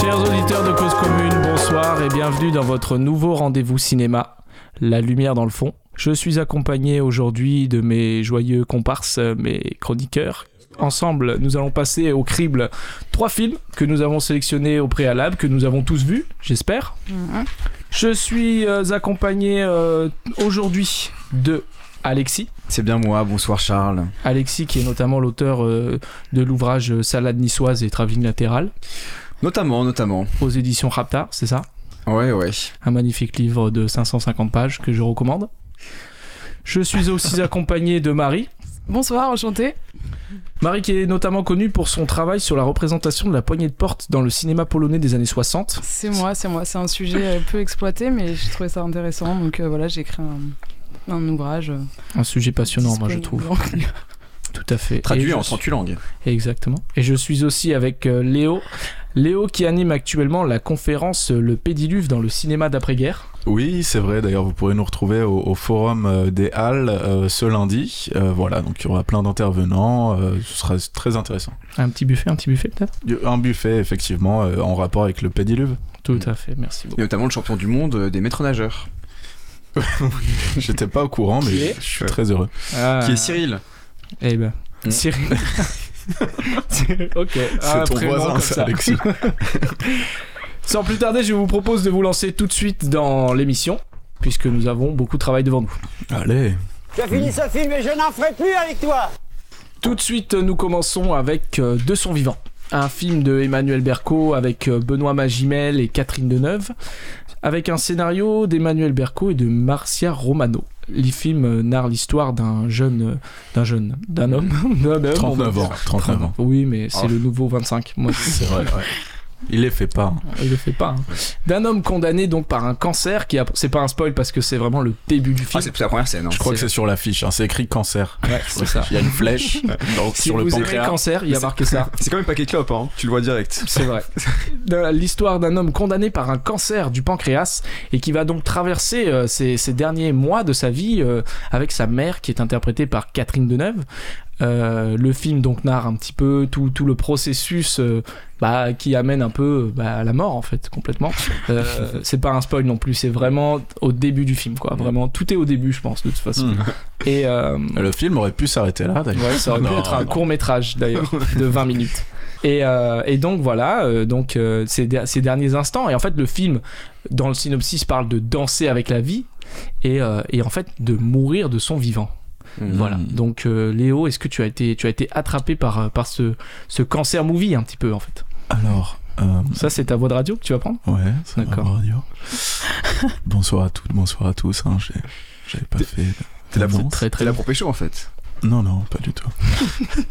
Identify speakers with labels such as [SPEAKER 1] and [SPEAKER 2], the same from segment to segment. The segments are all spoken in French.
[SPEAKER 1] Chers auditeurs de Cause Commune, bonsoir et bienvenue dans votre nouveau rendez-vous cinéma, La lumière dans le fond. Je suis accompagné aujourd'hui de mes joyeux comparses, euh, mes chroniqueurs. Ensemble, nous allons passer au crible trois films que nous avons sélectionnés au préalable, que nous avons tous vus, j'espère. Je suis euh, accompagné euh, aujourd'hui de Alexis.
[SPEAKER 2] C'est bien moi, bonsoir Charles.
[SPEAKER 1] Alexis qui est notamment l'auteur euh, de l'ouvrage Salade niçoise et Travelling latéral
[SPEAKER 2] Notamment, notamment.
[SPEAKER 1] aux éditions Rapta, c'est ça
[SPEAKER 2] Ouais, ouais.
[SPEAKER 1] un magnifique livre de 550 pages que je recommande. Je suis aussi accompagné de Marie.
[SPEAKER 3] Bonsoir, enchantée.
[SPEAKER 1] Marie qui est notamment connue pour son travail sur la représentation de la poignée de porte dans le cinéma polonais des années 60.
[SPEAKER 3] C'est moi, c'est moi. C'est un sujet euh, peu exploité, mais j'ai trouvé ça intéressant. Donc euh, voilà, j'ai écrit un, un ouvrage. euh,
[SPEAKER 1] Un sujet passionnant, moi je
[SPEAKER 3] disponible
[SPEAKER 1] trouve.
[SPEAKER 3] en-
[SPEAKER 1] Tout à fait. Et
[SPEAKER 2] Traduit
[SPEAKER 1] je
[SPEAKER 2] en
[SPEAKER 1] suis-
[SPEAKER 2] 38 langues.
[SPEAKER 1] Exactement. Et je suis aussi avec euh, Léo. Léo qui anime actuellement la conférence euh, Le Pédiluve dans le cinéma d'après-guerre.
[SPEAKER 4] Oui, c'est vrai. D'ailleurs, vous pourrez nous retrouver au, au forum euh, des Halles euh, ce lundi. Euh, voilà, donc il y aura plein d'intervenants. euh, ce sera très intéressant.
[SPEAKER 1] Un petit buffet, un petit buffet peut-être
[SPEAKER 4] Il y a Un buffet, effectivement, euh, en rapport avec le pédiluve.
[SPEAKER 1] Tout
[SPEAKER 2] Mm.
[SPEAKER 1] à fait, merci beaucoup.
[SPEAKER 2] Et notamment le champion du monde euh, des maîtres nageurs.
[SPEAKER 4] J'étais pas au courant,
[SPEAKER 1] Qui
[SPEAKER 4] mais
[SPEAKER 1] est
[SPEAKER 4] je suis très heureux.
[SPEAKER 2] Qui est Cyril. Ah,
[SPEAKER 1] Eh ben.
[SPEAKER 2] Mm.
[SPEAKER 1] Cyril. Cyril, ok. Ah,
[SPEAKER 4] c'est ton
[SPEAKER 1] prénom
[SPEAKER 4] voisin,
[SPEAKER 1] comme
[SPEAKER 4] ça,
[SPEAKER 1] ça.
[SPEAKER 4] Alexis.
[SPEAKER 1] Sans plus tarder, je vous propose de vous lancer tout de suite dans l'émission, puisque nous avons beaucoup de travail devant nous. Euh,
[SPEAKER 4] Allez.
[SPEAKER 5] Tu as fini ce film et je n'en ferai plus avec toi
[SPEAKER 1] Tout de suite, nous commençons avec euh, De son vivant, un film de Emmanuel Berco avec euh, Benoît Magimel et Catherine Deneuve, avec un scénario d'Emmanuel Berco et de Marcia Romano. Les films euh, narrent l'histoire d'un jeune, euh, d'un jeune, d'un homme, d'un homme, on va
[SPEAKER 4] 39
[SPEAKER 1] dire.
[SPEAKER 4] ans. 39 ans. Ah.
[SPEAKER 1] Oui, mais c'est
[SPEAKER 2] Oh.
[SPEAKER 1] le nouveau 25. Moi,
[SPEAKER 4] C'est vrai, ouais. Il les fait pas. hein.
[SPEAKER 1] Il le fait pas. hein. D'un homme condamné donc par un cancer qui a. C'est pas un spoil parce que c'est vraiment le début du
[SPEAKER 2] Ah,
[SPEAKER 1] film.
[SPEAKER 2] c'est la première scène. hein.
[SPEAKER 4] Je crois que c'est sur l'affiche. hein, C'est écrit cancer.
[SPEAKER 1] ouais, c'est ça.
[SPEAKER 4] Il y a une flèche donc,
[SPEAKER 1] Si
[SPEAKER 4] sur le
[SPEAKER 1] vous aimez le
[SPEAKER 4] pancréas.
[SPEAKER 1] cancer, il y a
[SPEAKER 2] Mais
[SPEAKER 1] marqué ça.
[SPEAKER 2] C'est comme un paquet de clopes, hein. tu le vois direct.
[SPEAKER 1] C'est vrai. Dans L'histoire d'un homme condamné par un cancer du pancréas et qui va donc traverser euh, ces, ces derniers mois de sa vie euh, avec sa mère qui est interprétée par Catherine Deneuve. Euh, le film donc narre un petit peu tout, tout le processus euh, bah, qui amène un peu euh, bah, à la mort en fait complètement. Euh, c'est pas un spoil non plus, c'est vraiment au début du film quoi. Vraiment tout est au début je pense de toute façon.
[SPEAKER 4] Hmm.
[SPEAKER 1] Et euh,
[SPEAKER 4] Le film aurait pu s'arrêter là, d'ailleurs.
[SPEAKER 1] Ouais, ça aurait pu
[SPEAKER 4] Non,
[SPEAKER 1] être un
[SPEAKER 4] non.
[SPEAKER 1] court métrage d'ailleurs de 20 minutes. Et, euh, et donc voilà, euh, donc euh, ces, der- ces derniers instants. Et en fait, le film dans le synopsis parle de danser avec la vie et, euh, et en fait de mourir de son vivant.
[SPEAKER 4] Hmm.
[SPEAKER 2] Mhm.
[SPEAKER 1] Voilà. Donc euh, Léo, est-ce que tu as été tu as été attrapé par euh, par ce ce cancer movie un petit peu en fait.
[SPEAKER 4] Alors, euh,
[SPEAKER 1] Ça c'est ta voix de radio que tu vas prendre.
[SPEAKER 4] Ouais, c'est
[SPEAKER 1] D'accord.
[SPEAKER 4] ma radio. bonsoir à toutes, bonsoir à tous. Hein, j'ai- J'avais pas fait. de-
[SPEAKER 2] T'es là pour-
[SPEAKER 4] d'annonce.
[SPEAKER 1] Très
[SPEAKER 2] T'es
[SPEAKER 1] très.
[SPEAKER 2] là pour pécho en fait.
[SPEAKER 4] Non, non, pas du tout.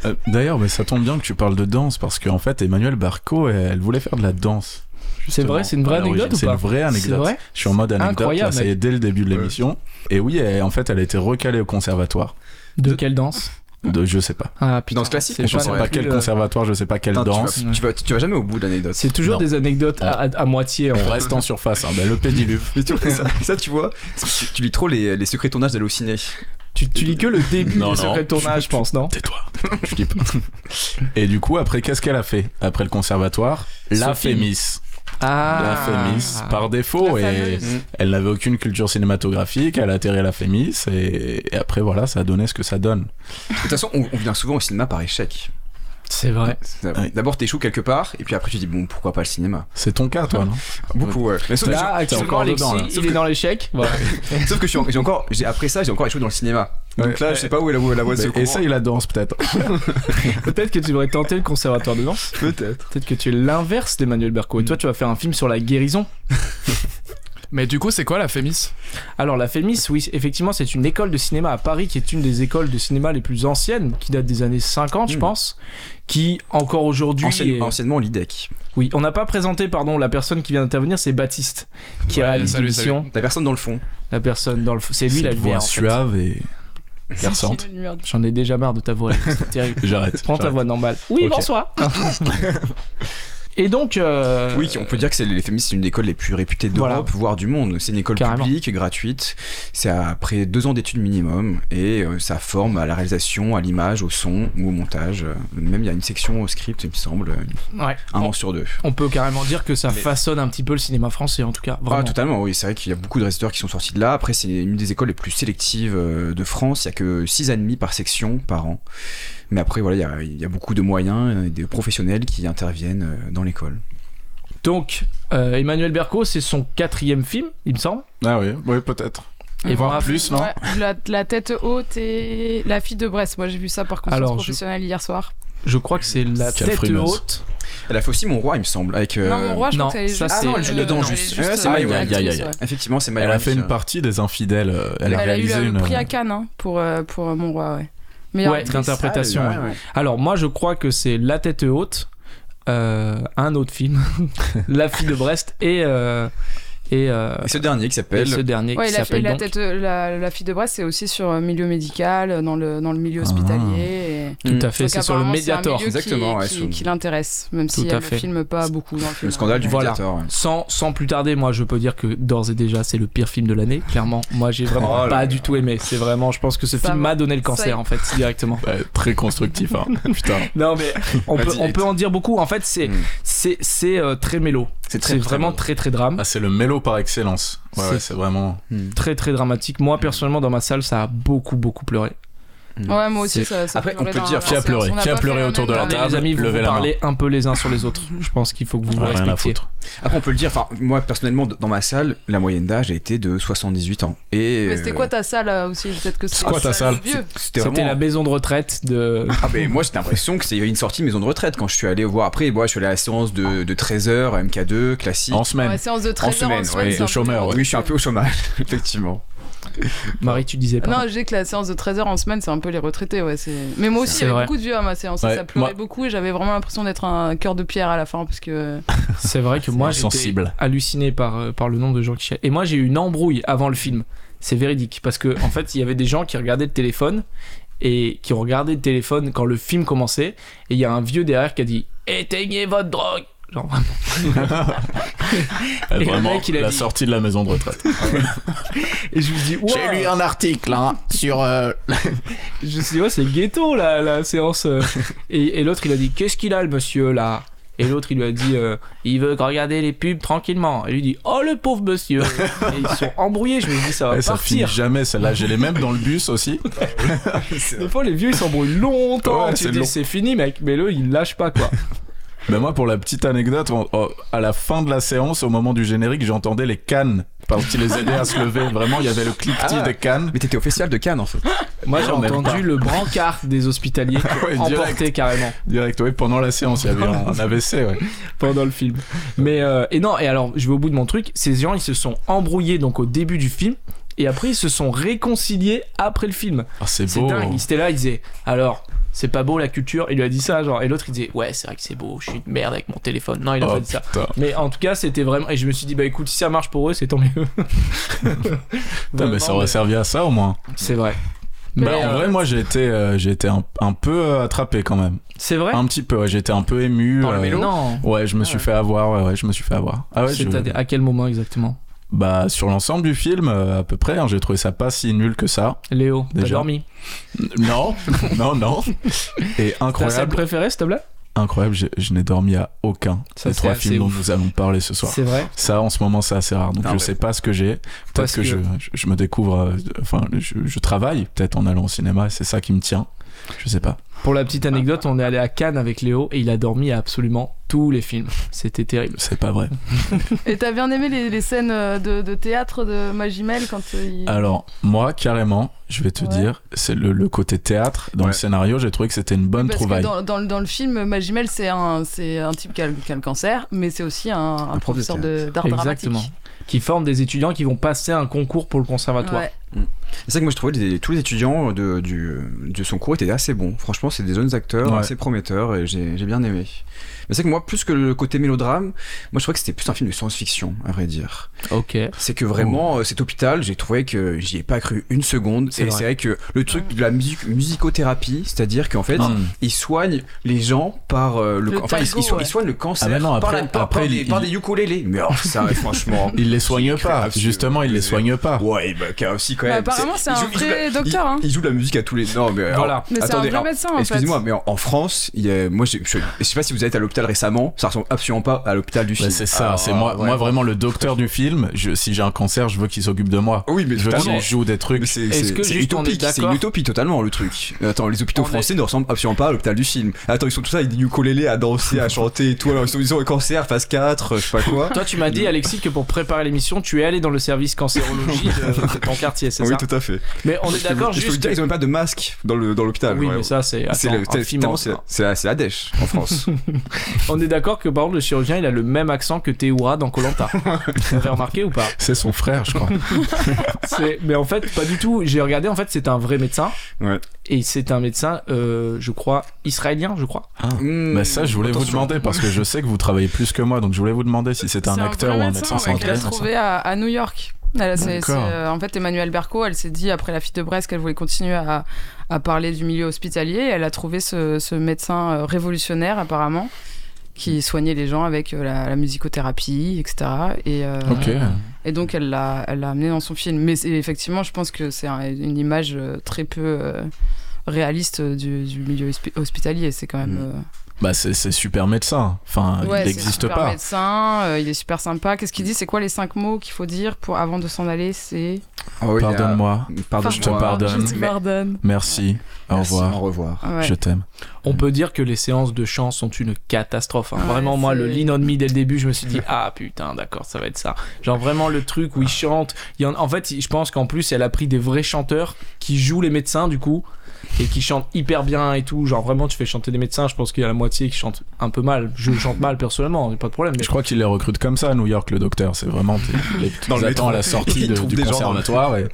[SPEAKER 4] Euh, D'ailleurs, mais ça tombe bien que tu parles de danse parce qu'en fait, Emmanuel Barco, elle, elle voulait faire de la danse.
[SPEAKER 1] C'est
[SPEAKER 4] justement,
[SPEAKER 1] vrai, c'est une vraie
[SPEAKER 4] à l'origine.
[SPEAKER 1] anecdote ou pas
[SPEAKER 4] C'est une vraie
[SPEAKER 1] C'est
[SPEAKER 4] anecdote.
[SPEAKER 1] vrai.
[SPEAKER 4] Je suis en mode anecdote,
[SPEAKER 1] Incroyable,
[SPEAKER 4] là, ça y est, dès le début de l'émission. Et oui, elle- en fait, elle a été recalée au conservatoire.
[SPEAKER 1] De quelle danse
[SPEAKER 4] De, je sais pas.
[SPEAKER 1] Ah putain.
[SPEAKER 2] Danse classique,
[SPEAKER 1] c'est
[SPEAKER 2] mais
[SPEAKER 4] Je
[SPEAKER 2] Pas
[SPEAKER 4] sais
[SPEAKER 2] non
[SPEAKER 4] pas
[SPEAKER 1] plus,
[SPEAKER 4] quel
[SPEAKER 1] euh,
[SPEAKER 4] conservatoire, je sais pas quelle
[SPEAKER 2] Putain, tu
[SPEAKER 4] danse.
[SPEAKER 2] vas- Tu vas, tu vas jamais au bout de l'anecdote.
[SPEAKER 1] C'est toujours
[SPEAKER 4] Non.
[SPEAKER 1] des anecdotes à, à- à moitié. en
[SPEAKER 4] On
[SPEAKER 1] fait.
[SPEAKER 4] reste en surface, hein, bah, le pédiluve.
[SPEAKER 2] Mais tu vois, ça, ça, tu vois, tu, tu lis trop les, les secrets de tournage d'halluciné.
[SPEAKER 1] Tu, tu lis que le début
[SPEAKER 4] Non,
[SPEAKER 1] du secret
[SPEAKER 4] non.
[SPEAKER 1] de tournage, je pense, non
[SPEAKER 4] Tais-toi, je dis pas. Et du coup, après, qu'est-ce qu'elle a fait Après le conservatoire, la
[SPEAKER 1] Sophie.
[SPEAKER 4] Fémis. La
[SPEAKER 1] Ah,
[SPEAKER 4] Fémis, par défaut.
[SPEAKER 3] La
[SPEAKER 4] et
[SPEAKER 3] fameuse.
[SPEAKER 4] elle n'avait aucune culture cinématographique, elle a atterri à la Fémis, et, et après, voilà, ça a donné ce que ça donne.
[SPEAKER 2] De toute façon, on, on vient souvent au cinéma par échec.
[SPEAKER 1] C'est vrai.
[SPEAKER 2] C'est-
[SPEAKER 4] Ouais.
[SPEAKER 2] D'abord, t'échoues quelque part, et puis après, tu dis, bon, pourquoi pas le cinéma
[SPEAKER 4] C'est ton cas, toi, non
[SPEAKER 2] Beaucoup, ouais. Mais sauf que
[SPEAKER 1] Ah, Là,
[SPEAKER 2] je-
[SPEAKER 1] actuellement,
[SPEAKER 4] encore
[SPEAKER 1] Alexis,
[SPEAKER 4] dedans, là.
[SPEAKER 1] il est dans l'échec. Voilà.
[SPEAKER 2] Sauf que je suis en- j'ai encore, j'ai après ça, j'ai encore échoué dans le cinéma. Donc
[SPEAKER 4] Ouais.
[SPEAKER 2] là, je sais pas où est la, la voie de
[SPEAKER 4] Mais
[SPEAKER 2] secours.
[SPEAKER 4] Essaye la danse, peut-être.
[SPEAKER 1] Peut-être que tu devrais tenter le conservatoire de danse.
[SPEAKER 2] peut-être.
[SPEAKER 1] Peut-être que tu es l'inverse d'Emmanuel Berco. Et toi, tu vas faire un film sur la guérison.
[SPEAKER 6] Mm. Mais du coup, c'est quoi la Fémis
[SPEAKER 1] Alors, la Fémis, oui, effectivement, c'est une école de cinéma à Paris qui est une des écoles de cinéma les plus anciennes, qui date des années 50, je
[SPEAKER 2] Mm.
[SPEAKER 1] pense, qui encore aujourd'hui.
[SPEAKER 2] Ancien-
[SPEAKER 1] est-
[SPEAKER 2] Anciennement, l'IDEC.
[SPEAKER 1] Oui, on n'a pas présenté, pardon, la personne qui vient d'intervenir, c'est Baptiste, qui a
[SPEAKER 6] salut,
[SPEAKER 1] l'émission.
[SPEAKER 2] T'as personne dans le fond.
[SPEAKER 1] La personne dans le. f- C'est lui
[SPEAKER 4] C'est
[SPEAKER 1] la
[SPEAKER 4] une voix
[SPEAKER 1] lumière. en fait.
[SPEAKER 4] suave et perçante.
[SPEAKER 3] La lumière du-
[SPEAKER 1] J'en ai déjà marre de ta voix. Alex. C'est terrible.
[SPEAKER 4] J'arrête.
[SPEAKER 1] Prends ta
[SPEAKER 4] j'arrête.
[SPEAKER 1] voix normale. Oui,
[SPEAKER 4] Ok.
[SPEAKER 1] bonsoir. Et donc. euh,
[SPEAKER 2] Oui, on peut dire que c'est l'éphémiste, c'est une école les plus réputées d'Europe,
[SPEAKER 1] Voilà.
[SPEAKER 2] voire du monde. C'est une école
[SPEAKER 1] Carrément.
[SPEAKER 2] publique, gratuite. C'est après deux ans d'études minimum et euh, ça forme à la réalisation, à l'image, au son ou au montage. Euh, Même il y a une section au script, il me semble, euh,
[SPEAKER 1] ouais.
[SPEAKER 2] un
[SPEAKER 1] on,
[SPEAKER 2] an sur deux.
[SPEAKER 1] on peut carrément dire que ça
[SPEAKER 2] Mais-
[SPEAKER 1] façonne un petit peu le cinéma français, en tout cas.
[SPEAKER 2] Ah,
[SPEAKER 1] Vraiment.
[SPEAKER 2] totalement, oui, c'est vrai qu'il y a beaucoup de réalisateurs qui sont sortis de là. Après, c'est une des écoles les plus sélectives euh, de France. Il n'y a que 6,5 par section par an. Mais après, voilà, il y a- il y, a beaucoup de moyens, euh, des professionnels qui interviennent euh, dans l'école.
[SPEAKER 1] donc, euh, Emmanuel Berco, c'est son quatrième film, il me semble.
[SPEAKER 4] Ah oui, oui peut-être.
[SPEAKER 1] Et
[SPEAKER 4] Voir
[SPEAKER 1] voilà.
[SPEAKER 4] plus, non
[SPEAKER 3] Ouais, la, la tête haute et la fille de Brest. Moi, j'ai vu ça par conscience
[SPEAKER 1] Alors, je-
[SPEAKER 3] professionnelle hier soir.
[SPEAKER 1] Je crois que c'est la
[SPEAKER 4] Quelle
[SPEAKER 1] tête
[SPEAKER 4] frimasse.
[SPEAKER 1] haute.
[SPEAKER 2] Elle a fait aussi Mon Roi, il me semble, avec. euh,
[SPEAKER 3] non, mon roi, je
[SPEAKER 1] non,
[SPEAKER 3] crois que
[SPEAKER 1] ça,
[SPEAKER 3] juste-
[SPEAKER 1] Ah non, elle
[SPEAKER 2] joue dedans,
[SPEAKER 3] elle est
[SPEAKER 2] juste. Ouais, c'est
[SPEAKER 3] euh,
[SPEAKER 2] Maïwenn.
[SPEAKER 3] actrice,
[SPEAKER 4] Aïe, aïe, aïe.
[SPEAKER 3] ouais.
[SPEAKER 2] Effectivement, c'est
[SPEAKER 4] Elle
[SPEAKER 2] Maïwenn
[SPEAKER 4] a fait
[SPEAKER 2] qui,
[SPEAKER 4] une
[SPEAKER 2] euh,
[SPEAKER 4] partie des infidèles. euh, Elle a
[SPEAKER 3] Elle a eu
[SPEAKER 4] réalisé
[SPEAKER 3] le
[SPEAKER 4] une. euh,
[SPEAKER 3] prix à Cannes hein, pour, euh, pour euh, Mon Roi, ouais. Meilleure
[SPEAKER 1] Ouais,
[SPEAKER 3] actrice.
[SPEAKER 1] d'interprétation.
[SPEAKER 2] Ah,
[SPEAKER 1] ouais.
[SPEAKER 2] ouais, ouais.
[SPEAKER 1] Alors, moi, je crois que c'est La tête haute, euh, un autre film, La fille de Brest et. euh, et, euh,
[SPEAKER 2] Et ce dernier qui
[SPEAKER 1] et
[SPEAKER 2] s'appelle.
[SPEAKER 1] ce dernier
[SPEAKER 3] Ouais,
[SPEAKER 1] qui
[SPEAKER 3] la,
[SPEAKER 1] s'appelle
[SPEAKER 3] la,
[SPEAKER 1] donc-
[SPEAKER 3] tête, euh, la, la fille de Brest, c'est aussi sur euh, milieu médical, euh, dans le, dans le milieu
[SPEAKER 4] Ah.
[SPEAKER 3] hospitalier. et-
[SPEAKER 2] Hmm,
[SPEAKER 1] Tout à fait,
[SPEAKER 3] Donc,
[SPEAKER 1] c'est sur le
[SPEAKER 3] apparemment, un
[SPEAKER 1] Mediator.
[SPEAKER 3] milieu qui-
[SPEAKER 2] Exactement, ouais,
[SPEAKER 3] qui,
[SPEAKER 2] sur-
[SPEAKER 3] qui l'intéresse, même
[SPEAKER 1] Tout
[SPEAKER 3] si
[SPEAKER 1] à
[SPEAKER 3] elle
[SPEAKER 1] fait.
[SPEAKER 3] ne filme pas beaucoup dans le film.
[SPEAKER 2] Le scandale du
[SPEAKER 1] Voilà.
[SPEAKER 2] dictateur. ouais.
[SPEAKER 1] Sans, sans plus tarder, moi je peux dire que d'ores et déjà c'est le pire film de l'année. Clairement, moi j'ai vraiment
[SPEAKER 2] Oh là
[SPEAKER 1] pas
[SPEAKER 2] là.
[SPEAKER 1] du tout aimé. C'est vraiment, je pense que ce
[SPEAKER 3] Ça
[SPEAKER 1] film
[SPEAKER 3] va.
[SPEAKER 1] m'a donné le
[SPEAKER 3] Ça
[SPEAKER 1] cancer
[SPEAKER 3] y-
[SPEAKER 1] en fait directement.
[SPEAKER 4] Ouais, très constructif, hein. putain.
[SPEAKER 1] Non mais on peut,
[SPEAKER 2] Vas-y,
[SPEAKER 1] on
[SPEAKER 2] et-
[SPEAKER 1] peut en dire beaucoup. En fait, c'est
[SPEAKER 2] Mm.
[SPEAKER 1] c'est c'est euh, très mélo.
[SPEAKER 2] C'est très,
[SPEAKER 1] C'est
[SPEAKER 2] très
[SPEAKER 1] vraiment
[SPEAKER 2] mélo.
[SPEAKER 1] très très drame,
[SPEAKER 4] Ah, c'est le mélo par excellence. Ouais,
[SPEAKER 1] C'est-
[SPEAKER 4] ouais, c'est vraiment.
[SPEAKER 1] très très dramatique. Moi personnellement dans ma salle ça a beaucoup beaucoup pleuré.
[SPEAKER 3] Ouais, moi aussi,
[SPEAKER 1] C'est-
[SPEAKER 3] ça, ça
[SPEAKER 2] Après, on
[SPEAKER 3] pleurait
[SPEAKER 2] peut
[SPEAKER 3] dans-
[SPEAKER 2] dire
[SPEAKER 3] dans
[SPEAKER 4] qui a
[SPEAKER 3] la
[SPEAKER 4] pleuré,
[SPEAKER 3] séance. On
[SPEAKER 4] qui a
[SPEAKER 3] pas
[SPEAKER 4] pleuré
[SPEAKER 3] fait la
[SPEAKER 4] autour de
[SPEAKER 3] même
[SPEAKER 4] la
[SPEAKER 1] Attendez,
[SPEAKER 3] dernière.
[SPEAKER 4] table.
[SPEAKER 1] les amis, vous,
[SPEAKER 4] levez
[SPEAKER 1] vous
[SPEAKER 4] la main.
[SPEAKER 1] parlez un peu les uns sur les autres. Je pense qu'il faut que vous vous
[SPEAKER 4] Ouais, rien à
[SPEAKER 1] respectiez.
[SPEAKER 4] foutre.
[SPEAKER 2] Après, on peut le dire, enfin, moi personnellement, d- dans ma salle, la moyenne d'âge a été de 78 ans. Et.
[SPEAKER 3] Mais c'était
[SPEAKER 2] euh,
[SPEAKER 3] quoi ta salle euh, aussi Peut-être que
[SPEAKER 4] C'est quoi ta salle
[SPEAKER 3] vieux.
[SPEAKER 1] C'était
[SPEAKER 2] C'était vraiment-
[SPEAKER 1] la maison de retraite de.
[SPEAKER 2] Ah ben moi j'ai l'impression que c'est une sortie maison de retraite quand je suis allé voir après moi je suis allé à la séance de, de 13h MK2 classique
[SPEAKER 4] En
[SPEAKER 3] Ouais,
[SPEAKER 4] semaine.
[SPEAKER 3] séance de 13
[SPEAKER 2] semaine, ouais,
[SPEAKER 3] c'est
[SPEAKER 2] au
[SPEAKER 3] un peu
[SPEAKER 4] chômeur,
[SPEAKER 3] dur.
[SPEAKER 2] oui je suis un peu au chômage effectivement
[SPEAKER 1] Marie, tu disais pas.
[SPEAKER 3] Non, j'ai que la séance de 13h en semaine, c'est un peu les retraités, ouais. c'est- Mais moi aussi,
[SPEAKER 1] C'est
[SPEAKER 3] il y avait
[SPEAKER 1] vrai.
[SPEAKER 3] beaucoup de vieux à ma séance,
[SPEAKER 4] Ouais,
[SPEAKER 3] ça pleurait
[SPEAKER 4] moi-
[SPEAKER 3] beaucoup et j'avais vraiment l'impression d'être un cœur de pierre à la fin, parce que...
[SPEAKER 1] C'est vrai que moi, j'étais
[SPEAKER 4] sensible.
[SPEAKER 1] halluciné par, euh, par le nombre de gens qui chialaient. Et moi, j'ai eu une embrouille avant le film. C'est véridique. Parce que, en fait, il y avait des gens qui regardaient le téléphone et qui ont regardé le téléphone quand le film commençait. Et il y a un vieux derrière qui a dit Éteignez votre drogue Genre, vraiment.
[SPEAKER 4] Ouais,
[SPEAKER 1] Et le
[SPEAKER 4] euh, vraiment,
[SPEAKER 1] mec, il a
[SPEAKER 4] la
[SPEAKER 1] dit-
[SPEAKER 4] sortie de la maison de retraite.
[SPEAKER 1] Et je me dis Wow
[SPEAKER 4] un article hein, sur.
[SPEAKER 1] Je me suis dit, ouais, c'est ghetto la, la séance. euh. et et l'autre, il a dit Qu'est-ce qu'il a le monsieur là et l'autre, il lui a dit, euh, il veut regarder les pubs tranquillement. Et lui dit, oh le pauvre monsieur. Et ils sont embrouillés. Je me dis, ça va
[SPEAKER 4] ça finit
[SPEAKER 1] partir.
[SPEAKER 4] jamais celle-là. J'ai les mêmes dans le bus aussi.
[SPEAKER 1] Des fois, les vieux ils s'embrouillent longtemps.
[SPEAKER 4] Ouais,
[SPEAKER 1] tu
[SPEAKER 4] c'est
[SPEAKER 1] te dis
[SPEAKER 4] long.
[SPEAKER 1] c'est fini, mec. Mais le, il lâche pas quoi.
[SPEAKER 4] Ben moi, pour la petite anecdote, on- oh, à la fin de la séance, au moment du générique, j'entendais les cannes parce qu'ils les aidaient à se lever. Vraiment, il y avait le cliquetis
[SPEAKER 2] Ah.
[SPEAKER 4] des cannes.
[SPEAKER 2] mais t'étais au festival de Cannes en fait
[SPEAKER 1] Moi, j'ai
[SPEAKER 4] Non, même pas.
[SPEAKER 1] entendu le brancard des hospitaliers qui
[SPEAKER 4] Ouais,
[SPEAKER 1] ont
[SPEAKER 4] direct,
[SPEAKER 1] emporté carrément
[SPEAKER 4] direct, ouais, pendant la séance, il y avait un, un AVC, ouais.
[SPEAKER 1] pendant le film. Mais euh, et non. Et alors, je vais au bout de mon truc. Ces gens, ils se sont embrouillés donc au début du film. Et après, ils se sont réconciliés après le film.
[SPEAKER 4] Ah, c'est
[SPEAKER 1] C'est
[SPEAKER 4] beau.
[SPEAKER 1] dingue. Ils étaient là, ils disaient alors. C'est pas beau la culture, il lui a dit ça, genre. Et l'autre il disait, ouais, c'est vrai que c'est beau, je suis une merde avec mon téléphone. Non, il a
[SPEAKER 4] Oh,
[SPEAKER 1] pas dit ça.
[SPEAKER 4] putain.
[SPEAKER 1] Mais en tout cas, c'était vraiment. Et je me suis dit, bah écoute, si ça marche pour eux, c'est tant mieux.
[SPEAKER 4] Putain, mais ça aurait servi à ça au moins.
[SPEAKER 1] C'est vrai.
[SPEAKER 4] Bah,
[SPEAKER 1] Mais,
[SPEAKER 4] en
[SPEAKER 1] euh,
[SPEAKER 4] vrai, moi, j'ai été, euh, j'ai été un, un peu euh, attrapé quand même.
[SPEAKER 1] C'est vrai
[SPEAKER 4] Un petit peu, ouais, j'ai été un peu ému.
[SPEAKER 2] Par le
[SPEAKER 4] euh,
[SPEAKER 2] vélo
[SPEAKER 1] Non.
[SPEAKER 4] Ouais, je me suis
[SPEAKER 2] ouais.
[SPEAKER 4] fait avoir, ouais, ouais, je me suis fait avoir. Ah ouais, je-
[SPEAKER 1] Ah. C'est-à-dire, à quel moment exactement
[SPEAKER 4] Bah, sur l'ensemble du film, euh, à peu près, hein, j'ai trouvé ça pas si nul que ça.
[SPEAKER 1] Léo, t'as
[SPEAKER 4] Déjà.
[SPEAKER 1] dormi
[SPEAKER 4] Non, non, non. Et
[SPEAKER 1] T'as celle
[SPEAKER 4] incroyable,
[SPEAKER 1] préférée, s'il te plaît
[SPEAKER 4] incroyable, je, je n'ai dormi à aucun
[SPEAKER 1] Ça,
[SPEAKER 4] des
[SPEAKER 1] c'est
[SPEAKER 4] trois
[SPEAKER 1] assez
[SPEAKER 4] films dont
[SPEAKER 1] ouf.
[SPEAKER 4] nous allons parler ce soir.
[SPEAKER 1] C'est vrai.
[SPEAKER 4] Ça, en ce moment, c'est assez rare. Donc,
[SPEAKER 2] Non,
[SPEAKER 4] je
[SPEAKER 2] mais
[SPEAKER 4] sais pas ce que j'ai.
[SPEAKER 1] Parce
[SPEAKER 4] Peut-être que, je, je- je me découvre. euh, Enfin, je, je travaille peut-être en allant au cinéma. C'est ça qui me tient. Je sais pas.
[SPEAKER 1] Pour la petite anecdote, on est allé à Cannes avec Léo et il a dormi à absolument tous les films. C'était terrible.
[SPEAKER 4] C'est pas vrai.
[SPEAKER 3] Et t'as bien aimé les, les scènes euh, de, de théâtre de Magimel quand euh, il...
[SPEAKER 4] Alors, moi, carrément, je vais te
[SPEAKER 3] Ouais.
[SPEAKER 4] dire, c'est le, le côté théâtre dans
[SPEAKER 2] Ouais.
[SPEAKER 4] le scénario. J'ai trouvé que c'était une bonne
[SPEAKER 3] Parce que
[SPEAKER 4] trouvaille.
[SPEAKER 3] dans, dans, le- dans le film, Magimel, c'est un, c'est un type qui a, le- qui a le cancer, mais c'est aussi un, un
[SPEAKER 2] prof de
[SPEAKER 3] professeur de- d'art dramatique.
[SPEAKER 1] Exactement. Qui forment des étudiants qui vont passer un concours pour le conservatoire.
[SPEAKER 3] Ouais.
[SPEAKER 2] C'est ça que moi je trouvais les- tous les étudiants de, du, de son cours étaient assez bons. Franchement, c'est des jeunes acteurs
[SPEAKER 4] Ouais.
[SPEAKER 2] assez prometteurs et j'ai j'ai bien aimé. Mais c'est que moi, plus que le côté mélodrame, moi je trouvais que c'était plus un film de science-fiction, à vrai dire.
[SPEAKER 1] Ok.
[SPEAKER 2] C'est que vraiment, euh, cet hôpital, j'ai trouvé que j'y ai pas cru une seconde.
[SPEAKER 1] C'est
[SPEAKER 2] et
[SPEAKER 1] vrai.
[SPEAKER 2] c'est vrai que le truc de la musique, musicothérapie, c'est-à-dire qu'en fait,
[SPEAKER 4] Hum.
[SPEAKER 2] ils soignent les gens par euh,
[SPEAKER 3] Le
[SPEAKER 2] le, can- enfin, ils-
[SPEAKER 3] tango,
[SPEAKER 2] ils, so-
[SPEAKER 3] ouais.
[SPEAKER 2] ils soignent le cancer
[SPEAKER 4] Ah, mais non,
[SPEAKER 2] par
[SPEAKER 4] après-
[SPEAKER 2] la- par,
[SPEAKER 4] après,
[SPEAKER 2] par des,
[SPEAKER 4] il-
[SPEAKER 2] par
[SPEAKER 4] il-
[SPEAKER 2] des ukulélés. Mais oh, ça, franchement.
[SPEAKER 4] Il les soigne
[SPEAKER 2] C'est
[SPEAKER 4] pas,
[SPEAKER 2] absolu-
[SPEAKER 4] justement, il les soigne pas.
[SPEAKER 2] Ouais, bah, quand- aussi quand
[SPEAKER 3] Bah,
[SPEAKER 2] même.
[SPEAKER 3] apparemment, c'est
[SPEAKER 2] il
[SPEAKER 3] un
[SPEAKER 2] joue- il
[SPEAKER 3] vrai
[SPEAKER 2] joue-
[SPEAKER 3] docteur,
[SPEAKER 2] il-
[SPEAKER 3] hein.
[SPEAKER 2] Il joue de la musique à tous les. Non, mais.
[SPEAKER 1] Voilà.
[SPEAKER 3] Mais c'est un
[SPEAKER 2] Attendez,
[SPEAKER 3] vrai
[SPEAKER 2] alors,
[SPEAKER 3] médecin en fait.
[SPEAKER 2] Excusez-moi, mais en, en France, il y a, moi, j'ai- je, je sais pas si vous êtes à l'hôpital récemment, ça ressemble absolument pas à l'hôpital du
[SPEAKER 4] Bah,
[SPEAKER 2] film.
[SPEAKER 4] c'est ça,
[SPEAKER 2] Ah,
[SPEAKER 4] c'est moi,
[SPEAKER 2] ouais.
[SPEAKER 4] moi vraiment le docteur du film. Je- si j'ai un cancer, je veux qu'il s'occupe de moi.
[SPEAKER 2] Oui, mais
[SPEAKER 4] Je veux
[SPEAKER 2] totalement.
[SPEAKER 4] qu'il joue des
[SPEAKER 2] Mais
[SPEAKER 4] trucs.
[SPEAKER 2] c'est
[SPEAKER 1] Est-ce
[SPEAKER 2] c'est-
[SPEAKER 1] que
[SPEAKER 2] c'est
[SPEAKER 1] juste on est
[SPEAKER 2] utopique, c'est
[SPEAKER 1] d'accord
[SPEAKER 2] une utopie totalement le truc. Attends, les hôpitaux
[SPEAKER 1] On est-
[SPEAKER 2] français ne ressemblent absolument pas à l'hôpital du film. Attends, ils sont tous là avec des ukulélés à danser, à chanter et tout. Alors ils sont, ils ont un cancer, phase 4, je sais pas quoi.
[SPEAKER 1] Toi, tu m'as dit, Alexis, que pour préparer l'émission, tu es allé dans le service cancérologie de, de ton quartier, c'est
[SPEAKER 2] Oui,
[SPEAKER 1] ça
[SPEAKER 2] tout à fait.
[SPEAKER 1] Mais on
[SPEAKER 2] Je
[SPEAKER 1] est
[SPEAKER 2] peux-
[SPEAKER 1] d'accord
[SPEAKER 2] je peux vous
[SPEAKER 1] juste.
[SPEAKER 2] dire, Ils ont même pas de masque dans le- dans l'hôpital.
[SPEAKER 1] Oui,
[SPEAKER 2] ouais.
[SPEAKER 1] mais ça, c'est.
[SPEAKER 2] C'est
[SPEAKER 1] attends,
[SPEAKER 2] le-
[SPEAKER 1] un film en-
[SPEAKER 2] tellement c'est la- c'est la c'est la dèche en France.
[SPEAKER 1] On est d'accord que, par exemple, le chirurgien, il a le même accent que Théoura dans Colanta. Vous avez remarqué ou pas
[SPEAKER 4] C'est son frère, je crois.
[SPEAKER 1] C'est- Mais en fait, pas du tout. J'ai regardé, en fait, c'est un vrai médecin.
[SPEAKER 2] Ouais.
[SPEAKER 1] Et c'est un médecin, euh, je crois, israélien, je crois.
[SPEAKER 4] Bah ça, je voulais vous demander parce que je sais que vous travaillez plus que moi, donc je voulais vous demander si c'était un
[SPEAKER 3] C'est
[SPEAKER 4] acteur
[SPEAKER 3] vrai
[SPEAKER 4] ou un
[SPEAKER 3] médecin,
[SPEAKER 4] médecin. c'est
[SPEAKER 3] ouais,
[SPEAKER 4] un
[SPEAKER 3] qu'elle a
[SPEAKER 4] vrai médecin.
[SPEAKER 3] trouvé à, à New York. Elle a- c'est- c'est,
[SPEAKER 4] D'accord.
[SPEAKER 3] euh, en fait, Emmanuel Berco, elle s'est dit après la fille de Brest qu'elle voulait continuer à, à parler du milieu hospitalier. Elle a trouvé ce, ce médecin euh, révolutionnaire apparemment qui soignait les gens avec euh, la, la musicothérapie, etc. Et, euh,
[SPEAKER 4] Ok.
[SPEAKER 3] et donc elle l'a, elle l'a amené dans son film. Mais c'est- effectivement, je pense que c'est un- une image euh, très peu euh, réaliste euh, du, du milieu hospi- hospitalier. C'est quand même.
[SPEAKER 2] Mm.
[SPEAKER 3] euh,
[SPEAKER 4] Bah c'est c'est super
[SPEAKER 1] Ah,
[SPEAKER 4] médecin. Enfin,
[SPEAKER 3] Ouais,
[SPEAKER 4] il
[SPEAKER 3] c'est
[SPEAKER 4] n'existe
[SPEAKER 3] super
[SPEAKER 4] pas.
[SPEAKER 3] médecin, euh, il est super sympa. Qu'est-ce qu'il dit C'est quoi les cinq mots qu'il faut dire pour avant de s'en aller C'est.
[SPEAKER 4] Pardonne-moi.
[SPEAKER 2] Pardon,
[SPEAKER 4] Oh euh, Je te pardonne.
[SPEAKER 3] Je te pardonne.
[SPEAKER 4] Merci. Au
[SPEAKER 2] Au
[SPEAKER 4] revoir.
[SPEAKER 2] revoir.
[SPEAKER 3] Ouais.
[SPEAKER 4] Je t'aime.
[SPEAKER 1] On peut dire que les séances de chant sont une catastrophe. hein.
[SPEAKER 3] Ouais,
[SPEAKER 1] vraiment, moi,
[SPEAKER 3] c'est-
[SPEAKER 1] le Lean on Me dès le début, je me suis dit, ah putain, d'accord, ça va être ça. Genre vraiment le truc où ils chantent. Il y en... en fait, je pense qu'en plus, elle a pris des vrais chanteurs qui jouent les médecins, du coup, et qui chantent hyper bien et tout. Genre vraiment, tu fais chanter des médecins, je pense qu'il y a la moitié qui chante un peu mal. Je chante mal personnellement, pas de problème. mais-
[SPEAKER 4] Je crois qu'il les recrute comme ça à New York, le docteur. C'est vraiment. t'es- les-
[SPEAKER 2] Dans
[SPEAKER 4] ils
[SPEAKER 2] le
[SPEAKER 4] attendent
[SPEAKER 2] métro.
[SPEAKER 4] à la sortie
[SPEAKER 2] Ils
[SPEAKER 4] de-
[SPEAKER 2] trouvent
[SPEAKER 4] du
[SPEAKER 2] des gens dans le-
[SPEAKER 4] conservatoire. et-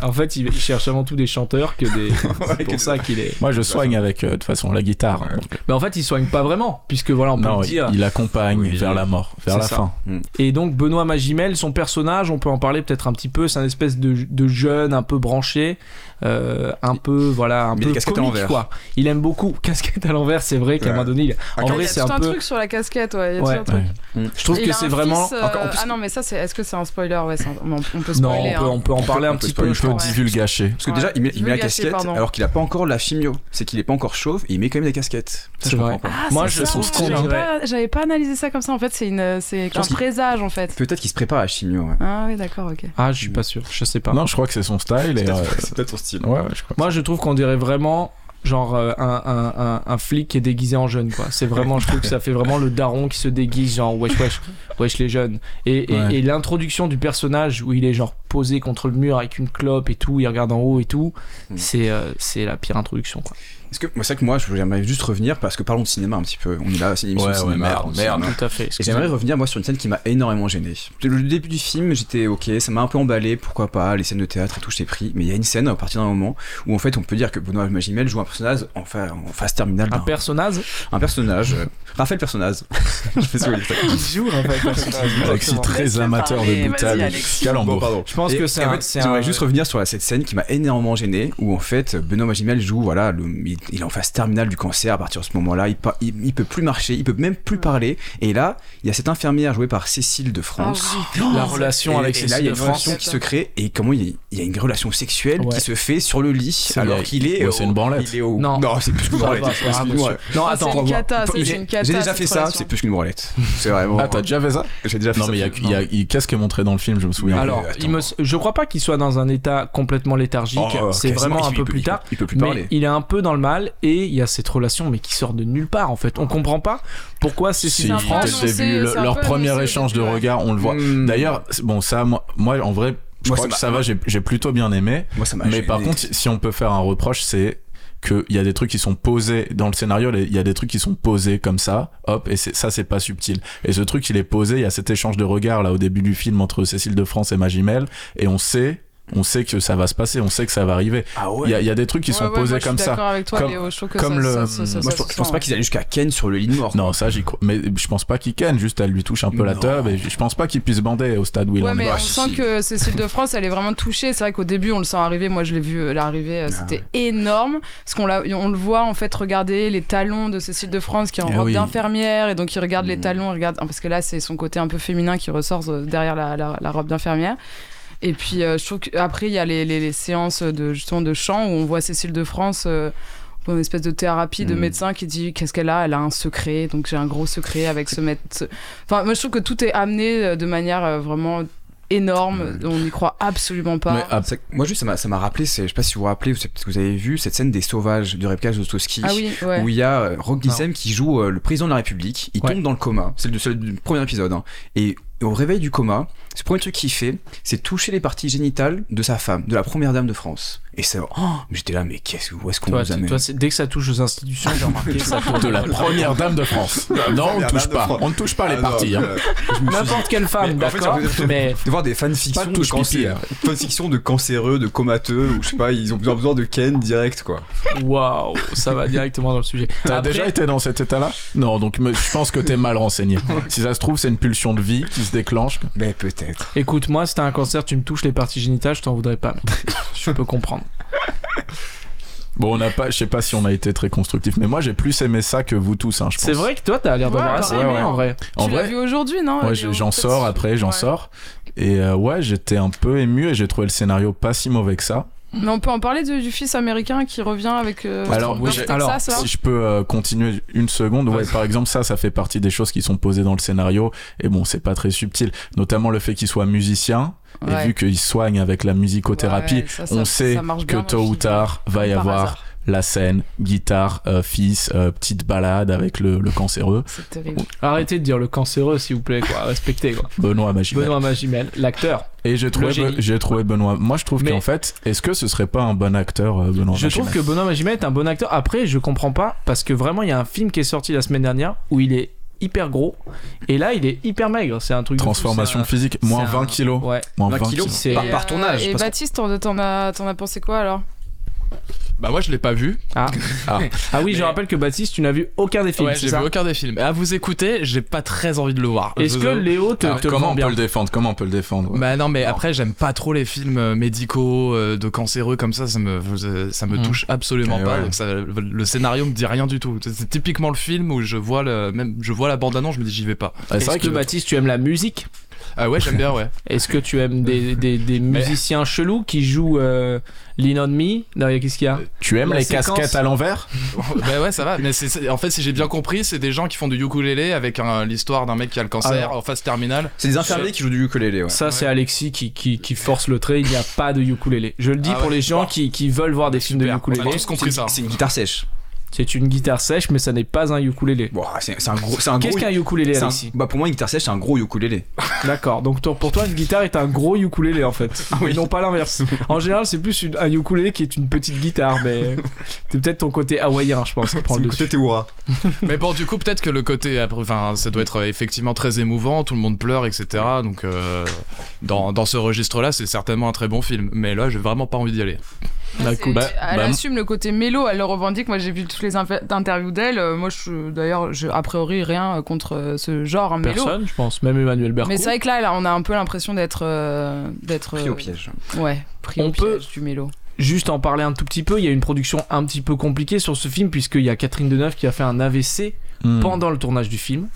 [SPEAKER 1] En fait, il il cherche avant tout des chanteurs que des.
[SPEAKER 2] Ouais,
[SPEAKER 1] C'est
[SPEAKER 2] que
[SPEAKER 1] pour
[SPEAKER 2] des-
[SPEAKER 1] ça qu'il est.
[SPEAKER 4] Moi, je soigne avec, euh, de toute façon, la guitare.
[SPEAKER 2] Ouais.
[SPEAKER 4] Donc,
[SPEAKER 1] Mais en fait, il soigne pas vraiment, puisque voilà, on peut
[SPEAKER 4] non,
[SPEAKER 1] le dire.
[SPEAKER 4] il, il accompagne
[SPEAKER 2] Oui,
[SPEAKER 4] vers
[SPEAKER 2] oui.
[SPEAKER 4] la mort, vers
[SPEAKER 1] C'est
[SPEAKER 4] la
[SPEAKER 1] ça.
[SPEAKER 4] fin.
[SPEAKER 1] Et donc Benoît Magimel, son personnage, on peut en parler peut-être un petit peu. C'est un espèce de, de jeune un peu branché, euh, un peu voilà, un
[SPEAKER 2] Mais
[SPEAKER 1] peu
[SPEAKER 2] des casquettes à
[SPEAKER 1] comique,
[SPEAKER 2] l'envers.
[SPEAKER 1] quoi. Il aime beaucoup casquette à l'envers. C'est vrai qu'à un
[SPEAKER 2] Ouais.
[SPEAKER 1] moment donné, il- en
[SPEAKER 3] Ah, il y
[SPEAKER 1] vrai
[SPEAKER 3] a
[SPEAKER 1] c'est
[SPEAKER 3] tout
[SPEAKER 1] un
[SPEAKER 3] un
[SPEAKER 1] peu.
[SPEAKER 3] truc sur la casquette, ouais. il y a tout
[SPEAKER 1] Ouais.
[SPEAKER 3] un truc.
[SPEAKER 4] Ouais.
[SPEAKER 2] Mm.
[SPEAKER 1] Je trouve
[SPEAKER 3] Et il
[SPEAKER 1] que
[SPEAKER 3] a
[SPEAKER 1] c'est
[SPEAKER 3] un
[SPEAKER 1] vraiment.
[SPEAKER 3] fils, euh,
[SPEAKER 2] encore- en plus-
[SPEAKER 3] Ah non, mais ça, c'est. Est-ce que c'est un spoiler Ouais, c'est un- on, on peut
[SPEAKER 1] non,
[SPEAKER 3] spoiler.
[SPEAKER 1] on peut,
[SPEAKER 3] hein.
[SPEAKER 1] on peut en parler
[SPEAKER 2] peut-
[SPEAKER 1] un
[SPEAKER 2] on peut
[SPEAKER 1] petit
[SPEAKER 2] spoiler.
[SPEAKER 1] peu.
[SPEAKER 4] Je
[SPEAKER 1] je
[SPEAKER 4] peux
[SPEAKER 1] crois.
[SPEAKER 4] divulgacher.
[SPEAKER 2] Parce que déjà, il met, il met la
[SPEAKER 3] Divulgacher,
[SPEAKER 2] casquette
[SPEAKER 3] pardon.
[SPEAKER 2] alors qu'il a pas encore la chimio. C'est qu'il est pas encore chauve et il met quand même des casquettes. Ça,
[SPEAKER 1] C'est
[SPEAKER 2] je
[SPEAKER 1] vrai.
[SPEAKER 2] comprends pas.
[SPEAKER 3] Ah,
[SPEAKER 1] Moi,
[SPEAKER 3] c'est
[SPEAKER 1] je
[SPEAKER 3] ça,
[SPEAKER 1] trouve
[SPEAKER 3] ouais,
[SPEAKER 1] qu'on
[SPEAKER 3] J'avais
[SPEAKER 1] dirait-
[SPEAKER 3] pas, j'avais pas analysé ça comme ça. En fait, c'est une, c'est un
[SPEAKER 2] pense qu'il-
[SPEAKER 3] présage, en fait.
[SPEAKER 2] Peut-être qu'il se prépare à la chimio. ouais.
[SPEAKER 3] Ah oui, d'accord, ok.
[SPEAKER 1] Ah, je suis pas sûr. Je sais pas.
[SPEAKER 4] Non, je crois que c'est son style. Et, euh,
[SPEAKER 2] Peut-être- C'est peut-être son style.
[SPEAKER 4] ouais, ouais, je crois.
[SPEAKER 1] Moi, je trouve qu'on dirait vraiment genre euh, un, un, un, un flic qui est déguisé en jeune, quoi. C'est vraiment, je trouve que ça fait vraiment le daron qui se déguise, genre wesh wesh, wesh les jeunes. Et, et-
[SPEAKER 4] Ouais.
[SPEAKER 1] et l'introduction du personnage où il est genre posé contre le mur avec une clope et tout, il regarde en haut et tout,
[SPEAKER 2] Mm.
[SPEAKER 1] c'est euh, c'est la pire introduction, quoi.
[SPEAKER 2] Est-ce que moi, c'est vrai que moi, je- j'aimerais juste revenir parce que parlons de cinéma un petit peu. On est là, c'est une émission
[SPEAKER 4] Ouais,
[SPEAKER 2] de
[SPEAKER 4] ouais,
[SPEAKER 2] cinéma.
[SPEAKER 4] merde,
[SPEAKER 2] parlons de
[SPEAKER 4] merde.
[SPEAKER 2] cinéma.
[SPEAKER 1] Tout à fait.
[SPEAKER 2] Et j'aimerais revenir moi sur une scène qui m'a énormément gêné. Le début du film, j'étais ok, ça m'a un peu emballé, pourquoi pas, les scènes de théâtre et tout, je t'ai pris. Mais il y a une scène à partir d'un moment où en fait on peut dire que Benoît Magimel joue un personnage en, fa- en phase terminale
[SPEAKER 1] Un
[SPEAKER 2] d'un
[SPEAKER 1] personnage
[SPEAKER 2] un personnage. euh, Raphaël personnage. je fais sourire, ça.
[SPEAKER 1] qui joue
[SPEAKER 4] Alexis, très
[SPEAKER 3] Laisse-le
[SPEAKER 4] amateur
[SPEAKER 3] parler,
[SPEAKER 4] de
[SPEAKER 3] vas-y,
[SPEAKER 4] boutade.
[SPEAKER 3] Alexis.
[SPEAKER 2] Bon,
[SPEAKER 4] Calembour.
[SPEAKER 2] pardon.
[SPEAKER 1] Je pense
[SPEAKER 2] Et-
[SPEAKER 1] que
[SPEAKER 2] et
[SPEAKER 1] c'est
[SPEAKER 2] en
[SPEAKER 1] un-
[SPEAKER 2] fait,
[SPEAKER 1] c'est
[SPEAKER 2] J'aimerais
[SPEAKER 1] un-
[SPEAKER 2] juste revenir sur la- cette scène qui m'a énormément gêné, où en fait Benoît Magimel joue, voilà, le- il, il est en phase terminale du cancer à partir de ce moment-là. Il, par- il, il peut plus marcher, il peut même plus parler. Et là, il y a cette infirmière jouée par Cécile de
[SPEAKER 3] Ah
[SPEAKER 2] France.
[SPEAKER 3] oui.
[SPEAKER 1] Oh, la relation
[SPEAKER 2] Et-
[SPEAKER 1] avec
[SPEAKER 2] et
[SPEAKER 1] Cécile
[SPEAKER 2] là, il y a
[SPEAKER 1] de
[SPEAKER 2] une
[SPEAKER 1] France.
[SPEAKER 2] relation qui se crée et comment il y a, il y a une relation sexuelle
[SPEAKER 1] Ouais.
[SPEAKER 2] qui se fait sur le lit
[SPEAKER 4] C'est
[SPEAKER 2] alors
[SPEAKER 4] vrai.
[SPEAKER 2] qu'il est.
[SPEAKER 4] Ouais,
[SPEAKER 2] au-
[SPEAKER 4] c'est une branlette.
[SPEAKER 2] il est au-
[SPEAKER 1] Non.
[SPEAKER 2] c'est plus qu'une
[SPEAKER 1] Ça
[SPEAKER 2] branlette.
[SPEAKER 1] va, ça va,
[SPEAKER 2] excuse-moi.
[SPEAKER 1] Non,
[SPEAKER 3] Ah,
[SPEAKER 1] attends,
[SPEAKER 3] c'est une
[SPEAKER 1] revois.
[SPEAKER 3] cata, c'est
[SPEAKER 2] J'ai
[SPEAKER 3] une cata,
[SPEAKER 2] j'ai déjà
[SPEAKER 3] cette
[SPEAKER 2] fait ça,
[SPEAKER 3] relation.
[SPEAKER 2] c'est plus qu'une branlette. C'est vraiment.
[SPEAKER 4] Ah, t'as déjà fait ça
[SPEAKER 2] J'ai déjà fait
[SPEAKER 4] Non,
[SPEAKER 2] ça.
[SPEAKER 4] mais il y a- il y a- il- qu'est-ce qui est montré dans le film Je me souviens.
[SPEAKER 1] Alors,
[SPEAKER 2] attends.
[SPEAKER 1] il me, je crois pas qu'il soit dans un état complètement léthargique.
[SPEAKER 2] Oh,
[SPEAKER 1] c'est
[SPEAKER 2] quasiment,
[SPEAKER 1] vraiment un
[SPEAKER 2] il-
[SPEAKER 1] peu
[SPEAKER 2] il-
[SPEAKER 1] plus
[SPEAKER 2] il-
[SPEAKER 1] tard.
[SPEAKER 2] Il peut plus
[SPEAKER 1] mais
[SPEAKER 2] parler.
[SPEAKER 1] il est un peu dans le mal et il y a cette relation mais qui sort de nulle part en fait. On comprend pas pourquoi c'est
[SPEAKER 4] Si,
[SPEAKER 1] une
[SPEAKER 3] un peu
[SPEAKER 1] France.
[SPEAKER 4] dès le
[SPEAKER 3] annoncé,
[SPEAKER 4] début, le-
[SPEAKER 3] c'est un
[SPEAKER 4] leur
[SPEAKER 3] peu
[SPEAKER 4] premier
[SPEAKER 3] annoncé au
[SPEAKER 4] échange de
[SPEAKER 3] début, ouais.
[SPEAKER 4] regard, on le voit.
[SPEAKER 2] Mm.
[SPEAKER 4] D'ailleurs, c'est- bon, ça, moi, moi, en vrai, je
[SPEAKER 2] Moi,
[SPEAKER 4] crois
[SPEAKER 2] ça
[SPEAKER 4] que
[SPEAKER 2] m'a-
[SPEAKER 4] ça va, j'ai j'ai plutôt bien aimé.
[SPEAKER 2] Moi,
[SPEAKER 7] Bah,
[SPEAKER 2] ça m'a
[SPEAKER 4] Mais par
[SPEAKER 2] gêné.
[SPEAKER 4] contre, si on peut faire un reproche, c'est qu'il y a des trucs qui sont posés dans le scénario, il y a des trucs qui sont posés comme ça, hop, et c'est- ça, c'est pas subtil. Et ce truc, il est posé, il y a cet échange de regards là au début du film entre Cécile de France et Magimel, et on sait On sait que ça va se passer, on sait que ça va arriver.
[SPEAKER 2] Ah
[SPEAKER 4] Il y a- il y, a des trucs qui
[SPEAKER 3] Ouais,
[SPEAKER 4] sont
[SPEAKER 3] ouais,
[SPEAKER 4] posés
[SPEAKER 3] moi,
[SPEAKER 4] comme
[SPEAKER 3] Je suis
[SPEAKER 4] ça.
[SPEAKER 3] d'accord avec toi,
[SPEAKER 4] Comme-
[SPEAKER 3] Léo. Je trouve que
[SPEAKER 4] comme
[SPEAKER 3] ça, ça-
[SPEAKER 4] le-
[SPEAKER 3] ça- ça- ça
[SPEAKER 2] Moi, je, pense-
[SPEAKER 3] se
[SPEAKER 2] je pense
[SPEAKER 3] sent, hein.
[SPEAKER 2] pas qu'ils allaient jusqu'à Ken sur le lit de mort.
[SPEAKER 4] Non, ça j'y crois. Mais je pense pas qu'il ken, juste elle lui touche un peu la
[SPEAKER 2] Non.
[SPEAKER 4] teub et je je pense pas qu'il puisse bander au stade où il
[SPEAKER 3] ouais,
[SPEAKER 4] en est.
[SPEAKER 3] mais
[SPEAKER 2] bah,
[SPEAKER 3] on
[SPEAKER 2] si,
[SPEAKER 3] sent
[SPEAKER 2] si.
[SPEAKER 3] que Cécile de France, elle est vraiment touchée. C'est vrai qu'au début, on le sent arriver. Moi, je l'ai vu euh, l'arrivée, euh,
[SPEAKER 2] Ah
[SPEAKER 3] c'était énorme. Parce qu'on la- on le voit, en fait, regarder les talons de Cécile de France qui est en
[SPEAKER 4] Eh
[SPEAKER 3] robe
[SPEAKER 4] oui.
[SPEAKER 3] d'infirmière. Et donc, il regarde les
[SPEAKER 2] Mm.
[SPEAKER 3] talons, il regarde. ah, Parce que là, c'est son côté un peu féminin qui ressort euh, derrière la, la- la robe d'infirmière. Et puis, euh, je trouve qu'après, il y a les, les- les séances de, justement, de chant où on voit Cécile de France. euh, pour une espèce de thérapie de
[SPEAKER 2] Mm.
[SPEAKER 3] médecin qui dit qu'est-ce qu'elle a elle a un secret donc j'ai un gros secret avec ce maître ce- enfin moi je trouve que tout est amené euh, de manière euh, vraiment énorme on n'y croit absolument
[SPEAKER 4] Mais ah
[SPEAKER 3] pas
[SPEAKER 4] à-
[SPEAKER 2] Ça- moi, juste, ça m'a- ça m'a rappelé, c'est- je sais pas si vous vous rappelez, ou c'est peut-être que vous avez vu, cette scène des sauvages de Repka Zostowski.
[SPEAKER 3] ah oui ouais
[SPEAKER 2] Où il y a euh, Rock Dissem qui joue euh, le président de la République, il
[SPEAKER 1] Ouais.
[SPEAKER 2] tombe dans le coma, c'est le, c'est le premier épisode. hein. Et au réveil du coma, ce premier truc qu'il fait, c'est toucher les parties génitales de sa femme, de la première dame de France. Et ça, oh, mais j'étais là, mais qu'est-ce, où est-ce qu'on
[SPEAKER 1] Toi,
[SPEAKER 2] nous
[SPEAKER 1] tu-
[SPEAKER 2] amène
[SPEAKER 1] toi, c'est- dès que ça touche aux institutions, j'ai remarqué ça tourne.
[SPEAKER 4] de la première dame de France. Non, on
[SPEAKER 7] première
[SPEAKER 4] touche
[SPEAKER 7] dame de
[SPEAKER 4] pas.
[SPEAKER 7] France.
[SPEAKER 4] On ne touche pas les
[SPEAKER 7] Ah non,
[SPEAKER 4] parties. hein.
[SPEAKER 7] euh,
[SPEAKER 1] N'importe quelle femme,
[SPEAKER 2] Mais en fait,
[SPEAKER 1] d'accord
[SPEAKER 2] ça-
[SPEAKER 1] Mais
[SPEAKER 2] de voir des
[SPEAKER 4] Pas
[SPEAKER 2] fanfictions
[SPEAKER 4] de
[SPEAKER 2] de,
[SPEAKER 4] touche pipi,
[SPEAKER 2] cancer- fanfictions de cancéreux, de comateux, ou je sais pas, ils ont besoin, besoin de Ken direct quoi.
[SPEAKER 1] waouh, ça va directement dans le sujet.
[SPEAKER 4] T'as
[SPEAKER 1] Après-
[SPEAKER 4] déjà été dans cet état-là Non, donc me- je pense que t'es mal renseigné. si ça se trouve, c'est une pulsion de vie qui se déclenche.
[SPEAKER 2] Mais peut-être.
[SPEAKER 1] Écoute, moi, si t'as un cancer, tu me touches les parties génitales, je t'en voudrais pas. je peux comprendre.
[SPEAKER 4] Bon, on n'a pas, je sais pas si on a été très constructif, mais moi j'ai plus aimé ça que vous tous. Hein, je pense.
[SPEAKER 1] C'est vrai que toi, t'as l'air d'avoir
[SPEAKER 3] Ouais,
[SPEAKER 1] assez
[SPEAKER 3] ouais,
[SPEAKER 1] aimé
[SPEAKER 3] ouais.
[SPEAKER 1] en vrai.
[SPEAKER 4] En
[SPEAKER 3] tu l'as
[SPEAKER 4] vrai,
[SPEAKER 3] vu aujourd'hui non
[SPEAKER 4] ouais,
[SPEAKER 3] Léo
[SPEAKER 4] je- j'en
[SPEAKER 3] Peut-être
[SPEAKER 4] sors
[SPEAKER 3] si-
[SPEAKER 4] après, j'en
[SPEAKER 3] ouais.
[SPEAKER 4] sors. Et euh, ouais, j'étais un peu ému et j'ai trouvé le scénario pas si mauvais que ça.
[SPEAKER 3] mais on peut en parler de- du fils américain qui revient avec euh,
[SPEAKER 4] Alors,
[SPEAKER 3] North
[SPEAKER 4] oui,
[SPEAKER 3] Texas,
[SPEAKER 1] alors,
[SPEAKER 3] là.
[SPEAKER 4] Si je peux euh, continuer une seconde, ouais, par exemple, ça, ça fait partie des choses qui sont posées dans le scénario. Et bon, c'est pas très subtil. Notamment le fait qu'il soit musicien.
[SPEAKER 3] Ouais.
[SPEAKER 4] Et vu qu'il soigne avec la musicothérapie,
[SPEAKER 3] Ouais, ça, ça- ça
[SPEAKER 4] on sait
[SPEAKER 3] marche
[SPEAKER 4] que
[SPEAKER 3] bien,
[SPEAKER 4] tôt
[SPEAKER 3] moi,
[SPEAKER 4] ou
[SPEAKER 3] je-
[SPEAKER 4] tard, va y
[SPEAKER 3] par
[SPEAKER 4] avoir
[SPEAKER 3] hasard.
[SPEAKER 4] la scène, guitare, euh, fils, euh, petite balade avec le, le cancéreux.
[SPEAKER 3] c'est terrible
[SPEAKER 1] Arrêtez de dire le cancéreux, s'il vous plaît, quoi. Respectez, quoi.
[SPEAKER 4] Benoît Magimel.
[SPEAKER 1] Benoît Magimel, l'acteur.
[SPEAKER 4] Et j'ai trouvé,
[SPEAKER 1] Le génie.
[SPEAKER 4] Be- j'ai trouvé Benoît. Moi, je trouve
[SPEAKER 1] Mais-
[SPEAKER 4] qu'en fait, est-ce que ce serait pas un bon acteur, euh, Benoît
[SPEAKER 1] Je
[SPEAKER 6] bah,
[SPEAKER 1] trouve
[SPEAKER 4] Magimel
[SPEAKER 1] que Benoît Magimel est un bon acteur. Après, je comprends pas, parce que vraiment, il y a un film qui est sorti la semaine dernière où il est hyper gros, et là, il est hyper maigre. C'est un truc de fou,
[SPEAKER 4] Transformation
[SPEAKER 1] c'est
[SPEAKER 4] physique, moins
[SPEAKER 1] c'est
[SPEAKER 4] 20
[SPEAKER 1] un-
[SPEAKER 4] kilos.
[SPEAKER 1] un- Ouais.
[SPEAKER 4] Moins
[SPEAKER 2] 20
[SPEAKER 4] 20
[SPEAKER 2] kilos.
[SPEAKER 4] kilos.
[SPEAKER 1] C'est-
[SPEAKER 2] Par- par
[SPEAKER 3] euh,
[SPEAKER 2] ton âge,
[SPEAKER 3] et
[SPEAKER 2] parce que-
[SPEAKER 3] Baptiste t'en t'en as t'en as pensé quoi alors
[SPEAKER 6] Bah moi je l'ai pas vu.
[SPEAKER 1] Ah oui, je
[SPEAKER 6] Mais-
[SPEAKER 1] rappelle que Baptiste, tu n'as vu aucun des films,
[SPEAKER 6] ouais,
[SPEAKER 1] c'est
[SPEAKER 6] j'ai
[SPEAKER 1] ça
[SPEAKER 6] vu aucun des films. Et à vous écouter, j'ai pas très envie de le voir.
[SPEAKER 1] Est-ce
[SPEAKER 6] Je- Ah,
[SPEAKER 1] que Léo te,
[SPEAKER 4] Alors,
[SPEAKER 1] te le
[SPEAKER 4] Ah, comment
[SPEAKER 1] vend
[SPEAKER 4] on
[SPEAKER 1] bien
[SPEAKER 4] peut le défendre Comment on peut le défendre ouais.
[SPEAKER 6] Bah non, mais après j'aime pas trop les films euh, médicaux euh, de cancéreux comme ça, ça me euh, ça me
[SPEAKER 1] Mm.
[SPEAKER 6] touche absolument
[SPEAKER 4] Eh
[SPEAKER 6] pas.
[SPEAKER 4] ouais.
[SPEAKER 6] donc ça- le scénario me dit rien du tout. C'est typiquement le film où je vois le même je vois la bande annonce, je me dis j'y vais pas.
[SPEAKER 4] Ah, C'est
[SPEAKER 1] Est-ce
[SPEAKER 4] vrai
[SPEAKER 1] que
[SPEAKER 4] que
[SPEAKER 1] Baptiste, tu aimes la musique
[SPEAKER 6] Ah ouais, j'aime bien ouais.
[SPEAKER 1] Est-ce que tu aimes des, des, des musiciens chelous qui jouent euh, Lean on Me Non, y a- qu'est-ce qu'il y a
[SPEAKER 4] tu aimes
[SPEAKER 1] la
[SPEAKER 4] les
[SPEAKER 1] séquence-
[SPEAKER 4] casquettes à l'envers
[SPEAKER 6] bah ouais, ça va. Mais c'est- c'est- en fait, si j'ai bien compris, c'est des gens qui font du ukulélé avec un- l'histoire d'un mec qui a le cancer
[SPEAKER 1] Alors.
[SPEAKER 6] en phase terminale.
[SPEAKER 2] C'est des infirmiers qui jouent du ukulélé, ouais.
[SPEAKER 1] Ça, c'est
[SPEAKER 6] Ouais.
[SPEAKER 1] Alexis qui, qui, qui force le trait. Il n'y a pas de ukulélé. Je le dis
[SPEAKER 6] Ah
[SPEAKER 1] pour
[SPEAKER 6] ouais.
[SPEAKER 1] les gens
[SPEAKER 6] Bon.
[SPEAKER 1] qui, qui veulent voir des films de
[SPEAKER 6] Super. On a
[SPEAKER 1] ukulélé.
[SPEAKER 6] tous compris ça.
[SPEAKER 2] C'est une guitare sèche.
[SPEAKER 1] C'est une guitare sèche, mais ça n'est pas un ukulélé.
[SPEAKER 2] Bon, ah, c'est c'est un gros. C'est un gros.
[SPEAKER 1] Qu'est-ce qu'un ukulélé,
[SPEAKER 2] c'est un-
[SPEAKER 1] Alexis
[SPEAKER 2] bah pour moi, une guitare sèche, c'est un gros ukulélé.
[SPEAKER 1] D'accord. Donc toi- pour toi, une guitare est un gros ukulélé en fait.
[SPEAKER 2] Ah
[SPEAKER 1] Et non pas l'inverse. En général, c'est plus une- un ukulélé qui est une petite guitare, mais c'est peut-être ton côté hawaïen, je pense, qui prend le dessus.
[SPEAKER 7] Théoura.
[SPEAKER 6] Mais bon, du coup, peut-être que le côté. après- Enfin, ça doit être euh, effectivement très émouvant, tout le monde pleure, etc. Donc, euh, dans, dans ce registre-là, c'est certainement un très bon film. Mais là, j'ai vraiment pas envie d'y aller.
[SPEAKER 4] Bah,
[SPEAKER 3] C'est-
[SPEAKER 4] cool. Bah,
[SPEAKER 3] elle
[SPEAKER 4] bah,
[SPEAKER 3] assume le côté mélo, elle le revendique. Moi, j'ai vu toutes les inf- interviews d'elle. Euh, Moi, je, d'ailleurs, je, a priori, rien euh, contre euh, ce genre hein, mélo.
[SPEAKER 1] Personne, je pense. Même Emmanuel Berco.
[SPEAKER 3] Mais c'est vrai que là, là, on a un peu l'impression d'être. euh, d'être
[SPEAKER 2] Pris au
[SPEAKER 3] euh,
[SPEAKER 2] piège.
[SPEAKER 3] Ouais, pris
[SPEAKER 1] On
[SPEAKER 3] au
[SPEAKER 1] peut-
[SPEAKER 3] piège du mélo.
[SPEAKER 1] Juste en parler un tout petit peu, il y a une production un petit peu compliquée sur ce film, puisqu'il y a Catherine Deneuve qui a fait un AVC
[SPEAKER 4] Hmm.
[SPEAKER 1] pendant le tournage du film.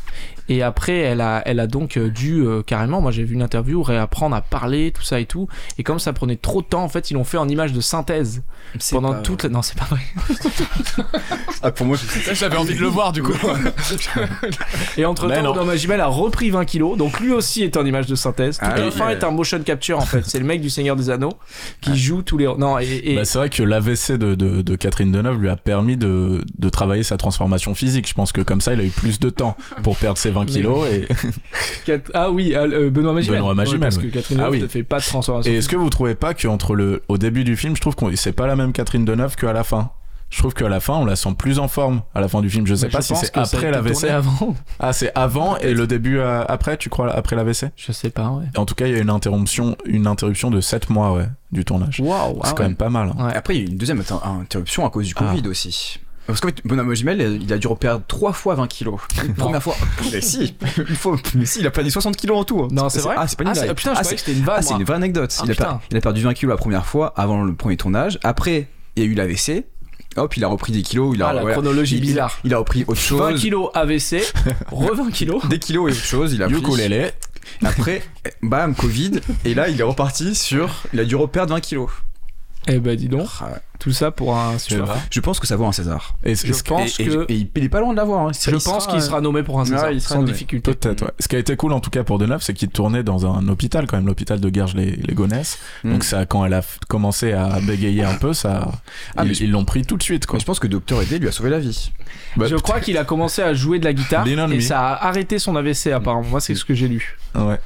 [SPEAKER 1] Et après, elle a, elle a donc euh, dû euh, carrément, moi j'ai vu une interview, réapprendre à parler, tout ça et tout. Et comme ça prenait trop de temps, en fait, ils l'ont fait en images de synthèse. Pendant toute la. Non, c'est pas vrai.
[SPEAKER 7] Ah, pour moi, je
[SPEAKER 6] J'avais envie de le voir, du coup.
[SPEAKER 1] Et entre
[SPEAKER 4] Mais
[SPEAKER 1] temps,
[SPEAKER 4] non.
[SPEAKER 1] Benoît Magimel a repris 20 kilos, donc lui aussi est en image de synthèse. Toute
[SPEAKER 2] Ah
[SPEAKER 1] la
[SPEAKER 2] oui.
[SPEAKER 1] fin est un motion capture en fait. C'est le mec du Seigneur des Anneaux qui joue tous les. Non, et. et-
[SPEAKER 4] Bah, c'est vrai que l'AVC de, de, de Catherine Deneuve lui a permis de, de travailler sa transformation physique. Je pense que comme ça, il a eu plus de temps pour perdre ses 20 kilos. Et,
[SPEAKER 1] Cat- Ah oui, euh, Benoît Magimel.
[SPEAKER 4] Benoît Magimel,
[SPEAKER 1] parce que
[SPEAKER 4] oui.
[SPEAKER 1] Catherine
[SPEAKER 4] Ah
[SPEAKER 1] Deneuve
[SPEAKER 4] oui.
[SPEAKER 1] ne fait pas de transformation.
[SPEAKER 4] et est-ce que vous trouvez pas qu'entre le, au début du film, je trouve qu'on, c'est pas la même Catherine Deneuve qu'à la fin? je trouve qu'à la fin, on la sent plus en forme à la fin du film. Je sais
[SPEAKER 1] Mais
[SPEAKER 4] pas
[SPEAKER 1] je
[SPEAKER 4] si
[SPEAKER 1] pense
[SPEAKER 4] c'est
[SPEAKER 1] que ça a
[SPEAKER 4] après
[SPEAKER 1] été
[SPEAKER 4] la
[SPEAKER 1] tourné
[SPEAKER 4] WC.
[SPEAKER 1] avant.
[SPEAKER 4] Ah, c'est avant et le début euh, après, tu crois, après la WC
[SPEAKER 1] Je sais pas, ouais.
[SPEAKER 4] En tout cas, il y a une interruption, une interruption de 7 mois ouais, du tournage.
[SPEAKER 1] Waouh,
[SPEAKER 4] c'est quand même pas mal. hein.
[SPEAKER 1] Ouais.
[SPEAKER 2] Après, il y a eu une deuxième inter- interruption à cause du
[SPEAKER 4] Ah.
[SPEAKER 2] Covid aussi. Parce qu'en fait, Bonhomme Jumel, il a dû perdre trois fois 20 kilos. Une première fois. Mais si, une fois, mais si, il a perdu 60 kilos en tout. hein.
[SPEAKER 1] Non, c'est vrai
[SPEAKER 2] Ah, c'est pas une
[SPEAKER 1] Ah, c'est-
[SPEAKER 2] blague.
[SPEAKER 1] ah, putain, je
[SPEAKER 2] Ah,
[SPEAKER 1] croyais que c'était une vanne.
[SPEAKER 2] Ah, c'est
[SPEAKER 1] moi.
[SPEAKER 2] une vraie anecdote.
[SPEAKER 1] Ah,
[SPEAKER 2] il, a per-
[SPEAKER 1] putain.
[SPEAKER 2] il a perdu 20 kilos la première fois avant le premier tournage. Après, il y a eu l'AVC. Hop, il a repris des kilos. Il a,
[SPEAKER 1] Ah, la
[SPEAKER 2] voilà.
[SPEAKER 1] chronologie
[SPEAKER 2] Il- il-
[SPEAKER 1] bizarre.
[SPEAKER 2] Il a repris autre
[SPEAKER 1] 20
[SPEAKER 2] chose.
[SPEAKER 1] kilos AVC, re 20 kilos.
[SPEAKER 2] Des kilos et autre chose. Il a pris.
[SPEAKER 4] Ukulélé.
[SPEAKER 2] Après, bam, Covid. Et là, il est reparti sur. Il a dû reperdre 20 kilos. Ah,
[SPEAKER 1] Eh ben, dis donc, tout ça pour un
[SPEAKER 4] Tu vois.
[SPEAKER 2] Je pense que ça vaut un César.
[SPEAKER 4] Et,
[SPEAKER 1] Je
[SPEAKER 4] ce-
[SPEAKER 1] pense
[SPEAKER 2] et, et-
[SPEAKER 1] que.
[SPEAKER 2] et il il est pas loin de l'avoir. hein.
[SPEAKER 1] Je
[SPEAKER 2] Il
[SPEAKER 1] pense qu'il sera nommé pour un César,
[SPEAKER 2] Ouais, il sera
[SPEAKER 1] sans
[SPEAKER 2] nommé.
[SPEAKER 1] difficulté.
[SPEAKER 4] Peut-être, ouais. Ce qui a été cool en tout cas pour Deneuve, c'est qu'il tournait dans un hôpital quand même, l'hôpital de Garges-les-Gonesse.
[SPEAKER 1] Hmm.
[SPEAKER 2] Mm.
[SPEAKER 4] Donc ça, quand elle a f- commencé à bégayer un peu, ça,
[SPEAKER 2] Ah, mais
[SPEAKER 4] ils
[SPEAKER 2] je-
[SPEAKER 4] ils l'ont pris tout de suite. Quoi.
[SPEAKER 2] Mais euh, je pense que Docteur Edé lui a sauvé la vie.
[SPEAKER 4] Bah,
[SPEAKER 1] je crois qu'il a commencé à jouer de la guitare
[SPEAKER 4] Lean on
[SPEAKER 1] et
[SPEAKER 4] me.
[SPEAKER 1] ça a arrêté son AVC apparemment. Moi, c'est ce que j'ai lu.
[SPEAKER 4] Ouais.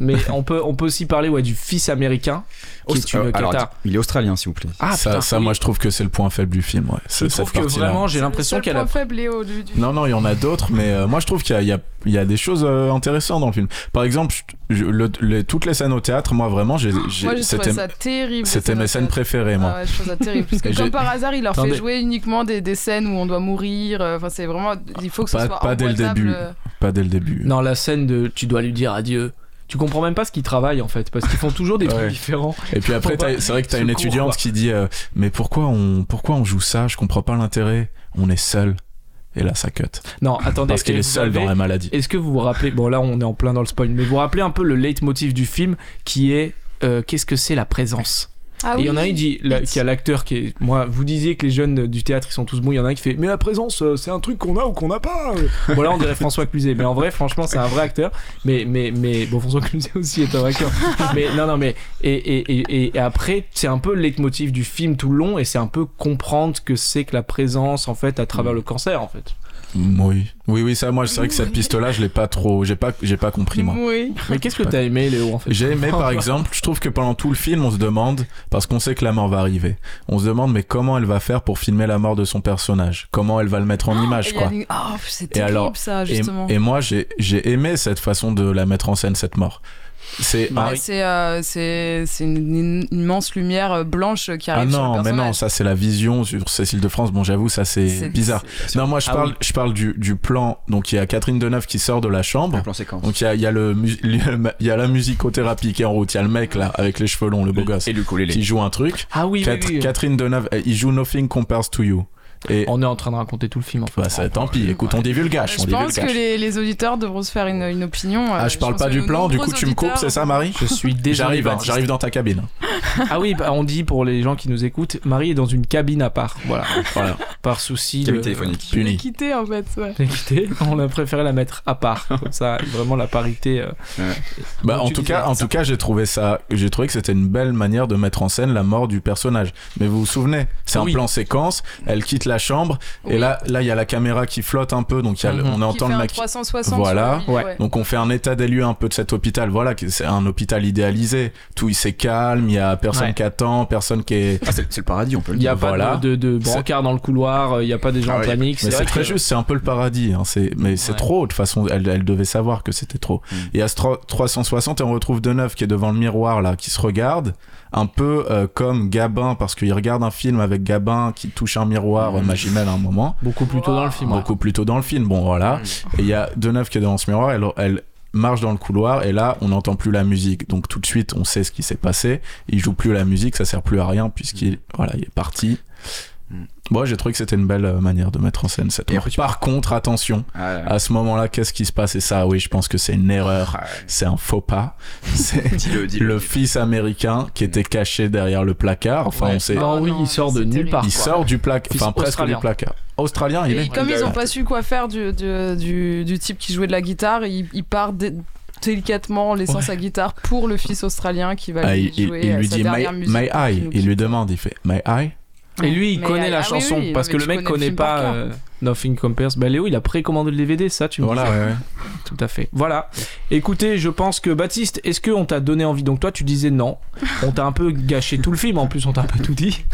[SPEAKER 1] Mais on peut, on peut aussi parler ouais, du fils américain qui est
[SPEAKER 2] Austra-
[SPEAKER 1] une
[SPEAKER 2] euh, alors,
[SPEAKER 1] cata.
[SPEAKER 2] il est australien, s'il vous plaît.
[SPEAKER 1] Ah
[SPEAKER 4] ça,
[SPEAKER 1] putain,
[SPEAKER 4] ça,
[SPEAKER 1] oui.
[SPEAKER 4] moi, je trouve que c'est le point faible du film. Ouais.
[SPEAKER 1] je
[SPEAKER 4] C'est-
[SPEAKER 1] trouve
[SPEAKER 4] cette
[SPEAKER 1] que
[SPEAKER 4] partie-là.
[SPEAKER 1] vraiment, j'ai
[SPEAKER 3] C'est le
[SPEAKER 1] l'impression
[SPEAKER 3] seul
[SPEAKER 1] qu'elle a.
[SPEAKER 3] point faible, Léo, du, du-
[SPEAKER 4] Non, non, il y en a d'autres, mais euh, moi je trouve qu'il y a, il y, a, il y a des choses euh, intéressantes dans le film. Par exemple, je- je- le- les- toutes les scènes au théâtre, moi vraiment, j'ai-
[SPEAKER 3] Moi,
[SPEAKER 4] j'ai-
[SPEAKER 3] j'ai trouvé
[SPEAKER 4] c'était
[SPEAKER 3] ça terrible.
[SPEAKER 4] c'était mes scènes préférées, moi.
[SPEAKER 3] Ah ouais, je trouve ça terrible. Parce que
[SPEAKER 4] Et j'ai-
[SPEAKER 3] comme par hasard, il leur fait
[SPEAKER 1] Attendez.
[SPEAKER 3] jouer uniquement des, des scènes où on doit mourir. euh, Enfin, c'est vraiment. Il faut que ce
[SPEAKER 4] Pas-
[SPEAKER 3] soit.
[SPEAKER 4] pas dès le
[SPEAKER 3] emboîtable,
[SPEAKER 4] début.
[SPEAKER 3] euh.
[SPEAKER 4] Pas dès le début.
[SPEAKER 1] Non, la scène de tu dois lui dire adieu. Tu comprends même pas ce qu'ils travaillent en fait, parce qu'ils font toujours des trucs
[SPEAKER 4] Ouais.
[SPEAKER 1] différents.
[SPEAKER 4] Et puis après,
[SPEAKER 1] Faut pas-
[SPEAKER 4] t'as- c'est vrai que t'as une
[SPEAKER 1] secours,
[SPEAKER 4] étudiante
[SPEAKER 1] quoi.
[SPEAKER 4] qui dit euh, Mais pourquoi on, pourquoi on joue ça Je comprends pas l'intérêt. On est seul. Et là, ça cut.
[SPEAKER 1] Non, attendez.
[SPEAKER 4] Parce qu'il
[SPEAKER 1] et
[SPEAKER 4] est
[SPEAKER 1] vous
[SPEAKER 4] seul dans
[SPEAKER 1] avez-
[SPEAKER 4] la maladie.
[SPEAKER 1] Est-ce que vous vous rappelez, bon là on est en plein dans le spoil, mais vous vous rappelez un peu le leitmotiv du film qui est euh, qu'est-ce que c'est la présence
[SPEAKER 3] Ah
[SPEAKER 1] Et il y en a un
[SPEAKER 3] oui.
[SPEAKER 1] qui dit, là, qui a l'acteur qui est, moi vous disiez que les jeunes du théâtre ils sont tous bons, il y en a un qui fait mais la présence euh, c'est un truc qu'on a ou qu'on n'a pas. euh. bon là on dirait François Cluzet, mais en vrai franchement c'est un vrai acteur, mais mais mais bon François Cluzet aussi est un vrai acteur, mais non non mais et et, et, et après c'est un peu le leitmotiv du film tout le long et c'est un peu comprendre ce que c'est que la présence en fait à travers le cancer en fait.
[SPEAKER 4] Mm, Oui. Oui, oui, ça, moi, c'est vrai que cette piste-là, je l'ai pas trop. J'ai pas, j'ai pas compris, moi.
[SPEAKER 3] Oui.
[SPEAKER 1] Mais qu'est-ce que t'as aimé Léo en fait
[SPEAKER 4] J'ai aimé par exemple, je trouve que pendant tout le film, on se demande, parce qu'on sait que la mort va arriver, on se demande mais comment elle va faire pour filmer la mort de son personnage, comment elle va le mettre en
[SPEAKER 3] Et
[SPEAKER 4] image
[SPEAKER 3] Ah, il y a
[SPEAKER 4] quoi.
[SPEAKER 3] une- Oh, c'est terrible
[SPEAKER 4] alors-
[SPEAKER 3] ça,
[SPEAKER 4] Et,
[SPEAKER 3] justement.
[SPEAKER 4] et moi j'ai j'ai aimé cette façon de la mettre en scène, cette mort. C'est
[SPEAKER 3] Ouais,
[SPEAKER 4] un-
[SPEAKER 3] c'est euh, c'est- c'est une, une immense lumière euh, blanche qui
[SPEAKER 4] Ah
[SPEAKER 3] arrive sur le
[SPEAKER 4] non, mais non,
[SPEAKER 3] personnage.
[SPEAKER 4] ça c'est la vision sur Cécile de France. Bon, j'avoue, ça c'est
[SPEAKER 3] C'est-
[SPEAKER 4] bizarre. Non, moi je
[SPEAKER 1] Ah
[SPEAKER 4] parle,
[SPEAKER 1] oui.
[SPEAKER 4] je parle du, du plan. Donc il y a Catherine Deneuve qui sort de la chambre.
[SPEAKER 2] Un plan séquence.
[SPEAKER 4] Donc il y a, il y, a le mu- il y a la musicothérapie qui est en route. Il y a le mec là avec les cheveux longs, le beau gosse,
[SPEAKER 2] Et lui coller
[SPEAKER 4] qui joue un truc.
[SPEAKER 1] Ah oui, oui,
[SPEAKER 4] Cat-
[SPEAKER 1] oui.
[SPEAKER 4] Catherine Deneuve, euh, il joue Nothing Compares to You. Et
[SPEAKER 1] On est en train de raconter tout le film en fait.
[SPEAKER 4] bah, ça, tant pis, écoute, on divulgage.
[SPEAKER 3] Je
[SPEAKER 4] on
[SPEAKER 3] pense que
[SPEAKER 4] divulgage.
[SPEAKER 3] les, les auditeurs devront se faire une, une opinion. euh,
[SPEAKER 4] Ah, je parle pas du plan, du coup tu me coupes, c'est ça, Marie
[SPEAKER 1] Je suis déjà.
[SPEAKER 4] J'arrive, hein, j'arrive dans ta cabine.
[SPEAKER 1] Ah oui, bah, on dit pour les gens qui nous écoutent, Marie est dans une cabine à part. Voilà.
[SPEAKER 4] Voilà,
[SPEAKER 1] Par souci de.
[SPEAKER 2] Cabine téléphonique.
[SPEAKER 3] Puni.
[SPEAKER 4] puni.
[SPEAKER 3] Quitter en fait, ouais.
[SPEAKER 1] d'équité, on a préféré la mettre à part. Comme ça, vraiment la parité. euh.
[SPEAKER 4] Bah, en
[SPEAKER 1] tu
[SPEAKER 4] tout
[SPEAKER 1] disais
[SPEAKER 4] cas, en
[SPEAKER 1] ça.
[SPEAKER 4] tout cas, j'ai trouvé ça, j'ai trouvé que c'était une belle manière de mettre en scène la mort du personnage. Mais vous vous souvenez, c'est
[SPEAKER 1] Oui.
[SPEAKER 4] un plan séquence. Elle quitte la chambre et
[SPEAKER 3] Oui.
[SPEAKER 4] là, là, il y a la caméra qui flotte un peu, donc il y a le-
[SPEAKER 1] Mhm.
[SPEAKER 4] on
[SPEAKER 3] Qui
[SPEAKER 4] entend
[SPEAKER 3] fait
[SPEAKER 4] le
[SPEAKER 3] un
[SPEAKER 4] mec.
[SPEAKER 3] 360
[SPEAKER 4] Voilà,
[SPEAKER 3] sur la ville,
[SPEAKER 1] ouais.
[SPEAKER 4] Donc on fait un état des lieux un peu de cet hôpital. Voilà, que c'est un hôpital idéalisé. Tout il s'est calme, il y a personne
[SPEAKER 1] Ouais.
[SPEAKER 4] qui attend, personne qui est.
[SPEAKER 2] Ah, c'est c'est le paradis, on peut le
[SPEAKER 1] Il n'y
[SPEAKER 2] dire.
[SPEAKER 1] a pas
[SPEAKER 4] Voilà.
[SPEAKER 1] de, de, de brancard dans le couloir, euh, il n'y a pas des gens
[SPEAKER 2] Ah
[SPEAKER 1] en
[SPEAKER 2] ouais.
[SPEAKER 1] panique.
[SPEAKER 4] Mais c'est
[SPEAKER 1] vrai
[SPEAKER 4] très
[SPEAKER 1] que-
[SPEAKER 4] juste, c'est un peu le paradis. Hein. C'est, mais c'est
[SPEAKER 1] Ouais.
[SPEAKER 4] trop. De toute façon, elle, elle devait savoir que c'était trop.
[SPEAKER 2] Mm.
[SPEAKER 4] Et à ce tro- 360, et on retrouve Deneuve qui est devant le miroir là, qui se regarde, un peu euh, comme Gabin, parce qu'il regarde un film avec Gabin qui touche un
[SPEAKER 1] Mm.
[SPEAKER 4] miroir, euh, Magimel à un moment,
[SPEAKER 1] Beaucoup plus tôt dans
[SPEAKER 4] Ah,
[SPEAKER 1] le film. hein. ouais. Mm.
[SPEAKER 4] beaucoup plus tôt dans le film. Bon, voilà. Et il y a Deneuve qui est devant ce miroir. Elle, elle marche dans le couloir et là, on n'entend plus la musique. Donc tout de suite, on sait ce qui s'est passé. Il joue plus la musique, ça sert plus à rien puisqu'il
[SPEAKER 1] Mm.
[SPEAKER 4] voilà, il est parti.
[SPEAKER 2] Mm.
[SPEAKER 4] Moi, j'ai trouvé que c'était une belle euh, manière de mettre en scène cette
[SPEAKER 2] Et
[SPEAKER 4] mort.
[SPEAKER 2] après, tu
[SPEAKER 4] Par contre, attention,
[SPEAKER 2] Ah, là, là.
[SPEAKER 4] à ce moment-là, qu'est-ce qui se passe Et ça, oui, je pense que c'est une erreur.
[SPEAKER 2] Ah,
[SPEAKER 4] C'est un faux pas. C'est
[SPEAKER 2] ouais. Dis-le, dis-le.
[SPEAKER 4] le fils américain qui était caché derrière le placard. Enfin,
[SPEAKER 1] Ouais.
[SPEAKER 4] on sait.
[SPEAKER 1] Ah
[SPEAKER 3] Oh
[SPEAKER 1] oui,
[SPEAKER 3] non,
[SPEAKER 1] il sort de
[SPEAKER 3] c'est
[SPEAKER 1] nulle
[SPEAKER 3] terrible.
[SPEAKER 1] part.
[SPEAKER 4] Il
[SPEAKER 1] quoi.
[SPEAKER 4] sort du placard,
[SPEAKER 1] Fils
[SPEAKER 4] enfin presque
[SPEAKER 1] australien.
[SPEAKER 4] du placard. Australien, il
[SPEAKER 3] Et
[SPEAKER 4] est.
[SPEAKER 3] comme ils ont
[SPEAKER 4] Ouais.
[SPEAKER 3] pas su quoi faire du, du, du, du type qui jouait de la guitare, il, il part dé- délicatement en laissant
[SPEAKER 1] Ouais.
[SPEAKER 3] sa guitare pour le fils australien qui va
[SPEAKER 4] Ah,
[SPEAKER 3] lui
[SPEAKER 4] il, il-
[SPEAKER 3] jouer
[SPEAKER 4] il
[SPEAKER 3] euh,
[SPEAKER 4] lui
[SPEAKER 3] sa
[SPEAKER 4] dit my,
[SPEAKER 3] dernière musique.
[SPEAKER 4] my
[SPEAKER 3] qui
[SPEAKER 4] eye.
[SPEAKER 3] nous
[SPEAKER 4] Il lui
[SPEAKER 3] quitte.
[SPEAKER 4] demande, il fait my eye.
[SPEAKER 1] Et lui, il
[SPEAKER 3] Mais,
[SPEAKER 1] connaît
[SPEAKER 3] ah,
[SPEAKER 1] la
[SPEAKER 3] ah oui,
[SPEAKER 1] chanson
[SPEAKER 3] oui,
[SPEAKER 1] parce
[SPEAKER 3] mais
[SPEAKER 1] que le
[SPEAKER 3] tu
[SPEAKER 1] mec
[SPEAKER 3] connais le
[SPEAKER 1] connaît
[SPEAKER 3] film par
[SPEAKER 1] pas
[SPEAKER 3] cœur.
[SPEAKER 1] euh, Nothing Compares. Bah Léo, il a précommandé le DVD, ça, tu me
[SPEAKER 4] Voilà,
[SPEAKER 1] disais.
[SPEAKER 4] ouais, ouais.
[SPEAKER 1] Tout à fait. Voilà. Écoutez, je pense que Baptiste, est-ce qu'on t'a donné envie Donc toi, tu disais non. On t'a un peu gâché tout le film. En plus, on t'a un peu tout dit.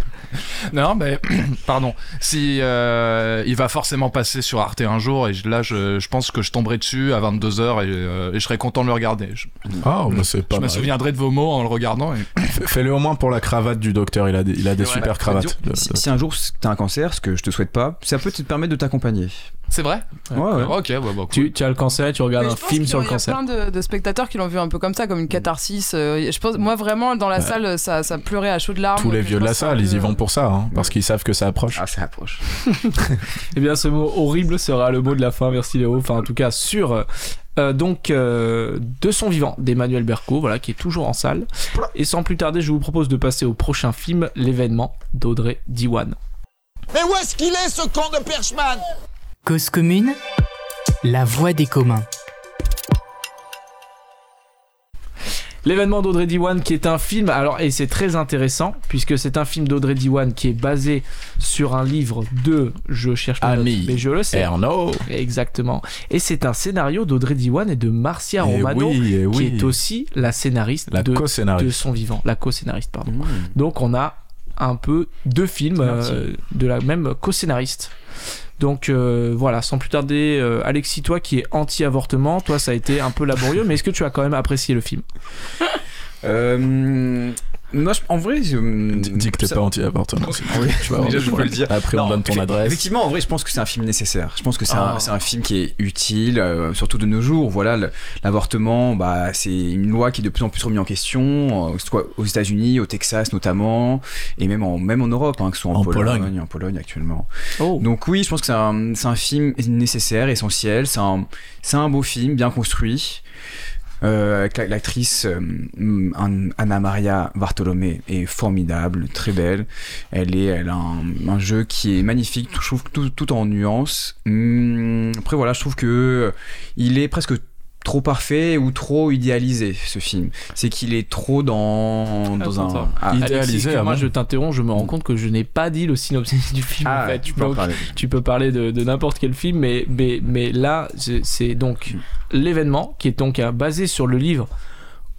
[SPEAKER 6] Non, mais pardon. Si euh, il va forcément passer sur Arte un jour, et je- là, je, je pense que je tomberai dessus à 22 h et, euh, et je serai content de le regarder. Je,
[SPEAKER 4] Ah, bah, c'est
[SPEAKER 6] je
[SPEAKER 4] pas
[SPEAKER 6] me
[SPEAKER 4] mal.
[SPEAKER 6] souviendrai de vos mots en le regardant. et-
[SPEAKER 4] Fais-le au moins pour la cravate du docteur. Il a des, il a des
[SPEAKER 6] Ouais.
[SPEAKER 4] super cravates. Le-
[SPEAKER 2] Bah, Si,
[SPEAKER 4] le-
[SPEAKER 2] si un jour t'as un cancer, ce que je te souhaite pas, ça peut te permettre de t'accompagner.
[SPEAKER 6] C'est vrai.
[SPEAKER 2] Ouais, ouais.
[SPEAKER 6] Ok, ouais, bah, cool.
[SPEAKER 1] Tu, tu as le cancer, tu regardes
[SPEAKER 3] Mais
[SPEAKER 1] un
[SPEAKER 3] je pense
[SPEAKER 1] film
[SPEAKER 3] qu'il
[SPEAKER 1] sur
[SPEAKER 3] y
[SPEAKER 1] le
[SPEAKER 3] a
[SPEAKER 1] cancer.
[SPEAKER 3] plein de, de spectateurs qui l'ont vu un peu comme ça,
[SPEAKER 4] Mm.
[SPEAKER 3] comme une catharsis. euh, je pense, moi vraiment, dans la salle, ça, ça pleurait à chaudes larmes.
[SPEAKER 4] Tous les
[SPEAKER 3] donc je
[SPEAKER 4] vieux
[SPEAKER 3] pense
[SPEAKER 4] de
[SPEAKER 3] euh,
[SPEAKER 4] la
[SPEAKER 3] que c'est un
[SPEAKER 4] salle, ils y
[SPEAKER 3] peu-
[SPEAKER 4] vont pour ça, hein, parce qu'ils savent que ça approche.
[SPEAKER 2] Ah, ça approche.
[SPEAKER 1] Eh bien, ce mot horrible sera le mot de la fin, merci Léo. Enfin, en tout cas, sur. euh, donc, euh, de son vivant, d'Emmanuel Berco, voilà, qui est toujours en salle. Et sans plus tarder, je vous propose de passer au prochain film, L'événement d'Audrey Diwan.
[SPEAKER 8] Mais où est-ce qu'il est ce camp de Perchman
[SPEAKER 9] Cause commune, la voix des communs.
[SPEAKER 1] L'événement d'Audrey Diwan, qui est un film, alors, et c'est très intéressant, puisque c'est un film d'Audrey Diwan qui est basé sur un livre de, je cherche pas,
[SPEAKER 4] Ami
[SPEAKER 1] mais je le sais.
[SPEAKER 4] Erno
[SPEAKER 1] Exactement. Et c'est un scénario d'Audrey Diwan et de Marcia
[SPEAKER 4] Eh
[SPEAKER 1] Romano,
[SPEAKER 4] oui, eh
[SPEAKER 1] qui
[SPEAKER 4] oui.
[SPEAKER 1] est aussi la scénariste
[SPEAKER 4] la
[SPEAKER 1] de, de
[SPEAKER 4] co-scénariste.
[SPEAKER 1] son vivant, la co-scénariste, pardon.
[SPEAKER 4] Mmh.
[SPEAKER 1] Donc on a un peu deux films
[SPEAKER 4] Merci.
[SPEAKER 1] euh, de la même co-scénariste. Donc euh, voilà, sans plus tarder, euh, Alexis, toi qui est anti-avortement, toi ça a été un peu laborieux, mais est-ce que tu as quand même apprécié le film
[SPEAKER 2] Euh, moi, je- en vrai. je-
[SPEAKER 4] Dis dis que t'es
[SPEAKER 2] ça-
[SPEAKER 4] pas anti-avortement. c'est
[SPEAKER 2] Oui.
[SPEAKER 4] Tu vas avoir
[SPEAKER 2] Déjà,
[SPEAKER 4] des
[SPEAKER 2] je peux
[SPEAKER 4] problèmes.
[SPEAKER 2] le dire.
[SPEAKER 4] Après, on
[SPEAKER 2] Non,
[SPEAKER 4] donne ton
[SPEAKER 2] effe-
[SPEAKER 4] adresse.
[SPEAKER 2] Effectivement, en vrai, je pense que c'est un film nécessaire. Je pense que c'est
[SPEAKER 1] Ah.
[SPEAKER 2] un, c'est un film qui est utile, euh, surtout de nos jours. Voilà, le- l'avortement, bah, c'est une loi qui est de plus en plus remise en question, euh, que ce soit aux États-Unis, au Texas notamment, et même en, même en Europe, hein, que ce soit en,
[SPEAKER 4] En
[SPEAKER 2] Pologne,
[SPEAKER 4] Pologne.
[SPEAKER 2] en Pologne actuellement.
[SPEAKER 1] Oh,
[SPEAKER 2] Donc oui, je pense que c'est un, c'est un film nécessaire, essentiel. C'est un, c'est un beau film, bien construit. Euh, avec la- L'actrice euh, Ann- Anna Maria Bartolomé est formidable, très belle. Elle, est, elle a un, un jeu qui est magnifique, tout- je trouve tout, tout en nuances. Hum, après voilà, je trouve que euh, il est presque trop parfait ou trop idéalisé ce film. C'est qu'il est trop dans, dans
[SPEAKER 1] Attends,
[SPEAKER 2] un
[SPEAKER 1] attends.
[SPEAKER 2] ah,
[SPEAKER 4] Il-
[SPEAKER 1] Alexis,
[SPEAKER 4] idéalisé,
[SPEAKER 1] excuse-moi,
[SPEAKER 4] ah bon
[SPEAKER 1] je t'interromps, je me rends compte que je n'ai pas dit le synopsis du film.
[SPEAKER 2] ah,
[SPEAKER 1] en fait.
[SPEAKER 2] tu peux en
[SPEAKER 1] Donc,
[SPEAKER 2] parler.
[SPEAKER 1] tu peux parler de, de n'importe quel film, mais, mais, mais là, c'est c'est
[SPEAKER 2] Mm.
[SPEAKER 1] donc l'événement qui est donc euh, basé sur le livre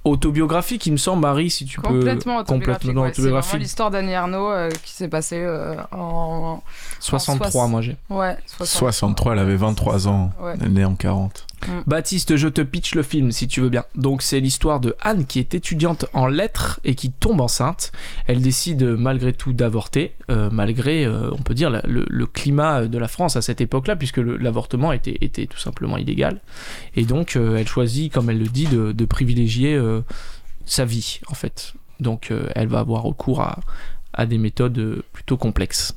[SPEAKER 1] autobiographique, il me semble, Marie, si tu
[SPEAKER 3] Complètement
[SPEAKER 1] peux.
[SPEAKER 3] autobiographique. ouais, c'est vraiment
[SPEAKER 1] autobiographique.
[SPEAKER 3] l'histoire d'Annie Arnaud euh, qui s'est passée euh, en.
[SPEAKER 1] 63,
[SPEAKER 3] en
[SPEAKER 1] moi j'ai.
[SPEAKER 3] Ouais, 60.
[SPEAKER 4] 63, elle avait 23 ans.
[SPEAKER 3] Ouais.
[SPEAKER 4] Elle est née en 40.
[SPEAKER 1] Baptiste, je te pitch le film si tu veux bien. Donc c'est l'histoire de Anne qui est étudiante en lettres et qui tombe enceinte. Elle décide euh, malgré tout d'avorter, euh, malgré, euh, on peut dire, la- le, le climat euh, de la France à cette époque-là, puisque le- l'avortement était, était tout simplement illégal. Et donc euh, elle choisit, comme elle le dit, de, de privilégier euh, sa vie, en fait. Donc euh, elle va avoir recours à, à des méthodes euh, plutôt complexes.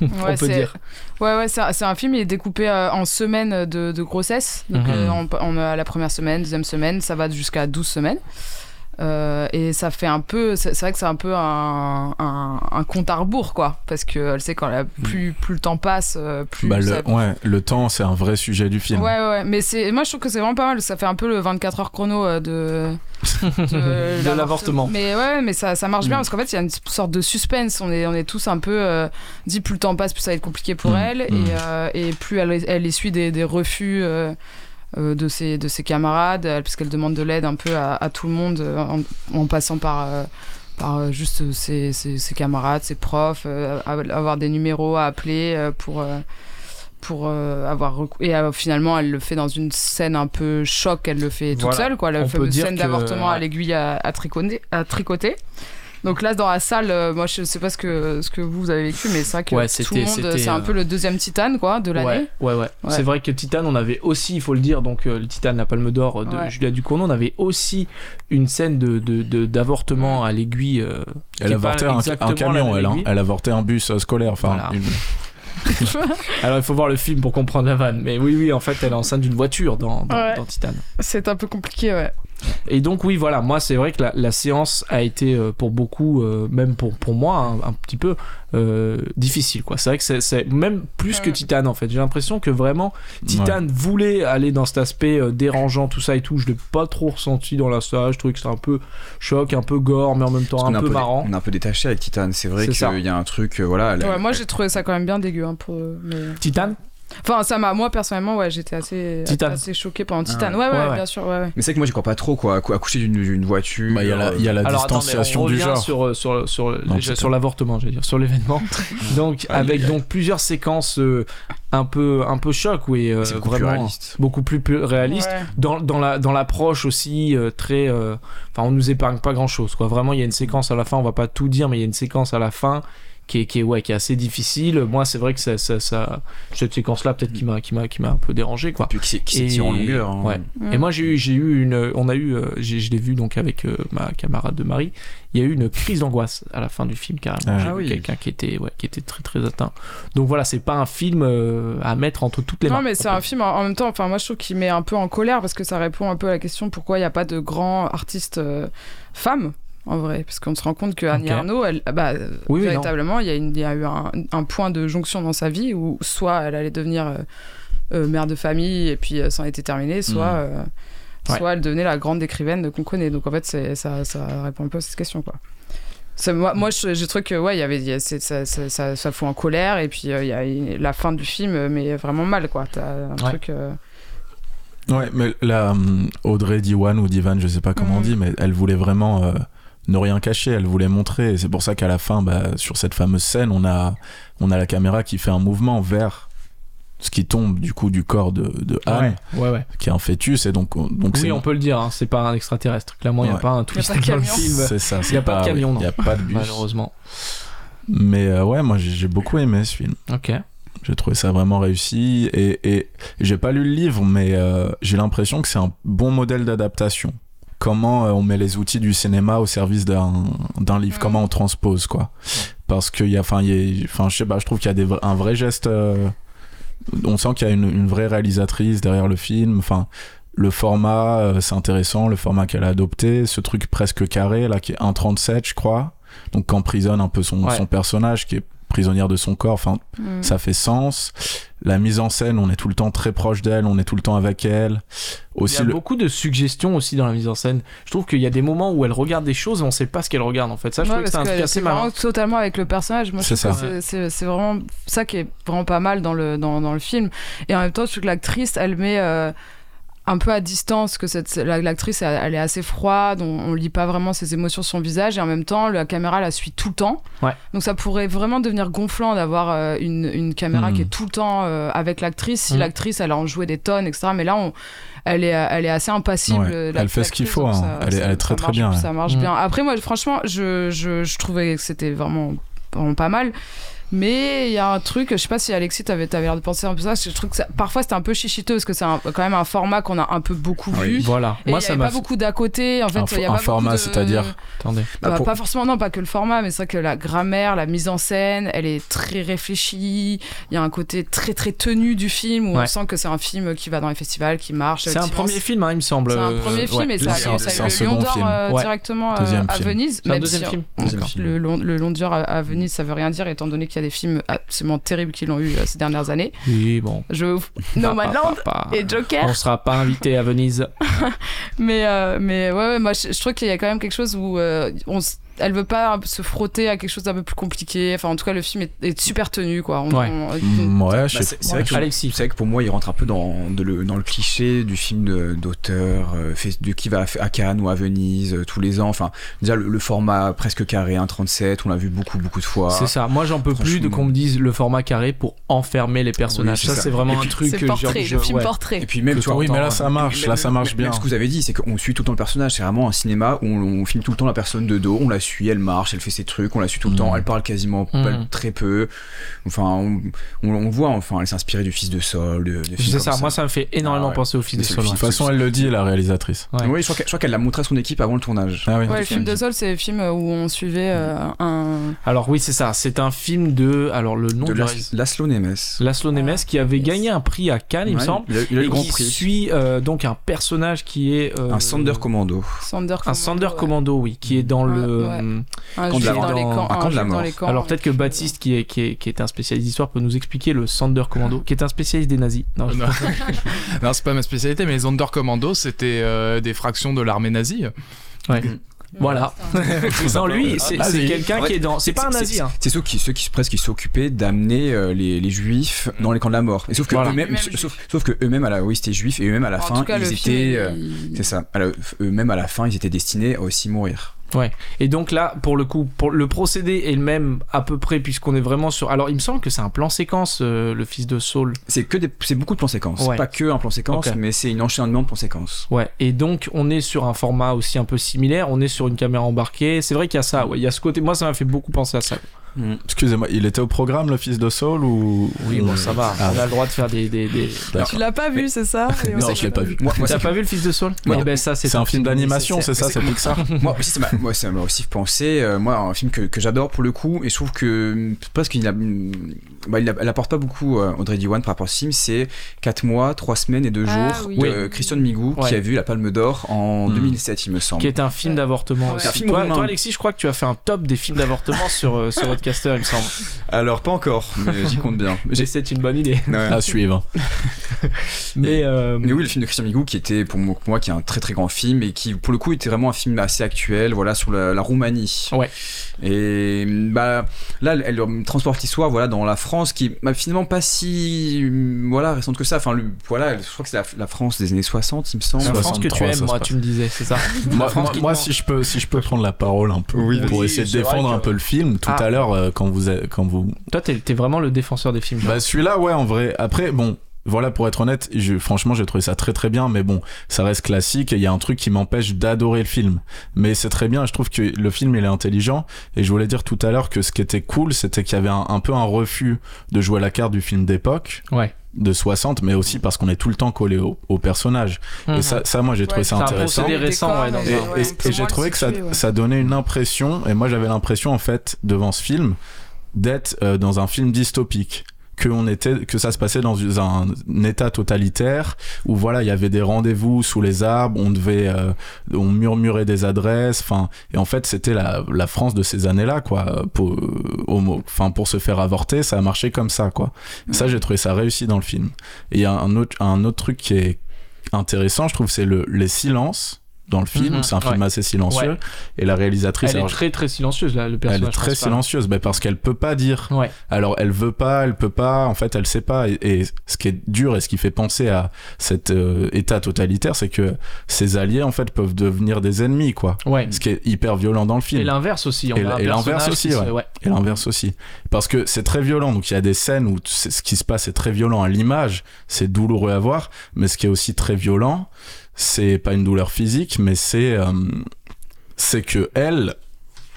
[SPEAKER 3] Ouais,
[SPEAKER 1] on peut
[SPEAKER 3] c'est-
[SPEAKER 1] dire.
[SPEAKER 3] Ouais, ouais, c'est un- c'est un film, il est découpé euh, en semaines de, de grossesse. Donc,
[SPEAKER 1] Mhm.
[SPEAKER 3] euh, on, on a la première semaine, deuxième semaine, ça va jusqu'à 12 semaines. Euh, et ça fait un peu, c'est c'est vrai que c'est un peu un, un, un compte à rebours, quoi. Parce que elle sait quand la,
[SPEAKER 1] Mm.
[SPEAKER 3] plus, plus le temps passe, euh, plus
[SPEAKER 4] Bah,
[SPEAKER 3] ça-
[SPEAKER 4] le, ouais, le temps, c'est un vrai sujet du film.
[SPEAKER 3] Ouais, ouais, ouais. mais c'est moi je trouve que c'est vraiment pas mal. Ça fait un peu le 24 heures chrono euh, de de,
[SPEAKER 1] De l'avortement.
[SPEAKER 3] Mais ouais, mais ça, ça
[SPEAKER 4] Mm.
[SPEAKER 3] marche bien parce qu'en fait il y a une sorte de suspense. On est, on est tous un peu euh, dit plus le temps passe, plus ça va être compliqué pour
[SPEAKER 4] Mm,
[SPEAKER 3] elle et,
[SPEAKER 4] mm.
[SPEAKER 3] euh, et plus elle, elle essuie des, des refus. euh, euh, de ses, de ses camarades, euh, parce qu'elle demande de l'aide un peu à, à tout le monde, euh, en, en passant par, euh, par euh, juste euh, ses, ses- ses camarades, ses profs, euh, à- à avoir des numéros à appeler euh, pour, euh, pour euh, avoir recou- Et euh, finalement, elle le fait dans une scène un peu choc, elle le fait toute
[SPEAKER 1] Voilà.
[SPEAKER 3] seule, quoi, la
[SPEAKER 1] On peut
[SPEAKER 3] fameuse
[SPEAKER 1] dire
[SPEAKER 3] scène
[SPEAKER 1] que-
[SPEAKER 3] d'avortement
[SPEAKER 1] ouais.
[SPEAKER 3] à l'aiguille à, à tricoter. À tricoter. Donc là, dans la salle, euh, moi, je sais pas ce que, ce que vous, vous avez vécu, mais c'est vrai que
[SPEAKER 1] Ouais,
[SPEAKER 3] tout
[SPEAKER 1] c'était-
[SPEAKER 3] le monde,
[SPEAKER 1] c'était, euh,
[SPEAKER 3] c'est un peu le deuxième titane, quoi, de l'année.
[SPEAKER 1] Ouais, ouais, ouais. C'est vrai que Titan, on avait aussi, il faut le dire, donc euh, le Titan, la Palme d'Or euh, de
[SPEAKER 3] Ouais.
[SPEAKER 1] Julia Ducournau, on avait aussi une scène de, de- de- d'avortement à l'aiguille. euh,
[SPEAKER 4] Elle
[SPEAKER 1] qui est pas
[SPEAKER 4] avortait un,
[SPEAKER 1] exactement
[SPEAKER 4] un
[SPEAKER 1] la
[SPEAKER 4] camion,
[SPEAKER 1] même
[SPEAKER 4] elle. hein.
[SPEAKER 1] aiguille.
[SPEAKER 4] Elle avortait un bus euh, scolaire. Enfin,
[SPEAKER 1] Voilà.
[SPEAKER 4] une-
[SPEAKER 1] Alors il faut voir le film pour comprendre la vanne, mais oui, oui, en fait, elle est enceinte d'une voiture dans, dans,
[SPEAKER 3] Ouais.
[SPEAKER 1] dans Titan.
[SPEAKER 3] C'est un peu compliqué, ouais.
[SPEAKER 1] Et donc oui, voilà, moi c'est vrai que la, la séance a été euh, pour beaucoup, euh, même pour, pour moi, hein, un, un petit peu euh, difficile. quoi. C'est vrai que c'est- c'est même plus que
[SPEAKER 3] Ouais.
[SPEAKER 1] Titan en fait. J'ai l'impression que vraiment Titan voulait aller dans cet aspect euh, dérangeant, tout ça et tout. Je l'ai pas trop ressenti dans la salle. Je trouvais que c'était un peu choc, un peu gore, mais en même temps
[SPEAKER 2] Parce qu'on
[SPEAKER 1] un
[SPEAKER 2] est
[SPEAKER 1] peu
[SPEAKER 2] dé-
[SPEAKER 1] marrant.
[SPEAKER 2] On est un peu détaché avec Titan. C'est vrai
[SPEAKER 1] C'est ça.
[SPEAKER 2] qu'il y a un truc, euh, voilà. elle-
[SPEAKER 3] Ouais, moi j'ai trouvé ça quand même bien dégueu hein, pour mais
[SPEAKER 1] Titan
[SPEAKER 3] Enfin, ça m'a, moi personnellement, ouais, j'étais assez,
[SPEAKER 1] Titan.
[SPEAKER 3] assez choquée pendant
[SPEAKER 2] Ah ouais.
[SPEAKER 3] Titan. ouais, ouais,
[SPEAKER 1] Ouais, ouais.
[SPEAKER 3] bien sûr, ouais, ouais.
[SPEAKER 2] Mais c'est vrai que moi j'y crois pas trop quoi, Accou- accoucher d'une d'une voiture.
[SPEAKER 4] Bah, Il y a la, il y a la
[SPEAKER 1] Alors attendez,
[SPEAKER 4] distanciation
[SPEAKER 1] on
[SPEAKER 4] du
[SPEAKER 1] revient
[SPEAKER 4] genre.
[SPEAKER 1] sur euh, sur sur le-
[SPEAKER 4] Non,
[SPEAKER 1] déjà
[SPEAKER 4] c'est
[SPEAKER 1] sur
[SPEAKER 4] pas-
[SPEAKER 1] l'avortement, j'allais dire sur l'événement. donc
[SPEAKER 2] Aïe,
[SPEAKER 1] avec
[SPEAKER 2] aïe,
[SPEAKER 1] donc plusieurs séquences euh, un peu un peu choc, oui, euh,
[SPEAKER 2] c'est beaucoup plus
[SPEAKER 1] vraiment
[SPEAKER 2] réaliste.
[SPEAKER 1] beaucoup plus pu- réaliste.
[SPEAKER 3] Ouais.
[SPEAKER 1] Dans, dans la dans l'approche aussi euh, très, euh, enfin on nous épargne pas grand chose quoi. Vraiment il y a une séquence à la fin, on va pas tout dire, mais il y a une séquence à la fin qui est qui est ouais qui est assez difficile. Moi c'est vrai que ça, ça, ça cette séquence là peut-être qui m'a qui m'a qui m'a un peu dérangé quoi.
[SPEAKER 2] Puis qui s'est- qui
[SPEAKER 1] Et-
[SPEAKER 2] s'étire en longueur. hein.
[SPEAKER 1] Ouais.
[SPEAKER 3] Mm.
[SPEAKER 1] Et moi j'ai eu, j'ai eu une, on a eu, euh, j'ai- je l'ai vu donc avec euh, ma camarade de Marie. Il y a eu une crise d'angoisse à la fin du film carrément.
[SPEAKER 4] Ah.
[SPEAKER 1] J'ai
[SPEAKER 2] Ah
[SPEAKER 1] vu
[SPEAKER 2] oui.
[SPEAKER 1] Quelqu'un qui était, ouais, qui était très très atteint. Donc voilà, c'est pas un film euh, à mettre entre toutes les mains.
[SPEAKER 3] Non, mais c'est un film en en même temps. Enfin, moi, je trouve qu'il met un peu en colère parce que ça répond un peu à la question pourquoi il n'y a pas de grands artistes euh, femmes en vrai. Parce qu'on se rend compte que Annie
[SPEAKER 1] Ok.
[SPEAKER 3] Arnaud, elle, bah, euh,
[SPEAKER 1] Oui, oui,
[SPEAKER 3] véritablement, il y, a une- il y a eu un, un point de jonction dans sa vie où soit elle allait devenir euh, euh, mère de famille et puis euh, ça en était terminé, soit.
[SPEAKER 4] Mhm.
[SPEAKER 3] euh,
[SPEAKER 1] Mm. Ouais.
[SPEAKER 3] Soit elle devenait la grande écrivaine qu'on connaît. Donc en fait, c'est- ça, ça répond un peu à cette question. Quoi. Ça, moi, moi je- j'ai trouvé que ouais, il y avait, il y a- c'est- ça, ça, ça, ça fout en colère et puis euh, il y a une- la fin du film, euh, mais vraiment mal quoi. T'as un truc. euh,
[SPEAKER 4] Ouais, mais la hum, Audrey Diwan ou Divan, je sais pas comment on
[SPEAKER 3] Mhm.
[SPEAKER 1] Mm.
[SPEAKER 4] dit, mais elle voulait vraiment euh, ne rien cacher, elle voulait montrer. Et c'est pour ça qu'à la fin, bah, sur cette fameuse scène, on a, on a la caméra qui fait un mouvement vers ce qui tombe du coup du corps de, de Anne,
[SPEAKER 1] Ouais, ouais, ouais.
[SPEAKER 4] qui est un fœtus. Et donc, on- donc
[SPEAKER 1] oui,
[SPEAKER 4] c'est
[SPEAKER 1] on peut le dire, hein, c'est pas un extraterrestre. Clairement, il n'y a
[SPEAKER 4] Ouais.
[SPEAKER 1] pas un
[SPEAKER 3] Il y a
[SPEAKER 1] twist
[SPEAKER 3] pas de
[SPEAKER 1] dans le
[SPEAKER 3] camion.
[SPEAKER 1] film.
[SPEAKER 4] c'est ça.
[SPEAKER 1] Il n'y a pas de camion,
[SPEAKER 4] Il n'y a pas de
[SPEAKER 1] non.
[SPEAKER 4] bus.
[SPEAKER 1] Malheureusement.
[SPEAKER 4] Mais euh, ouais, moi j'ai j'ai beaucoup aimé ce film.
[SPEAKER 1] Ok.
[SPEAKER 4] J'ai trouvé ça vraiment réussi et, et j'ai pas lu le livre, mais euh, j'ai l'impression que c'est un bon modèle d'adaptation. Comment euh, on met les outils du cinéma au service d'un d'un livre,
[SPEAKER 3] Mhm.
[SPEAKER 4] comment on transpose quoi. Parce qu'il y a, enfin, il y a- enfin, je sais pas, je trouve qu'il y a des vra- un vrai geste. euh, on sent qu'il y a une, une vraie réalisatrice derrière le film. Enfin, le format, euh, c'est intéressant, le format qu'elle a adopté, ce truc presque carré là qui est 1,37 je crois. Donc qu'emprisonne un peu son,
[SPEAKER 1] Ouais.
[SPEAKER 4] son personnage qui est prisonnière de son corps. Enfin,
[SPEAKER 3] hmm.
[SPEAKER 4] ça fait sens. La mise en scène, on est tout le temps très proche d'elle, on est tout le temps avec elle.
[SPEAKER 1] Il
[SPEAKER 4] Aussi
[SPEAKER 1] y a
[SPEAKER 4] le...
[SPEAKER 1] beaucoup de suggestions aussi dans la mise en scène. Je trouve qu'il y a des moments où elle regarde des choses et on sait pas ce qu'elle regarde en fait. Ça, je
[SPEAKER 3] Ouais,
[SPEAKER 1] trouve que c'est un
[SPEAKER 3] parce
[SPEAKER 1] truc
[SPEAKER 3] que
[SPEAKER 1] assez
[SPEAKER 3] c'est vraiment
[SPEAKER 1] marrant.
[SPEAKER 3] totalement avec le personnage. Moi, je
[SPEAKER 4] C'est
[SPEAKER 3] trouve
[SPEAKER 1] ça.
[SPEAKER 3] que c'est- C'est c'est vraiment ça qui est vraiment pas mal dans le, dans, dans le film. Et en même temps, je trouve que l'actrice, elle met euh, un peu à distance, que cette, la- l'actrice, elle, elle est assez froide, on, on lit pas vraiment ses émotions sur son visage, et en même temps, la caméra la suit tout le temps.
[SPEAKER 1] Ouais.
[SPEAKER 3] Donc ça pourrait vraiment devenir gonflant d'avoir euh, une, une caméra
[SPEAKER 1] Hmm.
[SPEAKER 4] Mhm.
[SPEAKER 3] qui est tout le temps euh, avec l'actrice, si
[SPEAKER 1] Mhm.
[SPEAKER 3] l'actrice, elle a en joué des tonnes, etc. Mais là, on, elle, est, elle est assez impassible.
[SPEAKER 4] Ouais,
[SPEAKER 3] euh,
[SPEAKER 4] elle
[SPEAKER 3] l'act-
[SPEAKER 4] fait ce qu'il
[SPEAKER 3] l'actrice,
[SPEAKER 4] faut,
[SPEAKER 3] donc
[SPEAKER 4] hein.
[SPEAKER 3] ça-
[SPEAKER 4] Elle est-
[SPEAKER 3] ça-
[SPEAKER 4] elle est très,
[SPEAKER 3] ça
[SPEAKER 4] très
[SPEAKER 3] marche-
[SPEAKER 4] bien, elle.
[SPEAKER 3] Ça marche
[SPEAKER 1] Mm.
[SPEAKER 3] bien. Après, moi, franchement, je, je, je trouvais que c'était vraiment, vraiment pas mal. Mais il y a un truc, je sais pas si Alexis, t'avais avais, l'air de penser un peu ça, je trouve que ça- parfois c'était un peu chichiteux parce que c'est un- quand même un format qu'on a un peu beaucoup
[SPEAKER 2] Ah oui.
[SPEAKER 3] vu.
[SPEAKER 1] Voilà.
[SPEAKER 3] Et
[SPEAKER 1] Moi,
[SPEAKER 3] il y
[SPEAKER 1] ça
[SPEAKER 3] avait
[SPEAKER 1] m'a.
[SPEAKER 3] pas
[SPEAKER 1] fait-
[SPEAKER 3] beaucoup d'à côté, en fait.
[SPEAKER 4] Un
[SPEAKER 3] il y a
[SPEAKER 4] fo-
[SPEAKER 3] pas
[SPEAKER 4] un format,
[SPEAKER 3] beaucoup de-
[SPEAKER 4] c'est-à-dire
[SPEAKER 1] Attendez.
[SPEAKER 2] Bah,
[SPEAKER 3] bah,
[SPEAKER 2] pour-
[SPEAKER 3] Pas forcément, non, pas que le format, mais c'est vrai que la grammaire, la mise en scène, elle est très réfléchie. Il y a un côté très très tenu du film où
[SPEAKER 1] Ouais.
[SPEAKER 3] on sent que c'est un film qui va dans les festivals, qui marche.
[SPEAKER 1] C'est un
[SPEAKER 3] effectivement,
[SPEAKER 1] premier film, hein, il me semble.
[SPEAKER 3] c'est un
[SPEAKER 1] Euh,
[SPEAKER 3] premier film
[SPEAKER 1] ouais.
[SPEAKER 3] et ça,
[SPEAKER 4] Là, c'est
[SPEAKER 3] a eu-
[SPEAKER 4] un-
[SPEAKER 3] ça
[SPEAKER 4] c'est
[SPEAKER 3] a
[SPEAKER 4] un
[SPEAKER 3] eu le Lion
[SPEAKER 4] second
[SPEAKER 3] d'Or
[SPEAKER 4] film.
[SPEAKER 3] euh,
[SPEAKER 1] Ouais.
[SPEAKER 3] directement euh,
[SPEAKER 4] Deuxième
[SPEAKER 3] à
[SPEAKER 4] film.
[SPEAKER 3] Venise.
[SPEAKER 1] C'est un
[SPEAKER 3] même
[SPEAKER 1] deuxième
[SPEAKER 3] si-
[SPEAKER 1] film.
[SPEAKER 2] Deuxième
[SPEAKER 1] D'accord.
[SPEAKER 2] film.
[SPEAKER 3] Le, Lion- le Lion d'Or à, à Venise, ça veut rien dire étant donné qu'il y a des films absolument terribles qui l'ont eu euh, ces dernières années.
[SPEAKER 1] Oui, bon.
[SPEAKER 3] Je
[SPEAKER 1] Pa, pa,
[SPEAKER 3] Nomadland
[SPEAKER 1] pa, pa.
[SPEAKER 3] et Joker.
[SPEAKER 1] On sera pas invité à Venise.
[SPEAKER 3] Mais, euh, mais ouais, ouais, moi je, je trouve qu'il y a quand même quelque chose où euh, on s- elle veut pas se frotter à quelque chose d'un peu plus compliqué. Enfin, en tout cas, le film est, est super tenu, quoi. On-
[SPEAKER 1] Ouais.
[SPEAKER 3] on-
[SPEAKER 4] Mm, ouais, je
[SPEAKER 2] Bah,
[SPEAKER 4] sais
[SPEAKER 2] c'est c'est vrai que
[SPEAKER 1] Alexis.
[SPEAKER 2] c'est vrai que pour moi il rentre un peu dans, de le, dans le cliché du film de- d'auteur euh, fait- de qui va à, à Cannes ou à Venise euh, tous les ans enfin déjà le, le format presque carré 1,37 on l'a vu beaucoup beaucoup de fois
[SPEAKER 1] C'est ça. Moi, j'en peux plus de
[SPEAKER 2] Franchement.
[SPEAKER 1] qu'on me dise le format carré pour enfermer les personnages.
[SPEAKER 2] Oui, c'est
[SPEAKER 1] ça,
[SPEAKER 2] ça.
[SPEAKER 1] c'est vraiment
[SPEAKER 2] Et
[SPEAKER 1] un
[SPEAKER 2] puis-
[SPEAKER 1] truc
[SPEAKER 3] c'est
[SPEAKER 1] que
[SPEAKER 3] portrait,
[SPEAKER 1] je-
[SPEAKER 3] le
[SPEAKER 1] je-
[SPEAKER 3] film
[SPEAKER 1] ouais.
[SPEAKER 3] portrait.
[SPEAKER 2] et puis même
[SPEAKER 1] Que hein.
[SPEAKER 2] tu vois,
[SPEAKER 4] oui, mais là
[SPEAKER 2] t'entends-
[SPEAKER 4] ça marche,
[SPEAKER 2] Même-
[SPEAKER 4] là ça marche
[SPEAKER 2] même-
[SPEAKER 4] bien.
[SPEAKER 2] même ce que vous avez dit, c'est qu'on suit tout le temps le personnage. C'est vraiment un cinéma où on, on filme tout le temps la personne de dos, on la suit, elle marche, elle fait ses trucs, on la suit tout le
[SPEAKER 4] Mm.
[SPEAKER 2] temps, elle parle quasiment pas-
[SPEAKER 1] Mm.
[SPEAKER 2] très peu. Enfin, on, on, on voit, enfin, elle s'est inspirée du Fils de Sol, de, de films
[SPEAKER 1] C'est
[SPEAKER 2] comme
[SPEAKER 1] ça. Moi, ça me fait énormément
[SPEAKER 2] Ah ouais.
[SPEAKER 1] penser au fils de
[SPEAKER 2] Mais c'est le
[SPEAKER 1] Sol.
[SPEAKER 4] De toute façon, elle le dit, la réalisatrice.
[SPEAKER 1] Ouais.
[SPEAKER 2] Oui, je crois qu'elle- je crois qu'elle l'a montré à son équipe avant le tournage.
[SPEAKER 4] Ah oui.
[SPEAKER 3] Ouais, le film de Sol, c'est le film où on suivait euh, un.
[SPEAKER 1] Alors oui, c'est ça. C'est un film de. Alors le nom
[SPEAKER 2] de
[SPEAKER 1] du
[SPEAKER 2] Las-
[SPEAKER 1] réalisateur-
[SPEAKER 2] Laszlo Nemes.
[SPEAKER 1] Laszlo Nemes qui avait
[SPEAKER 3] Ah, yes.
[SPEAKER 1] gagné un prix à Cannes, il me
[SPEAKER 2] Ouais,
[SPEAKER 1] semble.
[SPEAKER 2] Il a, il a
[SPEAKER 1] et
[SPEAKER 2] eu le Grand
[SPEAKER 1] qui
[SPEAKER 2] Prix.
[SPEAKER 1] suit euh, donc un personnage qui est euh,
[SPEAKER 2] Un Sander Commando.
[SPEAKER 3] Sander
[SPEAKER 1] Un
[SPEAKER 3] Commando,
[SPEAKER 1] Sander
[SPEAKER 3] ouais.
[SPEAKER 1] Commando, oui, qui est dans le. euh,
[SPEAKER 3] Ouais, Un
[SPEAKER 2] Camp de
[SPEAKER 3] juif
[SPEAKER 2] la
[SPEAKER 3] Ah, dans
[SPEAKER 2] mort.
[SPEAKER 3] les camps.
[SPEAKER 2] Un camp
[SPEAKER 3] un
[SPEAKER 2] Ah, de la
[SPEAKER 3] juif dans
[SPEAKER 2] mort.
[SPEAKER 3] les camps,
[SPEAKER 1] Alors
[SPEAKER 3] un
[SPEAKER 1] peut-être que
[SPEAKER 3] juif dans-
[SPEAKER 1] Baptiste, qui est, qui, est, qui est un spécialiste d'histoire, peut nous expliquer le Sander Commando, qui est un spécialiste des nazis. Non,
[SPEAKER 2] Ah,
[SPEAKER 1] je-
[SPEAKER 6] Non, non c'est pas ma spécialité, mais les Undercommando, c'était euh, des fractions de l'armée nazie.
[SPEAKER 1] Ouais. Voilà. non, lui, c'est
[SPEAKER 4] Ah,
[SPEAKER 1] c'est
[SPEAKER 4] nazi.
[SPEAKER 1] quelqu'un
[SPEAKER 2] En fait,
[SPEAKER 1] qui est dans. C'est pas un nazi, hein.
[SPEAKER 2] bah C'est ceux qui, ceux qui presque qui s'occupaient d'amener euh, les, les juifs dans les camps de la mort. Et sauf que
[SPEAKER 1] Voilà.
[SPEAKER 2] eux-mêmes,
[SPEAKER 3] Eux-mêmes
[SPEAKER 2] sauf, sauf que eux-mêmes à la, oui, c'était juifs et eux-mêmes à la
[SPEAKER 3] En
[SPEAKER 2] fin,
[SPEAKER 3] tout cas, le
[SPEAKER 2] ils
[SPEAKER 3] film,
[SPEAKER 2] étaient, euh,
[SPEAKER 3] il-
[SPEAKER 2] c'est ça, à la- eux-mêmes à la fin, ils étaient destinés à aussi mourir.
[SPEAKER 1] Et donc là, pour le coup, pour le procédé est le même à peu près, puisqu'on est vraiment sur. Alors, il me semble que c'est un plan séquence, euh, le fils de Saul.
[SPEAKER 2] C'est que des- c'est beaucoup de plans séquences,
[SPEAKER 1] Ouais.
[SPEAKER 2] pas que un plan séquence,
[SPEAKER 1] Ok.
[SPEAKER 2] mais c'est une enchaînement de plans séquences.
[SPEAKER 1] Ouais, et donc on est sur un format aussi un peu similaire, on est sur une caméra embarquée, c'est vrai qu'il y a ça, ouais, il y a ce côté, moi ça m'a fait beaucoup penser à ça.
[SPEAKER 4] Excusez-moi, il était au programme, le fils de Saul ou
[SPEAKER 1] Oui, bon, ça va,
[SPEAKER 4] Ah.
[SPEAKER 1] on a le droit de faire des... des, des-
[SPEAKER 3] Tu l'as pas vu, c'est ça Et
[SPEAKER 4] Non,
[SPEAKER 3] on-
[SPEAKER 4] je l'ai pas vu.
[SPEAKER 2] Moi, moi,
[SPEAKER 1] T'as
[SPEAKER 2] c'est-
[SPEAKER 1] pas vu le fils de Saul
[SPEAKER 2] Non.
[SPEAKER 1] Eh ben ça c'est
[SPEAKER 4] C'est un film d'animation,
[SPEAKER 1] nécessaire.
[SPEAKER 4] c'est ça, c'est Pixar.
[SPEAKER 2] moi aussi, ça m'a- moi, ça m'a aussi fait penser, euh, moi, à un film que, que j'adore pour le coup, et je trouve que hum, presque qu'il a, hum, bah, il a- elle apporte pas beaucoup euh, Audrey Diwan par rapport à ce film, c'est 4 mois, 3 semaines et 2
[SPEAKER 3] Ah,
[SPEAKER 2] jours
[SPEAKER 3] oui.
[SPEAKER 2] de
[SPEAKER 3] Oui.
[SPEAKER 2] euh, Christian Migou qui
[SPEAKER 1] Ouais.
[SPEAKER 2] a vu La Palme d'Or en
[SPEAKER 4] Hmm.
[SPEAKER 2] 2007, il me semble.
[SPEAKER 1] Qui est un film d'avortement.
[SPEAKER 3] Ouais.
[SPEAKER 1] aussi.
[SPEAKER 2] Un film
[SPEAKER 1] Toi,
[SPEAKER 2] roumain.
[SPEAKER 1] toi, Alexis, je crois que tu as fait un top des films d'avortement sur, euh, sur Podcaster, il me semble.
[SPEAKER 2] Alors, pas encore, mais j'y compte bien. J'ai-
[SPEAKER 1] J'ai- C'est une bonne idée.
[SPEAKER 2] Ouais.
[SPEAKER 4] À suivre.
[SPEAKER 1] Mais, euh,
[SPEAKER 2] Mais oui, le film de Christian Migou, qui était pour moi, pour moi, qui est un très très grand film et qui, pour le coup, était vraiment un film assez actuel, voilà, sur la, la Roumanie.
[SPEAKER 1] Ouais.
[SPEAKER 2] Et bah, là, elle, elle transporte l'histoire, voilà, dans la France, qui est bah, finalement pas si, euh, voilà, récente que ça. Enfin, le- voilà, je crois que c'est la, la France des années 60, il me semble.
[SPEAKER 1] la France que tu
[SPEAKER 4] 63,
[SPEAKER 1] aimes,
[SPEAKER 4] ça se
[SPEAKER 1] moi,
[SPEAKER 4] passe.
[SPEAKER 1] tu me disais, c'est ça
[SPEAKER 4] Moi,
[SPEAKER 1] France
[SPEAKER 4] moi-
[SPEAKER 1] qui
[SPEAKER 4] moi,
[SPEAKER 1] demande.
[SPEAKER 4] si je peux, si je peux prendre la parole un peu
[SPEAKER 7] Oui,
[SPEAKER 4] pour
[SPEAKER 1] vas-y,
[SPEAKER 4] essayer de
[SPEAKER 1] c'est vrai
[SPEAKER 4] défendre
[SPEAKER 1] que-
[SPEAKER 4] un peu le film. Tout
[SPEAKER 1] Ah.
[SPEAKER 4] à l'heure, euh, quand vous, a- quand vous,
[SPEAKER 1] Toi, t'es t'es vraiment le défenseur des films.
[SPEAKER 4] bah celui-là, ouais, en vrai. Après, bon. Voilà, pour être honnête, je, franchement, j'ai trouvé ça très très bien, mais bon, ça reste classique et il y a un truc qui m'empêche d'adorer le film. Mais c'est très bien, je trouve que le film, il est intelligent. Et je voulais dire tout à l'heure que ce qui était cool, c'était qu'il y avait un, un peu un refus de jouer à la carte du film d'époque,
[SPEAKER 1] Ouais.
[SPEAKER 4] de 60, mais aussi parce qu'on est tout le temps collé au, au personnage.
[SPEAKER 1] Mhm.
[SPEAKER 4] Et ça, ça, moi, j'ai trouvé
[SPEAKER 3] Ouais,
[SPEAKER 4] ça
[SPEAKER 1] c'est un
[SPEAKER 4] intéressant.
[SPEAKER 1] procédé récent, ouais, dans-
[SPEAKER 4] Et,
[SPEAKER 3] Ouais,
[SPEAKER 4] et-
[SPEAKER 3] on peut
[SPEAKER 4] et
[SPEAKER 3] moins
[SPEAKER 4] j'ai
[SPEAKER 3] le
[SPEAKER 4] trouvé que ça,
[SPEAKER 3] situer, ouais.
[SPEAKER 4] ça donnait une impression, et moi j'avais l'impression en fait, devant ce film, d'être euh, dans un film dystopique. Que, on était, que ça se passait dans un, un état totalitaire où voilà il y avait des rendez-vous sous les arbres on devait euh, on murmurait des adresses enfin et en fait c'était la, la France de ces années-là quoi pour homo- enfin pour se faire avorter ça a marché comme ça quoi ça j'ai trouvé ça réussi dans le film et il y a un autre un autre truc qui est intéressant je trouve c'est le les silences dans le film
[SPEAKER 1] Mhm,
[SPEAKER 4] c'est un film
[SPEAKER 1] ouais.
[SPEAKER 4] assez silencieux
[SPEAKER 1] Ouais.
[SPEAKER 4] et la réalisatrice
[SPEAKER 1] Elle est
[SPEAKER 4] alors,
[SPEAKER 1] très très silencieuse, là, le
[SPEAKER 4] elle est
[SPEAKER 1] personnage.
[SPEAKER 4] très
[SPEAKER 1] principal.
[SPEAKER 4] silencieuse bah, parce qu'elle peut pas dire
[SPEAKER 1] Ouais.
[SPEAKER 4] alors elle veut pas, elle peut pas, en fait elle sait pas. Et, et ce qui est dur et ce qui fait penser à cet euh, état totalitaire, c'est que ses alliés en fait peuvent devenir des ennemis, quoi.
[SPEAKER 1] Ouais.
[SPEAKER 4] Ce qui est hyper violent dans le film.
[SPEAKER 1] Et l'inverse aussi. On
[SPEAKER 4] Et
[SPEAKER 1] a
[SPEAKER 4] la-
[SPEAKER 1] un
[SPEAKER 4] et l'inverse
[SPEAKER 1] personnage
[SPEAKER 4] aussi,
[SPEAKER 1] qui se-
[SPEAKER 4] ouais. Et l'inverse aussi. Parce que c'est très violent, donc il y a des scènes où c'est- ce qui se passe est très violent à l'image, c'est douloureux à voir, mais ce qui est aussi très violent, c'est pas une douleur physique, mais c'est euh, c'est que elle,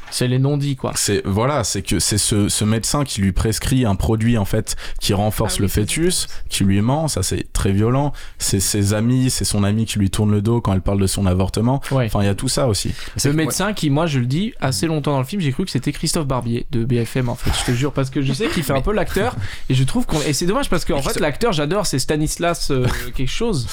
[SPEAKER 1] C'est les non-dits, quoi.
[SPEAKER 4] c'est voilà, c'est que c'est ce, ce médecin qui lui prescrit un produit en fait qui renforce
[SPEAKER 3] Ah oui,
[SPEAKER 4] le
[SPEAKER 3] ça, c'est
[SPEAKER 4] fœtus, qui lui ment, ça c'est très violent. C'est ses amis, c'est son ami qui lui tourne le dos quand elle parle de son avortement.
[SPEAKER 1] Ouais.
[SPEAKER 4] Enfin, il y a tout ça aussi.
[SPEAKER 1] Ce médecin qui, moi, je le dis, assez longtemps dans le film, j'ai cru que c'était Christophe Barbier de BFM, en fait. Je te jure, parce que je sais qu'il fait un peu l'acteur, et je trouve qu'on. Et c'est dommage parce qu'en fait, l'acteur, j'adore, c'est Stanislas euh, quelque chose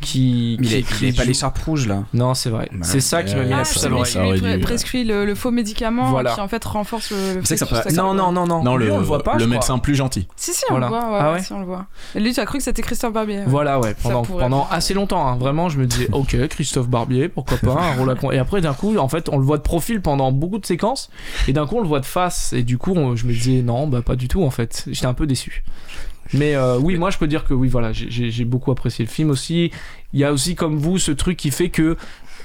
[SPEAKER 1] qui.
[SPEAKER 2] Mais il
[SPEAKER 1] qui-
[SPEAKER 2] est,
[SPEAKER 1] qui
[SPEAKER 2] il est pas
[SPEAKER 1] joue-
[SPEAKER 2] l'écharpe rouge là.
[SPEAKER 1] Non, c'est vrai.
[SPEAKER 2] Bah,
[SPEAKER 1] c'est ça qui m'a mis la
[SPEAKER 3] Ah,
[SPEAKER 4] ça,
[SPEAKER 1] puce
[SPEAKER 3] celui
[SPEAKER 1] à l'oreille.
[SPEAKER 3] qui
[SPEAKER 4] ça aurait
[SPEAKER 3] lui
[SPEAKER 4] dû-
[SPEAKER 3] pre- prescrit le, le faux médicament
[SPEAKER 1] euh,
[SPEAKER 3] hein,
[SPEAKER 1] Voilà.
[SPEAKER 3] qui en fait renforce le. le
[SPEAKER 2] C'est que ça
[SPEAKER 3] fœtus,
[SPEAKER 2] peut-
[SPEAKER 3] c'est
[SPEAKER 1] Non, non, non, non.
[SPEAKER 4] Non,
[SPEAKER 1] Lui,
[SPEAKER 4] le,
[SPEAKER 1] on le voit pas.
[SPEAKER 4] le
[SPEAKER 1] je crois.
[SPEAKER 4] médecin plus gentil.
[SPEAKER 3] Si, si, on
[SPEAKER 1] Voilà.
[SPEAKER 3] le voit. Ouais,
[SPEAKER 1] Ah ouais
[SPEAKER 3] si, on le voit. Et lui, tu as cru que c'était Christophe Barbier.
[SPEAKER 1] Voilà, ouais, pendant,
[SPEAKER 3] pourrait
[SPEAKER 1] pendant
[SPEAKER 3] être.
[SPEAKER 1] assez longtemps, hein. vraiment, je me disais, ok, Christophe Barbier, pourquoi pas, un rôle à con. Et après, d'un coup, en fait, on le voit de profil pendant beaucoup de séquences, et d'un coup, on le voit de face, et du coup, on- je me disais, non, bah, pas du tout, en fait. J'étais un peu déçu. Mais euh, oui, moi, je peux dire que oui, voilà, j'ai- j'ai j'ai beaucoup apprécié le film aussi. Il y a aussi, comme vous, ce truc qui fait que.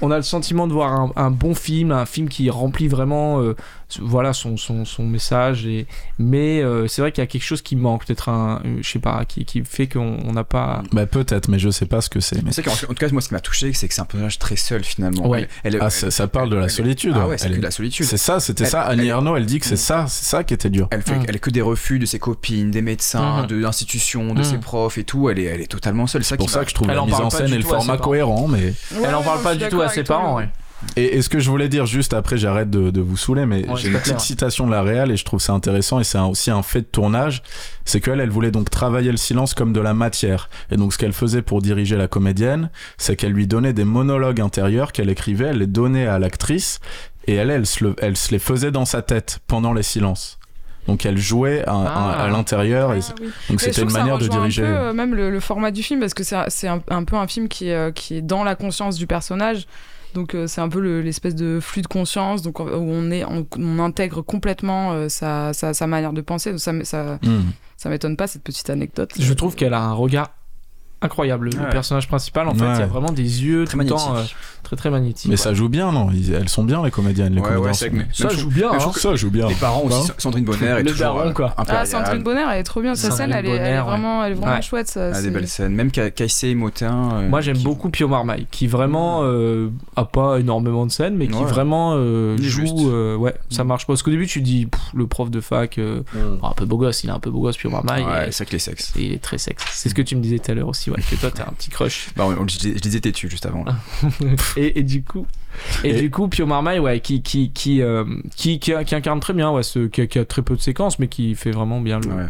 [SPEAKER 1] On a le sentiment de voir un, un bon film, un film qui remplit vraiment, euh, ce- voilà, son, son, son message et mais euh, c'est vrai qu'il y a quelque chose qui manque, peut-être un, euh, je sais pas, qui, qui fait qu'on on n'a pas.
[SPEAKER 4] Bah peut-être, mais je sais pas ce que c'est. Mais...
[SPEAKER 2] Mais c'est qu'en en tout cas, moi, ce qui m'a touché, c'est que c'est un personnage très seul finalement.
[SPEAKER 1] Ouais.
[SPEAKER 2] Elle, elle-
[SPEAKER 4] Ah, ça, ça parle de la
[SPEAKER 2] elle-
[SPEAKER 4] solitude.
[SPEAKER 2] Ah
[SPEAKER 4] ouais.
[SPEAKER 2] ouais, c'est
[SPEAKER 4] Elle
[SPEAKER 2] que
[SPEAKER 4] est-
[SPEAKER 2] de la solitude.
[SPEAKER 4] c'est ça, c'était
[SPEAKER 2] Elle-
[SPEAKER 4] ça. Annie
[SPEAKER 2] elle- Mm.
[SPEAKER 4] Ernaux, elle dit que c'est ça, c'est ça qui était dur.
[SPEAKER 2] Elle fait,
[SPEAKER 1] Mm.
[SPEAKER 2] elle a que des refus de ses copines, des médecins,
[SPEAKER 1] Mm.
[SPEAKER 2] de l'institution, de
[SPEAKER 1] Mm.
[SPEAKER 2] ses profs et tout. Elle est, elle est totalement seule. C'est ça
[SPEAKER 4] C'est pour
[SPEAKER 2] qui
[SPEAKER 4] ça
[SPEAKER 2] m'a-
[SPEAKER 4] que je trouve
[SPEAKER 1] Elle
[SPEAKER 4] la
[SPEAKER 1] en
[SPEAKER 4] mise
[SPEAKER 1] parle
[SPEAKER 4] en
[SPEAKER 1] pas
[SPEAKER 4] scène
[SPEAKER 1] du
[SPEAKER 4] et le
[SPEAKER 1] tout à ses
[SPEAKER 4] format
[SPEAKER 1] parents.
[SPEAKER 4] cohérent, mais
[SPEAKER 1] Elle en parle pas du tout à ses parents, ouais.
[SPEAKER 4] Et, et ce que je voulais dire juste après, j'arrête de, de vous saouler, mais
[SPEAKER 1] Ouais,
[SPEAKER 4] j'ai une
[SPEAKER 1] c'est
[SPEAKER 4] petite
[SPEAKER 1] clair.
[SPEAKER 4] citation de la réal et je trouve ça intéressant et c'est un- aussi un fait de tournage, c'est qu'elle, elle voulait donc travailler le silence comme de la matière. Et donc ce qu'elle faisait pour diriger la comédienne, c'est qu'elle lui donnait des monologues intérieurs qu'elle écrivait, elle les donnait à l'actrice et elle, elle se, le- elle se les faisait dans sa tête pendant les silences. Donc elle jouait à, à- à
[SPEAKER 1] Ah.
[SPEAKER 4] l'intérieur et donc c'était une manière de diriger.
[SPEAKER 3] Un peu, euh, même le, le format du film, parce que c'est un- c'est un, un peu un film qui, est, euh, qui est dans la conscience du personnage. Donc euh, c'est un peu le- l'espèce de flux de conscience donc, on- où on, est, on, on intègre complètement euh, sa, sa- sa manière de penser. Donc, ça, m- ça,
[SPEAKER 4] Hmm.
[SPEAKER 3] ça m'étonne pas cette petite anecdote.
[SPEAKER 1] Je trouve qu'elle a un regard incroyable. Le
[SPEAKER 2] Ouais.
[SPEAKER 1] personnage principal, en fait, il y a
[SPEAKER 4] Ouais.
[SPEAKER 1] vraiment des yeux
[SPEAKER 2] Très
[SPEAKER 1] tout le temps,
[SPEAKER 2] magnétique.
[SPEAKER 1] euh, très très magnétiques.
[SPEAKER 4] Mais ça joue bien, non Ils- Elles sont bien, les comédiennes, les
[SPEAKER 2] Ouais, ouais,
[SPEAKER 4] comédiens.
[SPEAKER 2] c'est
[SPEAKER 4] sont-
[SPEAKER 2] vrai que-
[SPEAKER 1] Ça
[SPEAKER 2] même
[SPEAKER 1] joue bien.
[SPEAKER 2] même
[SPEAKER 1] hein.
[SPEAKER 2] chose
[SPEAKER 4] Ça joue bien.
[SPEAKER 2] Les parents aussi,
[SPEAKER 4] Bah,
[SPEAKER 2] Sandrine Bonner est
[SPEAKER 1] Le
[SPEAKER 2] toujours
[SPEAKER 1] daron,
[SPEAKER 2] euh,
[SPEAKER 1] quoi.
[SPEAKER 2] impériale.
[SPEAKER 3] Ah, Sandrine Bonner, elle est trop bien. Sa
[SPEAKER 1] Sandrine
[SPEAKER 3] scène, elle est, elle est
[SPEAKER 1] Bonner,
[SPEAKER 3] vraiment, elle est vraiment
[SPEAKER 1] Ouais.
[SPEAKER 3] chouette. Ça,
[SPEAKER 2] Ah,
[SPEAKER 3] c'est-
[SPEAKER 2] des belles scènes. Même Ka- Kaisei Motin. euh,
[SPEAKER 1] Moi j'aime
[SPEAKER 2] qui-
[SPEAKER 1] beaucoup Pio Marmaille qui vraiment euh, a pas énormément de scènes mais qui
[SPEAKER 2] Ouais.
[SPEAKER 1] vraiment euh,
[SPEAKER 2] Il est juste.
[SPEAKER 1] joue euh, ouais ça
[SPEAKER 2] Mm.
[SPEAKER 1] marche pas parce qu'au début tu dis pff, le prof de fac euh,
[SPEAKER 4] Hmm.
[SPEAKER 1] un peu beau gosse il est un peu beau gosse Pio Marmaille
[SPEAKER 2] Ouais,
[SPEAKER 1] et-
[SPEAKER 2] c'est avec les sexes.
[SPEAKER 1] et il est très sexe c'est ce que tu me disais tout à l'heure aussi ouais que toi t'as un petit crush
[SPEAKER 2] Bah, on- on- je, les- je les ai têtus juste avant. là.
[SPEAKER 1] et, et du coup et,
[SPEAKER 4] Et-
[SPEAKER 1] du coup Pio Marmaille ouais qui qui qui euh, qui, qui, qui incarne très bien ouais ce qui a, qui a très peu de séquences mais qui fait vraiment bien le,
[SPEAKER 2] Ouais.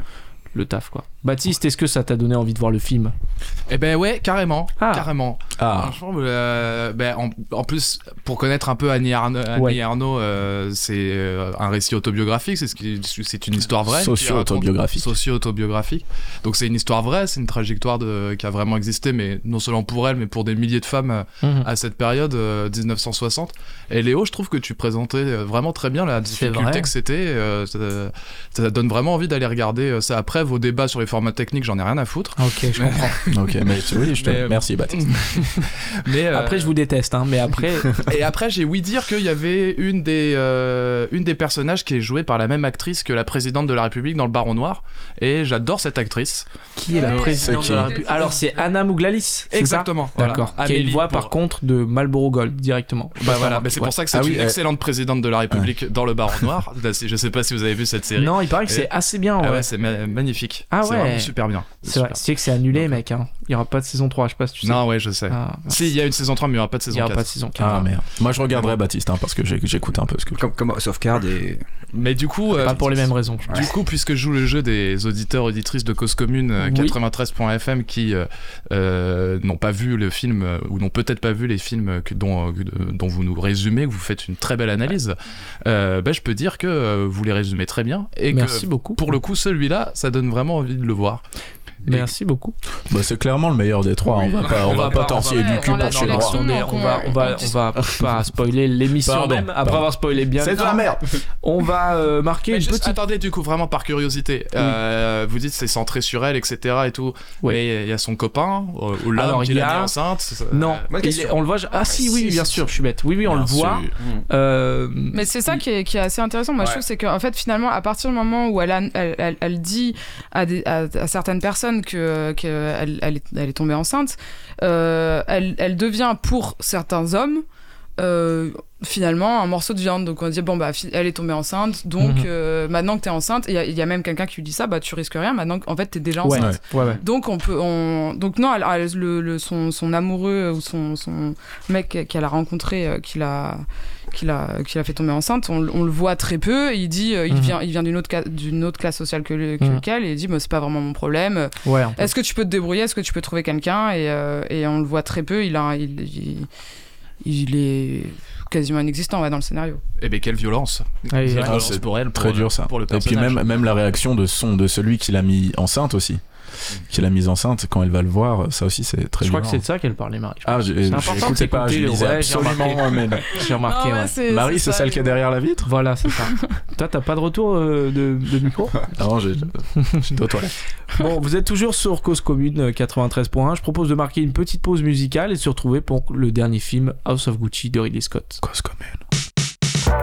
[SPEAKER 1] le taf quoi Baptiste est-ce que ça t'a donné envie de voir le film
[SPEAKER 6] Eh ben ouais, carrément,
[SPEAKER 1] Ah.
[SPEAKER 6] carrément.
[SPEAKER 4] Ah,
[SPEAKER 6] Franchement, euh, ben, en, en plus, pour connaître un peu Annie Arnaud, Annie
[SPEAKER 1] Ouais.
[SPEAKER 6] Arnaud, euh, c'est euh, un récit autobiographique, c'est ce qui- c'est une histoire vraie. qui
[SPEAKER 4] Socio-autobiographique.
[SPEAKER 6] raconte- Socio-autobiographique. Donc c'est une histoire vraie, c'est une trajectoire de, qui a vraiment existé, mais non seulement pour elle, mais pour des milliers de femmes euh,
[SPEAKER 1] Mhm.
[SPEAKER 6] à cette période euh, 1960. Et Léo, je trouve que tu présentais euh, vraiment très bien
[SPEAKER 1] vrai.
[SPEAKER 6] la difficulté que c'était. euh, ça, ça donne vraiment envie d'aller regarder euh, ça. Après, vos débats sur les formats techniques, j'en ai rien à foutre.
[SPEAKER 1] ok je comprends
[SPEAKER 4] ok. Mais oui, je te...
[SPEAKER 6] Mais, euh,
[SPEAKER 4] Merci, Baptiste.
[SPEAKER 6] Mais euh,
[SPEAKER 1] après je vous déteste hein mais après
[SPEAKER 6] Et après, j'ai oui dire qu'il y avait une des, euh, une des personnages qui est jouée par la même actrice que la présidente de la République dans Le Baron Noir. Et j'adore cette actrice.
[SPEAKER 1] Qui est la
[SPEAKER 3] Ouais,
[SPEAKER 1] présidente
[SPEAKER 6] c'est
[SPEAKER 1] de la
[SPEAKER 6] qui
[SPEAKER 1] République Alors Ah c'est Anna Mouglalis. Ah, c'est ça
[SPEAKER 6] Exactement. voilà.
[SPEAKER 1] D'accord. Qui a
[SPEAKER 6] Amélie
[SPEAKER 1] une voix
[SPEAKER 6] pour-
[SPEAKER 1] par contre de Marlboro Gold directement.
[SPEAKER 6] Bah voilà, mais c'est
[SPEAKER 1] Ouais.
[SPEAKER 6] pour ça que c'est
[SPEAKER 4] Ah oui,
[SPEAKER 6] une
[SPEAKER 4] euh,
[SPEAKER 6] excellente présidente de la République dans Le Baron Noir. Là, c'est- Je sais pas si vous avez vu cette série.
[SPEAKER 1] Non, il paraît que c'est assez bien.
[SPEAKER 6] Ah
[SPEAKER 1] ouais.
[SPEAKER 6] ouais, c'est ma- magnifique.
[SPEAKER 1] Ah
[SPEAKER 6] c'est
[SPEAKER 1] ouais.
[SPEAKER 6] vraiment super bien.
[SPEAKER 1] c'est
[SPEAKER 6] Super.
[SPEAKER 1] vrai. Tu sais que c'est annulé, mec. hein. Il y aura pas de saison 3, je sais pas si tu sais.
[SPEAKER 6] Non, ouais, je sais.
[SPEAKER 1] Ah, mince.
[SPEAKER 6] Si, il y a une saison 3, mais il n'y aura pas de
[SPEAKER 1] il
[SPEAKER 6] saison
[SPEAKER 1] y aura
[SPEAKER 6] 4.
[SPEAKER 1] pas de saison 4.
[SPEAKER 4] Ah, merde. Moi, je regarderai Baptiste, hein, parce que j'ai- j'écoute un peu ce que tu
[SPEAKER 2] Comme, comme Safeguard et.
[SPEAKER 6] Mais du coup. euh,
[SPEAKER 1] Pas pour les mêmes raisons. je pense.
[SPEAKER 6] Du coup, puisque je joue le jeu des auditeurs auditrices de cause commune euh,
[SPEAKER 1] Oui.
[SPEAKER 6] 93.fm qui euh, euh, n'ont pas vu le film euh, ou n'ont peut-être pas vu les films que, dont, euh, que- euh, dont vous nous résumez, que vous faites une très belle analyse, euh, bah, je peux dire que euh, vous les résumez très bien et
[SPEAKER 1] Merci
[SPEAKER 6] que
[SPEAKER 1] beaucoup.
[SPEAKER 6] pour le coup, celui-là, ça donne vraiment envie de le voir.
[SPEAKER 1] Merci beaucoup.
[SPEAKER 4] Bah, c'est clairement le meilleur des trois. On va pas, on va pas tortiller
[SPEAKER 3] va
[SPEAKER 4] du
[SPEAKER 3] pas-
[SPEAKER 4] cul
[SPEAKER 3] on va
[SPEAKER 4] pour chez
[SPEAKER 3] pas-
[SPEAKER 4] droit.
[SPEAKER 3] on
[SPEAKER 1] On, est-
[SPEAKER 3] donc
[SPEAKER 1] on va,
[SPEAKER 3] on-
[SPEAKER 1] on va,
[SPEAKER 3] on-
[SPEAKER 1] on va pas spoiler l'émission
[SPEAKER 4] Pardon,
[SPEAKER 1] même. Après
[SPEAKER 4] pardon.
[SPEAKER 1] avoir spoilé bien.
[SPEAKER 4] C'est de la merde.
[SPEAKER 1] On va euh, marquer
[SPEAKER 6] Mais
[SPEAKER 1] une
[SPEAKER 6] juste,
[SPEAKER 1] petite.
[SPEAKER 6] Attendez, du coup, vraiment par curiosité, euh, vous dites c'est centré sur elle, etc. et tout.
[SPEAKER 1] Ouais.
[SPEAKER 6] Mais il y a son copain, euh, ou l'homme
[SPEAKER 1] Alors,
[SPEAKER 6] qui
[SPEAKER 1] il y
[SPEAKER 6] l'a
[SPEAKER 1] a-
[SPEAKER 6] mis enceinte. ça-
[SPEAKER 1] Non,
[SPEAKER 2] Bonne
[SPEAKER 1] il est-
[SPEAKER 2] question.
[SPEAKER 1] on le voit. Ah si, oui,
[SPEAKER 2] si,
[SPEAKER 1] bien
[SPEAKER 2] si,
[SPEAKER 1] sûr, je suis bête. Oui, oui, on le voit. Euh,
[SPEAKER 3] Mais c'est ça qui est, qui est assez intéressant. Moi, je
[SPEAKER 2] Ouais.
[SPEAKER 3] trouve c'est qu'en fait, finalement, à partir du moment où elle, a- elle, elle- elle dit à, des- à- à certaines personnes que qu'elle elle est, elle est tombée enceinte, euh, elle, elle devient pour certains hommes. euh, finalement un morceau de viande donc on dit bon bah fi- elle est tombée enceinte donc
[SPEAKER 1] Mhm.
[SPEAKER 3] euh, maintenant que t'es enceinte et il y a- il y, a même quelqu'un qui lui dit ça bah tu risques rien maintenant que- en fait t'es déjà
[SPEAKER 1] Ouais,
[SPEAKER 3] enceinte
[SPEAKER 1] ouais, ouais.
[SPEAKER 3] donc on peut, on... donc non, elle- elle- le, le- son, son amoureux euh, ou son, son mec qu'elle a rencontré, euh, qui l'a, qui l'a, qui l'a fait tomber enceinte, on, l- on le voit très peu. Il dit, euh, il
[SPEAKER 1] Mhm.
[SPEAKER 3] vient, il vient d'une autre, ca- d'une autre classe sociale que, le- que
[SPEAKER 1] Mhm.
[SPEAKER 3] qu'elle, et il dit, bah, c'est pas vraiment mon problème.
[SPEAKER 1] Ouais, un peu.
[SPEAKER 3] Est-ce que tu peux te débrouiller Est-ce que tu peux trouver quelqu'un et, euh, et on le voit très peu. Il a, il, il, il est quasiment inexistant ouais, dans le scénario.
[SPEAKER 6] Eh ben, quelle violence.
[SPEAKER 1] Ah, il-
[SPEAKER 6] Quelle
[SPEAKER 1] ouais.
[SPEAKER 4] Ah,
[SPEAKER 6] violence
[SPEAKER 4] c'est
[SPEAKER 6] pour elle, pour
[SPEAKER 4] Très
[SPEAKER 6] le-
[SPEAKER 4] dur ça.
[SPEAKER 6] Pour le
[SPEAKER 4] Et puis
[SPEAKER 6] personnage.
[SPEAKER 4] même, même la réaction de son de celui qui l'a mis enceinte aussi, qui l'a mise enceinte quand elle va le voir, ça aussi c'est très
[SPEAKER 1] je crois que
[SPEAKER 4] violent.
[SPEAKER 1] c'est de ça qu'elle parlait, Marie.
[SPEAKER 4] Ah, je-
[SPEAKER 1] C'est important
[SPEAKER 4] j'écoutais
[SPEAKER 1] de
[SPEAKER 4] pas, je
[SPEAKER 1] t'écouter,
[SPEAKER 4] lisais
[SPEAKER 1] ouais, j'ai remarqué.
[SPEAKER 4] absolument. mais-
[SPEAKER 1] J'ai remarqué, ouais. Bah
[SPEAKER 4] Marie, Ah c'est celle qui est derrière la vitre
[SPEAKER 1] Voilà, c'est ça. Toi, t'as pas de retour euh, de, de micro
[SPEAKER 4] Non, j'ai j'ai deux toilettes.
[SPEAKER 1] Bon, vous êtes toujours sur Cause Commune euh, 93.1. Je propose de marquer une petite pause musicale et de se retrouver pour le dernier film House of Gucci de Ridley Scott.
[SPEAKER 4] Cause commune.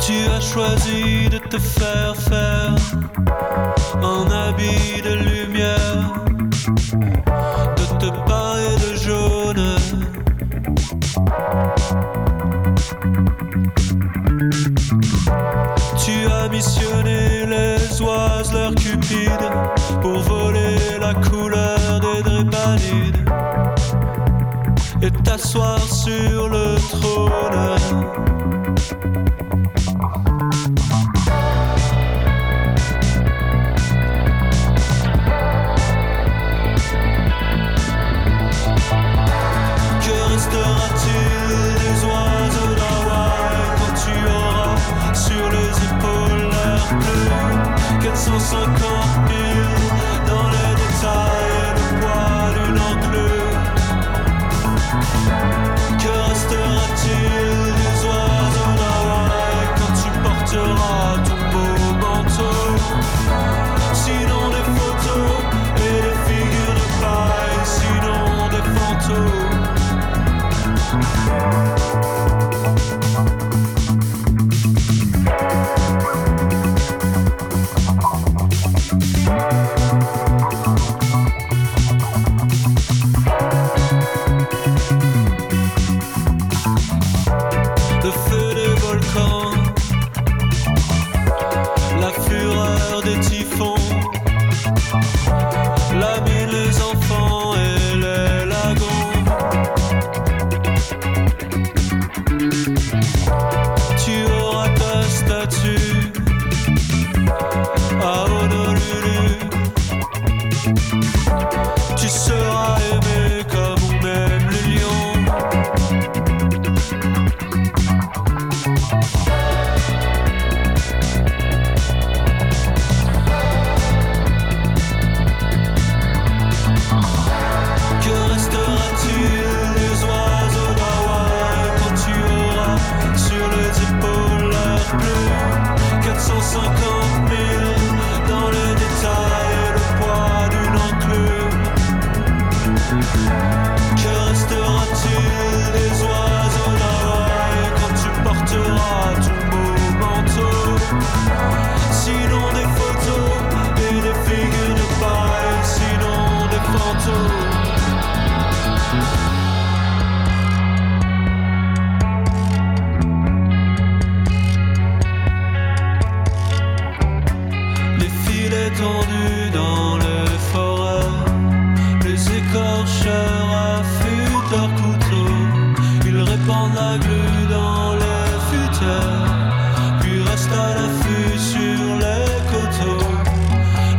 [SPEAKER 10] Tu as choisi de te faire faire un habit de lumière, de te parer de jaune. Tu as missionné les oises, leurs cupides, pour voler la couleur des drépanides et t'asseoir sur le trône. Que restera-t-il Tu seras aimé comme on aime les lions. Que restera-t-il des oiseaux d'Hawaï quand tu auras sur les épaules leur plume 450 000 dans le détail et le poids d'une enclume Que restera-t-il des oiseaux d'Hawaï quand tu porteras ton beau manteau Sinon des photos et des figures de paille, sinon des fantômes Les filets tendus dans les forêts, les écorcheurs affûtent leurs couteaux, ils répandent la glu dans les futurs, puis restent à l'affût sur les coteaux.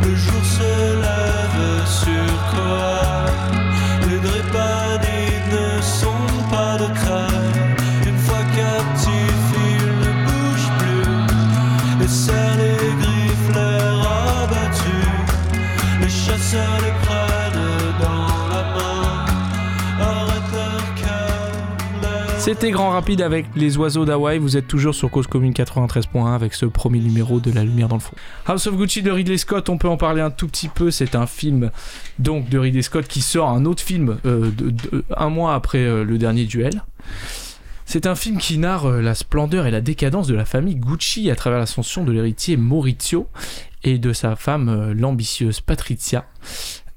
[SPEAKER 10] Le jour se lève sur quoi Les drépanides ne sont pas de craie, une fois captifs, ils ne bougent plus, et serrent les griffes, les rabattus, les chasseurs les prennent dans la main, arrêtent leur
[SPEAKER 1] C'était Grand Rapide avec les oiseaux d'Hawaï. Vous êtes toujours sur Cause Commune 93.1 avec ce premier numéro de La Lumière dans le fond. House of Gucci de Ridley Scott, on peut en parler un tout petit peu. C'est un film donc de Ridley Scott qui sort un autre film euh, de- de- un mois après euh, le dernier duel. C'est un film qui narre euh, la splendeur et la décadence de la famille Gucci à travers l'ascension de l'héritier Maurizio et de sa femme, euh, l'ambitieuse Patrizia.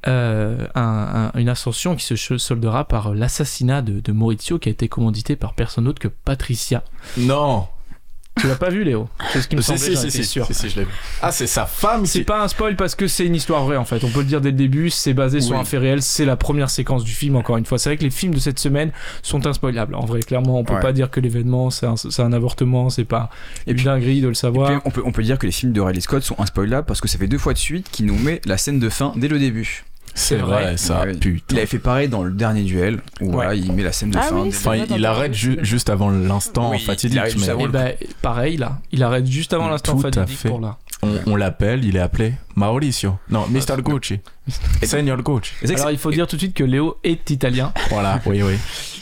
[SPEAKER 1] Euh, un- un- une ascension qui se che- soldera par euh, l'assassinat de, de Maurizio qui a été commandité par personne d'autre que Patricia.
[SPEAKER 4] Non
[SPEAKER 1] Tu l'as pas vu, Léo C'est ce qui me
[SPEAKER 4] Si,
[SPEAKER 1] semblait,
[SPEAKER 4] si,
[SPEAKER 1] j'en
[SPEAKER 4] si,
[SPEAKER 1] étais
[SPEAKER 4] si,
[SPEAKER 1] sûr.
[SPEAKER 4] si, si, je l'ai vu. Ah, c'est sa femme
[SPEAKER 1] C'est pas un spoil parce que c'est une histoire vraie en fait. On peut le dire dès le début, c'est basé sur
[SPEAKER 4] Oui.
[SPEAKER 1] un fait réel, c'est la première séquence du film encore une fois. C'est vrai que les films de cette semaine sont inspoilables. En vrai, clairement, on peut
[SPEAKER 2] Ouais.
[SPEAKER 1] pas dire que l'événement c'est un, c'est un avortement, c'est pas une dinguerie de le savoir.
[SPEAKER 2] Puis, on, peut, on peut dire que les films de Riley Scott sont inspoilables parce que ça fait deux fois de suite qu'il nous met la scène de fin dès le début.
[SPEAKER 4] C'est vrai, ça, putain.
[SPEAKER 2] Il avait fait pareil dans le dernier duel où voilà, il met la scène de
[SPEAKER 4] Ah
[SPEAKER 2] fin.
[SPEAKER 4] oui,
[SPEAKER 2] dès-
[SPEAKER 4] Enfin, il- il arrête ju- juste avant l'instant
[SPEAKER 2] Oui,
[SPEAKER 4] fatidique.
[SPEAKER 2] il arrête juste
[SPEAKER 4] mais-
[SPEAKER 2] avant
[SPEAKER 1] Et ben, pareil là, il arrête juste avant l'instant
[SPEAKER 4] Tout à
[SPEAKER 1] fatidique
[SPEAKER 4] fait.
[SPEAKER 1] pour là.
[SPEAKER 4] On, on l'appelle, il est appelé Mauricio. Non,
[SPEAKER 1] Ah,
[SPEAKER 4] Mr. Gucci. Senior Gucci.
[SPEAKER 1] Alors il faut dire tout de suite que Léo est italien.
[SPEAKER 4] Voilà, oui, oui.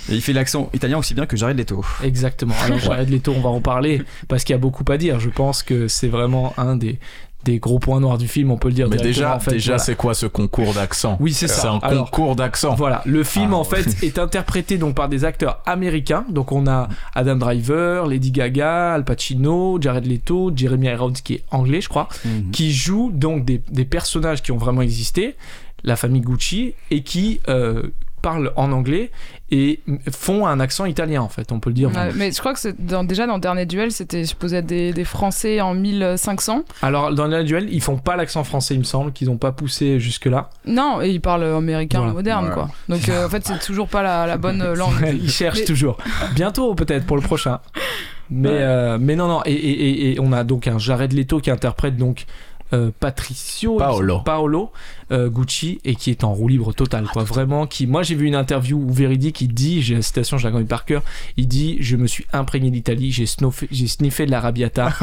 [SPEAKER 2] Et il fait l'accent italien aussi bien que Jared Leto.
[SPEAKER 1] Exactement. Alors,
[SPEAKER 2] Ouais.
[SPEAKER 1] Jared Leto, on va en parler parce qu'il y a beaucoup à dire. Je pense que c'est vraiment un des, des gros points noirs du film, on peut le dire.
[SPEAKER 4] Mais
[SPEAKER 1] directement,
[SPEAKER 4] déjà,
[SPEAKER 1] en fait,
[SPEAKER 4] déjà
[SPEAKER 1] voilà.
[SPEAKER 4] c'est quoi ce concours d'accent
[SPEAKER 1] Oui, c'est ça.
[SPEAKER 4] C'est un Ah,
[SPEAKER 1] Alors,
[SPEAKER 4] concours d'accent.
[SPEAKER 1] Voilà, le film en fait est interprété donc par des acteurs américains. Donc on a Adam Driver, Lady Gaga, Al Pacino, Jared Leto, Jeremy Irons qui est anglais, je crois,
[SPEAKER 2] Mhm.
[SPEAKER 1] qui jouent donc des, des personnages qui ont vraiment existé, la famille Gucci, et qui euh, parlent en anglais et mm, font un accent italien en fait, on peut le dire. hein.
[SPEAKER 3] Ouais, mais je crois que c'est dans- déjà dans le dernier duel, c'était supposé être des, des Français en 1500.
[SPEAKER 1] Alors dans le duel, ils font pas l'accent français, il me semble, qu'ils n'ont pas poussé jusque là.
[SPEAKER 3] Non, et ils parlent américain
[SPEAKER 1] Voilà.
[SPEAKER 3] moderne,
[SPEAKER 1] Voilà.
[SPEAKER 3] quoi. Donc euh, en fait, c'est toujours pas la, la bonne euh, langue.
[SPEAKER 1] ils cherchent
[SPEAKER 3] Mais-
[SPEAKER 1] toujours. Bientôt peut-être pour le prochain. Mais, euh, mais non, non. Et, et- et- et on a donc un Jared Leto qui interprète donc euh, Patricio
[SPEAKER 4] Paolo.
[SPEAKER 1] Paolo, euh, Gucci et qui est en roue libre totale. Quoi. Vraiment, qui, moi j'ai vu une interview où Veridi qui dit, j'ai la citation, je la connais par cœur, il dit Je me suis imprégné d'Italie, j'ai snoffé- j'ai sniffé de la rabiata,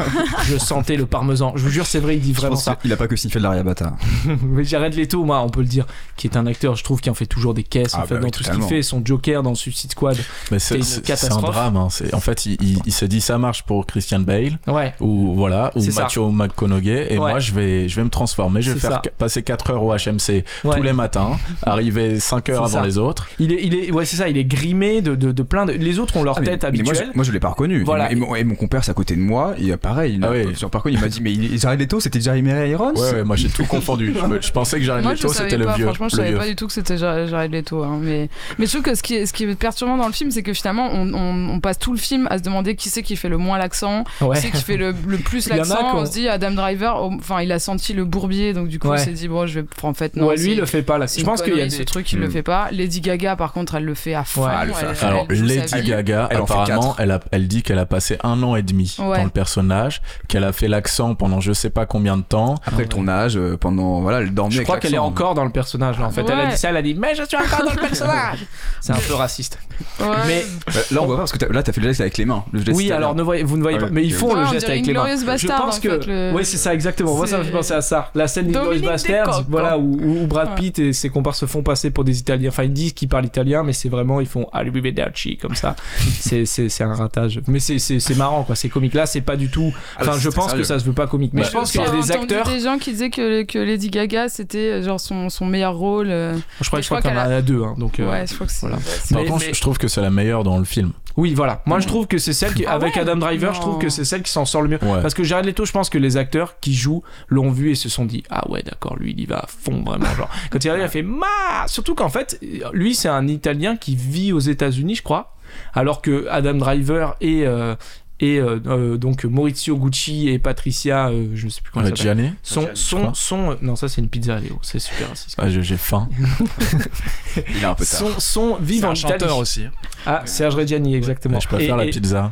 [SPEAKER 1] je sentais le parmesan. Je vous jure, c'est vrai, il dit
[SPEAKER 2] Je
[SPEAKER 1] vraiment
[SPEAKER 2] pense
[SPEAKER 1] ça.
[SPEAKER 2] qu'il a pas que sniffé de l'ariabata.
[SPEAKER 1] Mais Jared Leto, moi, on peut le dire, qui est un acteur, je trouve, qui en fait toujours des caisses, en
[SPEAKER 2] Ah
[SPEAKER 1] fait,
[SPEAKER 2] bah
[SPEAKER 1] dans
[SPEAKER 2] oui,
[SPEAKER 1] tout ce
[SPEAKER 2] totalement.
[SPEAKER 1] qu'il fait, son Joker dans Suicide Squad.
[SPEAKER 4] Mais c'est
[SPEAKER 1] une
[SPEAKER 4] c'est- c'est un
[SPEAKER 1] catastrophe.
[SPEAKER 4] drame. hein. C'est- En fait, il, il- il se dit ça marche pour Christian Bale.
[SPEAKER 1] Ouais.
[SPEAKER 4] Ou voilà, ou
[SPEAKER 1] C'est ça.
[SPEAKER 4] Mathieu McConaughey. Et
[SPEAKER 1] Ouais.
[SPEAKER 4] moi, je vais, je vais me transformer. Je vais
[SPEAKER 1] C'est
[SPEAKER 4] faire
[SPEAKER 1] ça.
[SPEAKER 4] qu- passer 4 heures au HMC
[SPEAKER 1] Ouais.
[SPEAKER 4] tous les matins, arriver 5 heures
[SPEAKER 1] C'est
[SPEAKER 4] avant
[SPEAKER 1] ça.
[SPEAKER 4] les autres.
[SPEAKER 1] Il est, il est, ouais, c'est ça, il est grimé de, de, de plein de. Les autres ont leur
[SPEAKER 2] Ah, mais-
[SPEAKER 1] tête
[SPEAKER 2] mais moi, je,
[SPEAKER 1] habituelle.
[SPEAKER 2] moi je l'ai pas reconnu.
[SPEAKER 1] Voilà.
[SPEAKER 2] Et, mon, et mon compère, c'est à côté de moi, il a pareil. Il
[SPEAKER 4] Ah
[SPEAKER 2] a-
[SPEAKER 4] ouais.
[SPEAKER 2] sur- par contre, il m'a dit Mais il- Jared Leto, c'était Jeremy Irons
[SPEAKER 4] Ouais, ouais, moi j'ai tout confondu. Je, me- je pensais que Jared
[SPEAKER 3] Moi, je
[SPEAKER 4] Ah, Leto
[SPEAKER 3] savais
[SPEAKER 4] c'était le
[SPEAKER 3] pas,
[SPEAKER 4] vieux.
[SPEAKER 3] franchement, je
[SPEAKER 4] le
[SPEAKER 3] savais
[SPEAKER 4] vieux.
[SPEAKER 3] pas du tout que c'était Ja- Jared Leto. hein, mais, mais je trouve que ce qui est, ce qui est perturbant dans le film, c'est que finalement, on, on- on passe tout le film à se demander qui c'est qui fait le moins l'accent,
[SPEAKER 1] Ouais.
[SPEAKER 3] qui c'est qui fait le, le plus
[SPEAKER 1] Il y en a
[SPEAKER 3] l'accent.
[SPEAKER 1] qu'on-
[SPEAKER 3] On se dit, Adam Driver, oh, enfin, il a senti le bourbier, donc du coup,
[SPEAKER 1] Ouais.
[SPEAKER 3] il s'est dit, bon, je vais, en fait. Non,
[SPEAKER 1] Ouais, lui,
[SPEAKER 3] c'est-
[SPEAKER 1] il le fait pas, là.
[SPEAKER 3] c'est
[SPEAKER 1] Je
[SPEAKER 3] une
[SPEAKER 1] pense qu'il y a
[SPEAKER 3] connerie
[SPEAKER 1] ce
[SPEAKER 3] de-
[SPEAKER 1] truc.
[SPEAKER 3] Il le
[SPEAKER 1] Hmm.
[SPEAKER 3] fait pas. Lady Gaga, par contre, elle le fait à fond.
[SPEAKER 1] Ouais,
[SPEAKER 4] Ah,
[SPEAKER 3] elle le fait.
[SPEAKER 4] Alors,
[SPEAKER 3] elle joue sa
[SPEAKER 4] Lady
[SPEAKER 3] vie.
[SPEAKER 4] Gaga,
[SPEAKER 2] Elle en fait
[SPEAKER 4] apparemment,
[SPEAKER 2] quatre.
[SPEAKER 4] elle, a- elle dit qu'elle a passé un an et demi
[SPEAKER 3] Ouais.
[SPEAKER 4] dans le personnage, qu'elle a fait l'accent pendant je sais pas combien de temps.
[SPEAKER 1] Ah,
[SPEAKER 2] Après le tournage, euh, pendant. Voilà, elle dormait
[SPEAKER 1] Je
[SPEAKER 2] avec
[SPEAKER 1] crois qu'elle est
[SPEAKER 2] l'accent.
[SPEAKER 1] encore dans le personnage, là, en fait. Elle a
[SPEAKER 3] Ouais.
[SPEAKER 1] dit ça, elle a dit, mais je suis encore dans le personnage. C'est un peu raciste.
[SPEAKER 3] Ouais.
[SPEAKER 1] Mais
[SPEAKER 2] Bah, Là, on voit pas parce que t'as- là, t'as fait le geste avec les mains. Le geste
[SPEAKER 1] oui,
[SPEAKER 2] italien.
[SPEAKER 1] alors ne voyez, vous ne voyez
[SPEAKER 2] Ah
[SPEAKER 1] pas,
[SPEAKER 2] oui,
[SPEAKER 1] mais ils
[SPEAKER 2] ok.
[SPEAKER 1] font le
[SPEAKER 3] Ouais, on
[SPEAKER 1] geste
[SPEAKER 3] dirait
[SPEAKER 1] avec les mains.
[SPEAKER 3] Inglourious Basterds,
[SPEAKER 1] je pense
[SPEAKER 3] en
[SPEAKER 1] que,
[SPEAKER 3] fait, le-
[SPEAKER 1] oui, c'est ça exactement. Moi, ça me fait
[SPEAKER 3] C'est-
[SPEAKER 1] penser à ça. La scène d'Inglourious
[SPEAKER 3] Dominique
[SPEAKER 1] Basterds,
[SPEAKER 3] Descoques,
[SPEAKER 1] voilà,
[SPEAKER 3] quoi.
[SPEAKER 1] où, où Brad
[SPEAKER 3] Ouais.
[SPEAKER 1] Pitt et ses comparses se font passer pour des Italiens. Enfin, ils disent qu'ils parlent italien, mais c'est vraiment, ils font arrivederci comme ça. c'est, c'est, c'est un ratage. Mais c'est, c'est, c'est marrant, quoi. Ces comiques là, c'est pas du tout.
[SPEAKER 2] Ah,
[SPEAKER 1] Enfin,
[SPEAKER 2] c'est
[SPEAKER 1] je
[SPEAKER 2] très
[SPEAKER 1] pense que
[SPEAKER 2] sérieux.
[SPEAKER 1] ça se veut pas comique. Mais
[SPEAKER 4] Bah,
[SPEAKER 1] je pense
[SPEAKER 3] J'ai
[SPEAKER 1] qu'il y a des
[SPEAKER 3] entendu
[SPEAKER 1] acteurs.
[SPEAKER 3] des gens qui disaient que, que Lady Gaga, c'était euh, genre son, son meilleur rôle. euh,
[SPEAKER 1] Je crois,
[SPEAKER 3] Mais
[SPEAKER 1] je
[SPEAKER 3] je
[SPEAKER 1] crois
[SPEAKER 3] crois
[SPEAKER 1] qu'il y en
[SPEAKER 3] qu'elle
[SPEAKER 1] a deux, hein, donc. euh,
[SPEAKER 3] Ouais, je crois que c'est.
[SPEAKER 1] voilà.
[SPEAKER 4] Par
[SPEAKER 1] Mais-
[SPEAKER 4] contre,
[SPEAKER 1] mais-
[SPEAKER 4] je trouve que c'est la meilleure dans le film.
[SPEAKER 1] Oui, voilà. Moi, je trouve que c'est celle qui, avec Adam Driver, je trouve
[SPEAKER 3] Non.
[SPEAKER 1] que c'est celle qui s'en sort le mieux.
[SPEAKER 4] Ouais.
[SPEAKER 1] Parce que Jared Leto, je pense que les acteurs qui jouent l'ont vu et se sont dit Ah ouais, d'accord, lui, il y va à fond, vraiment. Genre, quand il arrive, il a fait Ma Surtout qu'en fait, lui, c'est un Italien qui vit aux États-Unis, je crois. Alors que Adam Driver et. euh, et euh, euh, donc Maurizio Gucci et Patricia, euh, je ne sais plus comment
[SPEAKER 4] Ouais,
[SPEAKER 1] elle s'appelle,
[SPEAKER 4] Gianni
[SPEAKER 1] sont, sont,
[SPEAKER 4] crois.
[SPEAKER 1] sont, euh, non ça c'est une pizza Léo, c'est super raciste.
[SPEAKER 4] Ah, j'ai j'ai faim.
[SPEAKER 2] Il est un peu tard.
[SPEAKER 1] sont, sont
[SPEAKER 6] C'est
[SPEAKER 1] vivent en
[SPEAKER 6] un
[SPEAKER 1] Italie.
[SPEAKER 6] chanteur aussi.
[SPEAKER 1] Ah Serge Reggiani exactement.
[SPEAKER 4] Ouais, je préfère
[SPEAKER 1] Et-
[SPEAKER 4] la
[SPEAKER 1] et-
[SPEAKER 4] pizza.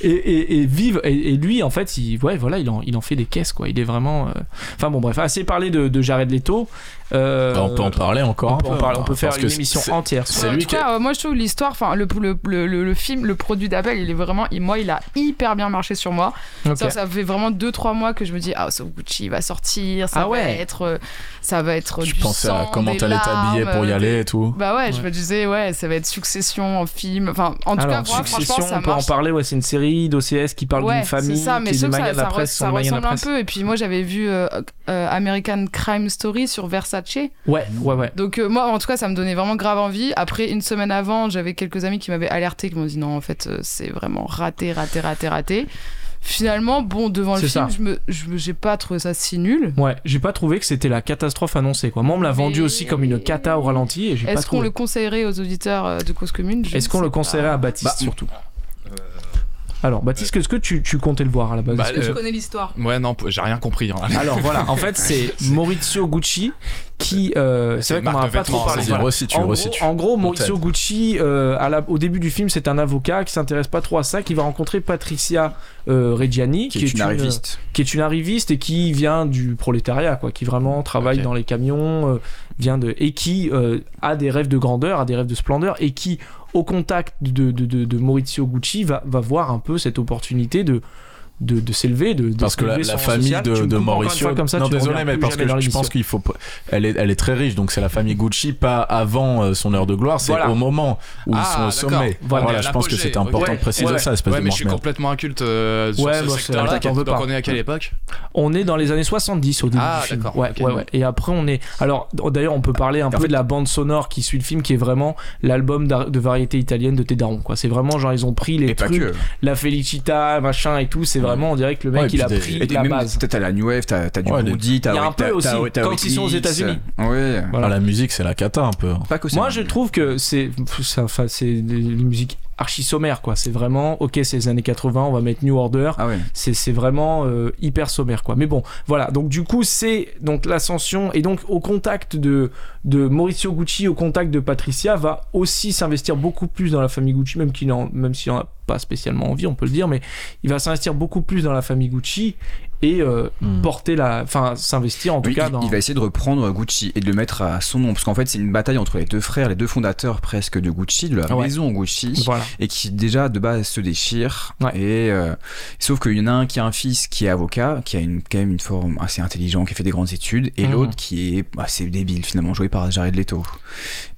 [SPEAKER 1] et, et, et vive et, et lui en fait il ouais voilà il en, il en fait des caisses quoi il est vraiment euh, enfin bon bref assez parlé de, de Jared Leto Euh,
[SPEAKER 4] Bah, on peut en parler encore
[SPEAKER 1] on
[SPEAKER 4] un
[SPEAKER 1] peut, en
[SPEAKER 4] peu,
[SPEAKER 1] parler, on
[SPEAKER 4] hein,
[SPEAKER 1] peut faire
[SPEAKER 4] parce
[SPEAKER 1] une
[SPEAKER 4] que
[SPEAKER 1] émission
[SPEAKER 4] c'est-
[SPEAKER 1] entière sur-
[SPEAKER 4] C'est
[SPEAKER 3] Ouais, en
[SPEAKER 4] lui
[SPEAKER 3] tout
[SPEAKER 4] qui-
[SPEAKER 3] cas, euh, moi je trouve l'histoire, enfin le, le, le, le- le film, le produit d'appel, il est vraiment, il- moi il a hyper bien marché sur moi.
[SPEAKER 1] Ok.
[SPEAKER 3] Ça, ça fait vraiment 2-3 mois que je me dis ah so Gucci va sortir, ça
[SPEAKER 1] Ah ouais.
[SPEAKER 3] va être, euh, ça va être.
[SPEAKER 4] Je
[SPEAKER 3] du
[SPEAKER 4] pensais à
[SPEAKER 3] sang,
[SPEAKER 4] comment
[SPEAKER 3] des
[SPEAKER 4] t'allais t'habiller
[SPEAKER 3] larmes,
[SPEAKER 4] pour y
[SPEAKER 3] euh,
[SPEAKER 4] aller et tout.
[SPEAKER 3] Bah ouais, je
[SPEAKER 1] Ouais.
[SPEAKER 3] me disais ouais, ça va être succession en film. Enfin en tout
[SPEAKER 1] alors
[SPEAKER 3] cas, moi,
[SPEAKER 1] Succession
[SPEAKER 3] franchement ça
[SPEAKER 1] on peut en
[SPEAKER 3] marche.
[SPEAKER 1] parler ouais c'est une série d'OCS qui parle
[SPEAKER 3] ouais,
[SPEAKER 1] d'une famille
[SPEAKER 3] c'est ça, mais
[SPEAKER 1] qui est
[SPEAKER 3] sauf
[SPEAKER 1] du
[SPEAKER 3] que
[SPEAKER 1] manga
[SPEAKER 3] ça,
[SPEAKER 1] de la
[SPEAKER 3] ça,
[SPEAKER 1] presse
[SPEAKER 3] ça
[SPEAKER 1] son manga de la
[SPEAKER 3] ressemble un
[SPEAKER 1] presse
[SPEAKER 3] peu. Et puis moi j'avais vu euh, euh, American Crime Story sur Versace.
[SPEAKER 1] ouais ouais ouais
[SPEAKER 3] Donc euh, moi en tout cas ça me donnait vraiment grave envie. Après une semaine avant j'avais quelques amis qui m'avaient alerté qui m'ont dit non en fait euh, c'est vraiment raté raté raté raté. Finalement bon devant le
[SPEAKER 1] C'est
[SPEAKER 3] film
[SPEAKER 1] ça.
[SPEAKER 3] je me je me- j'ai pas trouvé ça si nul.
[SPEAKER 1] Ouais, j'ai pas trouvé que c'était la catastrophe annoncée quoi. Moi on me l'a vendu
[SPEAKER 3] Mais-
[SPEAKER 1] aussi comme une cata au ralenti et j'ai pas
[SPEAKER 3] Est-ce qu'on
[SPEAKER 1] trouvé.
[SPEAKER 3] le conseillerait aux auditeurs euh, de cause commune Je
[SPEAKER 1] Est-ce
[SPEAKER 3] ne
[SPEAKER 1] qu'on
[SPEAKER 3] sais
[SPEAKER 1] le
[SPEAKER 3] pas.
[SPEAKER 1] conseillerait à Baptiste
[SPEAKER 2] Bah,
[SPEAKER 1] surtout Alors Baptiste, est-ce que tu, tu comptais le voir à la base
[SPEAKER 6] Bah,
[SPEAKER 1] Est-ce que
[SPEAKER 6] euh,
[SPEAKER 1] tu-
[SPEAKER 6] Je
[SPEAKER 3] connais l'histoire.
[SPEAKER 6] Ouais, non, j'ai rien compris.
[SPEAKER 4] Ah,
[SPEAKER 6] hein.
[SPEAKER 1] Alors voilà, en fait c'est Maurizio Gucci qui euh, c'est
[SPEAKER 6] C'est
[SPEAKER 1] vrai qu'on
[SPEAKER 6] Marc
[SPEAKER 1] en a
[SPEAKER 6] de
[SPEAKER 1] pas
[SPEAKER 6] Vêtements,
[SPEAKER 1] trop parlé.
[SPEAKER 4] Vas-y,
[SPEAKER 6] c'est
[SPEAKER 1] Voilà.
[SPEAKER 4] resitue,
[SPEAKER 1] En gros,
[SPEAKER 4] resitue.
[SPEAKER 1] en gros, Maurizio Gucci, euh, à la- au début du film, c'est un avocat qui s'intéresse pas trop à ça, qui va rencontrer Patricia euh, Reggiani,
[SPEAKER 2] Qui est une arriviste.
[SPEAKER 1] qui est une arriviste et qui vient du prolétariat, quoi, qui vraiment travaille
[SPEAKER 6] Ok.
[SPEAKER 1] dans les camions, euh, vient de et qui euh, a des rêves de grandeur, a des rêves de splendeur et qui, au contact de, de, de- de Maurizio Gucci, va, va voir un peu cette opportunité de de, de s'élever, de, de
[SPEAKER 4] Parce que la,
[SPEAKER 1] s'élever
[SPEAKER 4] la
[SPEAKER 1] sur le
[SPEAKER 4] famille
[SPEAKER 1] social. Tu me
[SPEAKER 4] de,
[SPEAKER 1] coupes
[SPEAKER 4] de
[SPEAKER 1] encore une
[SPEAKER 4] Mauricio.
[SPEAKER 1] fois comme ça,
[SPEAKER 4] non,
[SPEAKER 1] tu me
[SPEAKER 4] désolé,
[SPEAKER 1] reviens
[SPEAKER 4] mais
[SPEAKER 1] plus
[SPEAKER 4] parce
[SPEAKER 1] jamais
[SPEAKER 4] que
[SPEAKER 1] dans
[SPEAKER 4] je
[SPEAKER 1] l'émission.
[SPEAKER 4] pense qu'il faut. pas- Elle est, elle est très riche, donc c'est la famille Gucci, pas avant euh, son heure de gloire, c'est
[SPEAKER 1] Voilà.
[SPEAKER 4] au moment où
[SPEAKER 6] Ah,
[SPEAKER 4] ils sont au
[SPEAKER 6] d'accord.
[SPEAKER 4] sommet.
[SPEAKER 1] Voilà,
[SPEAKER 4] Voilà,
[SPEAKER 6] à
[SPEAKER 4] je pense que
[SPEAKER 6] l'apogée.
[SPEAKER 4] c'était important
[SPEAKER 6] Ouais.
[SPEAKER 4] de préciser
[SPEAKER 6] Ouais.
[SPEAKER 4] ça, espèce
[SPEAKER 6] Ouais,
[SPEAKER 4] de
[SPEAKER 6] mais je suis
[SPEAKER 4] manche-merde.
[SPEAKER 6] complètement inculte euh, sur
[SPEAKER 1] Ouais,
[SPEAKER 6] ce
[SPEAKER 1] bah, c'est-
[SPEAKER 6] secteur-là.
[SPEAKER 1] t'inquiète, on veut
[SPEAKER 6] Donc
[SPEAKER 1] pas.
[SPEAKER 6] on est à quelle époque
[SPEAKER 1] On est dans les années 70 au début
[SPEAKER 6] Ah,
[SPEAKER 1] du film.
[SPEAKER 6] d'accord,
[SPEAKER 1] Ouais,
[SPEAKER 6] ok.
[SPEAKER 1] ouais, ouais. Et après, on est. Alors, d'ailleurs, on peut parler un peu de la bande sonore qui suit le film, qui est vraiment l'album d'ar- de variété italienne de Tédaron. Quoi, c'est vraiment genre ils ont pris les
[SPEAKER 2] Et pas
[SPEAKER 1] trucs,
[SPEAKER 2] que.
[SPEAKER 1] la Felicita, machin et tout. C'est vraiment, on dirait que le mec
[SPEAKER 4] Ouais, et
[SPEAKER 1] il
[SPEAKER 4] puis
[SPEAKER 1] a
[SPEAKER 4] des-
[SPEAKER 1] pris
[SPEAKER 2] Et
[SPEAKER 1] la
[SPEAKER 2] même,
[SPEAKER 1] base.
[SPEAKER 2] T'as t'as la New Wave, t'as t'as du
[SPEAKER 4] Ouais, les-
[SPEAKER 2] Bondi, t'as
[SPEAKER 1] Il y a un
[SPEAKER 2] t'as-
[SPEAKER 1] peu aussi,
[SPEAKER 2] t'as- t'as
[SPEAKER 1] quand ils sont aux
[SPEAKER 2] Wikileaks.
[SPEAKER 1] États-Unis.
[SPEAKER 2] Ouais.
[SPEAKER 1] Voilà.
[SPEAKER 4] Ah, la musique, c'est la cata un peu.
[SPEAKER 2] Pas que
[SPEAKER 1] Moi,
[SPEAKER 2] ça.
[SPEAKER 1] je trouve que c'est pff, ça- enfin, c'est une musique archi sommaire, quoi. C'est vraiment, ok, c'est les années 80, on va mettre New Order.
[SPEAKER 2] Ah ouais.
[SPEAKER 1] C'est, c'est vraiment euh, hyper sommaire quoi. Mais bon, voilà. Donc du coup, c'est donc l'ascension et donc au contact de de Mauricio Gucci, au contact de Patricia, va aussi s'investir beaucoup plus dans la famille Gucci, même qu'il en, même s'il en a pas spécialement envie, on peut le dire, mais il va s'investir beaucoup plus dans la famille Gucci et euh,
[SPEAKER 4] Hmm.
[SPEAKER 1] porter la, enfin s'investir en tout
[SPEAKER 2] Oui,
[SPEAKER 1] cas
[SPEAKER 2] il,
[SPEAKER 1] dans.
[SPEAKER 2] il va essayer de reprendre Gucci et de le mettre à son nom parce qu'en fait c'est une bataille entre les deux frères, les deux fondateurs presque de Gucci, de la
[SPEAKER 1] Ouais.
[SPEAKER 2] maison Gucci
[SPEAKER 1] Voilà.
[SPEAKER 2] et qui déjà de base se déchirent.
[SPEAKER 1] Ouais.
[SPEAKER 2] Et euh, sauf qu'il y en a un qui a un fils qui est avocat, qui a une, quand même une forme assez intelligent, qui a fait des grandes études, et
[SPEAKER 1] Mhm.
[SPEAKER 2] l'autre qui est assez débile finalement, joué par Jared Leto.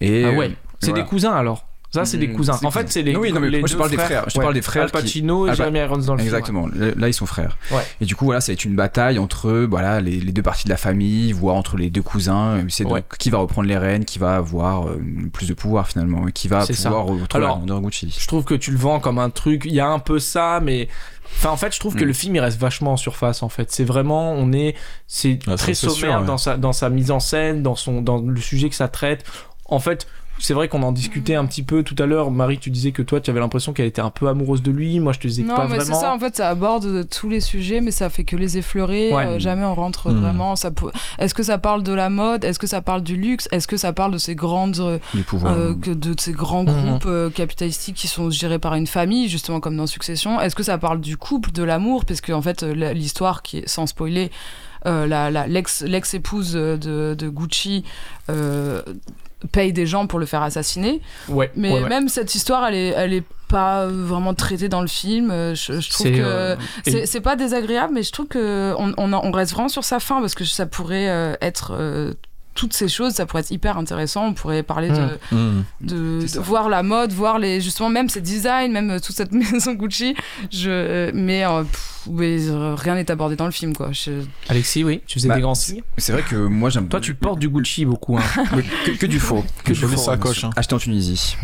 [SPEAKER 2] Et euh,
[SPEAKER 1] Ah ouais. C'est
[SPEAKER 2] voilà.
[SPEAKER 1] des cousins alors. Ça c'est des
[SPEAKER 2] Hmm,
[SPEAKER 1] cousins.
[SPEAKER 2] c'est des
[SPEAKER 1] En fait,
[SPEAKER 2] cousins.
[SPEAKER 1] c'est les.
[SPEAKER 2] Oui, non, mais
[SPEAKER 1] les
[SPEAKER 2] moi, je
[SPEAKER 1] deux
[SPEAKER 2] parle des frères. Je parle des frères
[SPEAKER 1] Al
[SPEAKER 2] qui-
[SPEAKER 1] Pacino et
[SPEAKER 2] Al Pa-
[SPEAKER 1] Jeremy Irons dans le film, ouais.
[SPEAKER 2] Exactement. Le- Là, ils sont frères.
[SPEAKER 1] Ouais.
[SPEAKER 2] Et du coup, voilà, ça va être une bataille entre voilà les, les deux parties de la famille, voire entre les deux cousins. C'est
[SPEAKER 1] Ouais.
[SPEAKER 2] qui va reprendre les rênes, qui va avoir euh, plus de pouvoir finalement, et qui va
[SPEAKER 1] C'est ça.
[SPEAKER 2] pouvoir retrouver
[SPEAKER 1] Alors,
[SPEAKER 2] la grandeur Gucci.
[SPEAKER 1] je trouve que tu le vends comme un truc il y a un peu ça mais enfin en fait je trouve que
[SPEAKER 2] Mm.
[SPEAKER 1] le film il reste vachement en surface en fait c'est vraiment on est c'est
[SPEAKER 4] Ah, ça,
[SPEAKER 1] très
[SPEAKER 4] c'est sûr,
[SPEAKER 1] sommaire
[SPEAKER 4] ouais.
[SPEAKER 1] dans sa dans sa mise en scène dans son dans le sujet que ça traite en fait C'est vrai qu'on en discutait un petit peu tout à l'heure. Marie, tu disais que toi, tu avais l'impression qu'elle était un peu amoureuse de lui. Moi, je te disais que
[SPEAKER 3] Non,
[SPEAKER 1] pas
[SPEAKER 3] mais c'est
[SPEAKER 1] vraiment.
[SPEAKER 3] ça, en fait, ça aborde tous les sujets, mais ça fait que les effleurer.
[SPEAKER 1] Ouais.
[SPEAKER 3] euh, jamais on rentre
[SPEAKER 1] Mm.
[SPEAKER 3] vraiment. Ça peut- Est-ce que ça parle de la mode Est-ce que ça parle du luxe Est-ce que ça parle de ces grandes. euh,
[SPEAKER 4] Du pouvoir.
[SPEAKER 3] euh, que de ces grands
[SPEAKER 4] Mm.
[SPEAKER 3] groupes euh, capitalistiques qui sont gérés par une famille, justement comme dans Succession Est-ce que ça parle du couple, de l'amour Parce que, en fait, euh, la- l'histoire, qui est, sans spoiler, euh, la- la- l'ex- l'ex-épouse de, de Gucci. euh, paye des gens pour le faire assassiner.
[SPEAKER 1] Ouais,
[SPEAKER 3] Mais
[SPEAKER 1] ouais, ouais.
[SPEAKER 3] même cette histoire, elle est, elle est pas vraiment traitée dans le film. Euh, Je, je trouve
[SPEAKER 1] C'est,
[SPEAKER 3] que
[SPEAKER 1] euh,
[SPEAKER 3] c'est,
[SPEAKER 1] et-
[SPEAKER 3] c'est pas désagréable, mais je trouve que on, on, en- on reste vraiment sur sa fin parce que ça pourrait euh, être euh, toutes ces choses, ça pourrait être hyper intéressant. On pourrait parler
[SPEAKER 1] Hum.
[SPEAKER 3] de
[SPEAKER 4] Mm.
[SPEAKER 3] de,
[SPEAKER 4] C'est ça.
[SPEAKER 3] de voir la mode, voir les justement même ces designs, même euh, toute cette maison Gucci. Je euh, mais, euh, pff, mais, euh, rien n'est abordé dans le film quoi. Je-
[SPEAKER 1] Alexis, oui, tu faisais
[SPEAKER 2] Bah,
[SPEAKER 1] des grands signes.
[SPEAKER 2] C'est vrai que moi j'aime.
[SPEAKER 1] Toi, tu portes du Gucci beaucoup. Hein.
[SPEAKER 2] que, que du faux.
[SPEAKER 1] Que du faux,
[SPEAKER 2] sacoche.
[SPEAKER 1] bien sûr.
[SPEAKER 2] Acheté en Tunisie.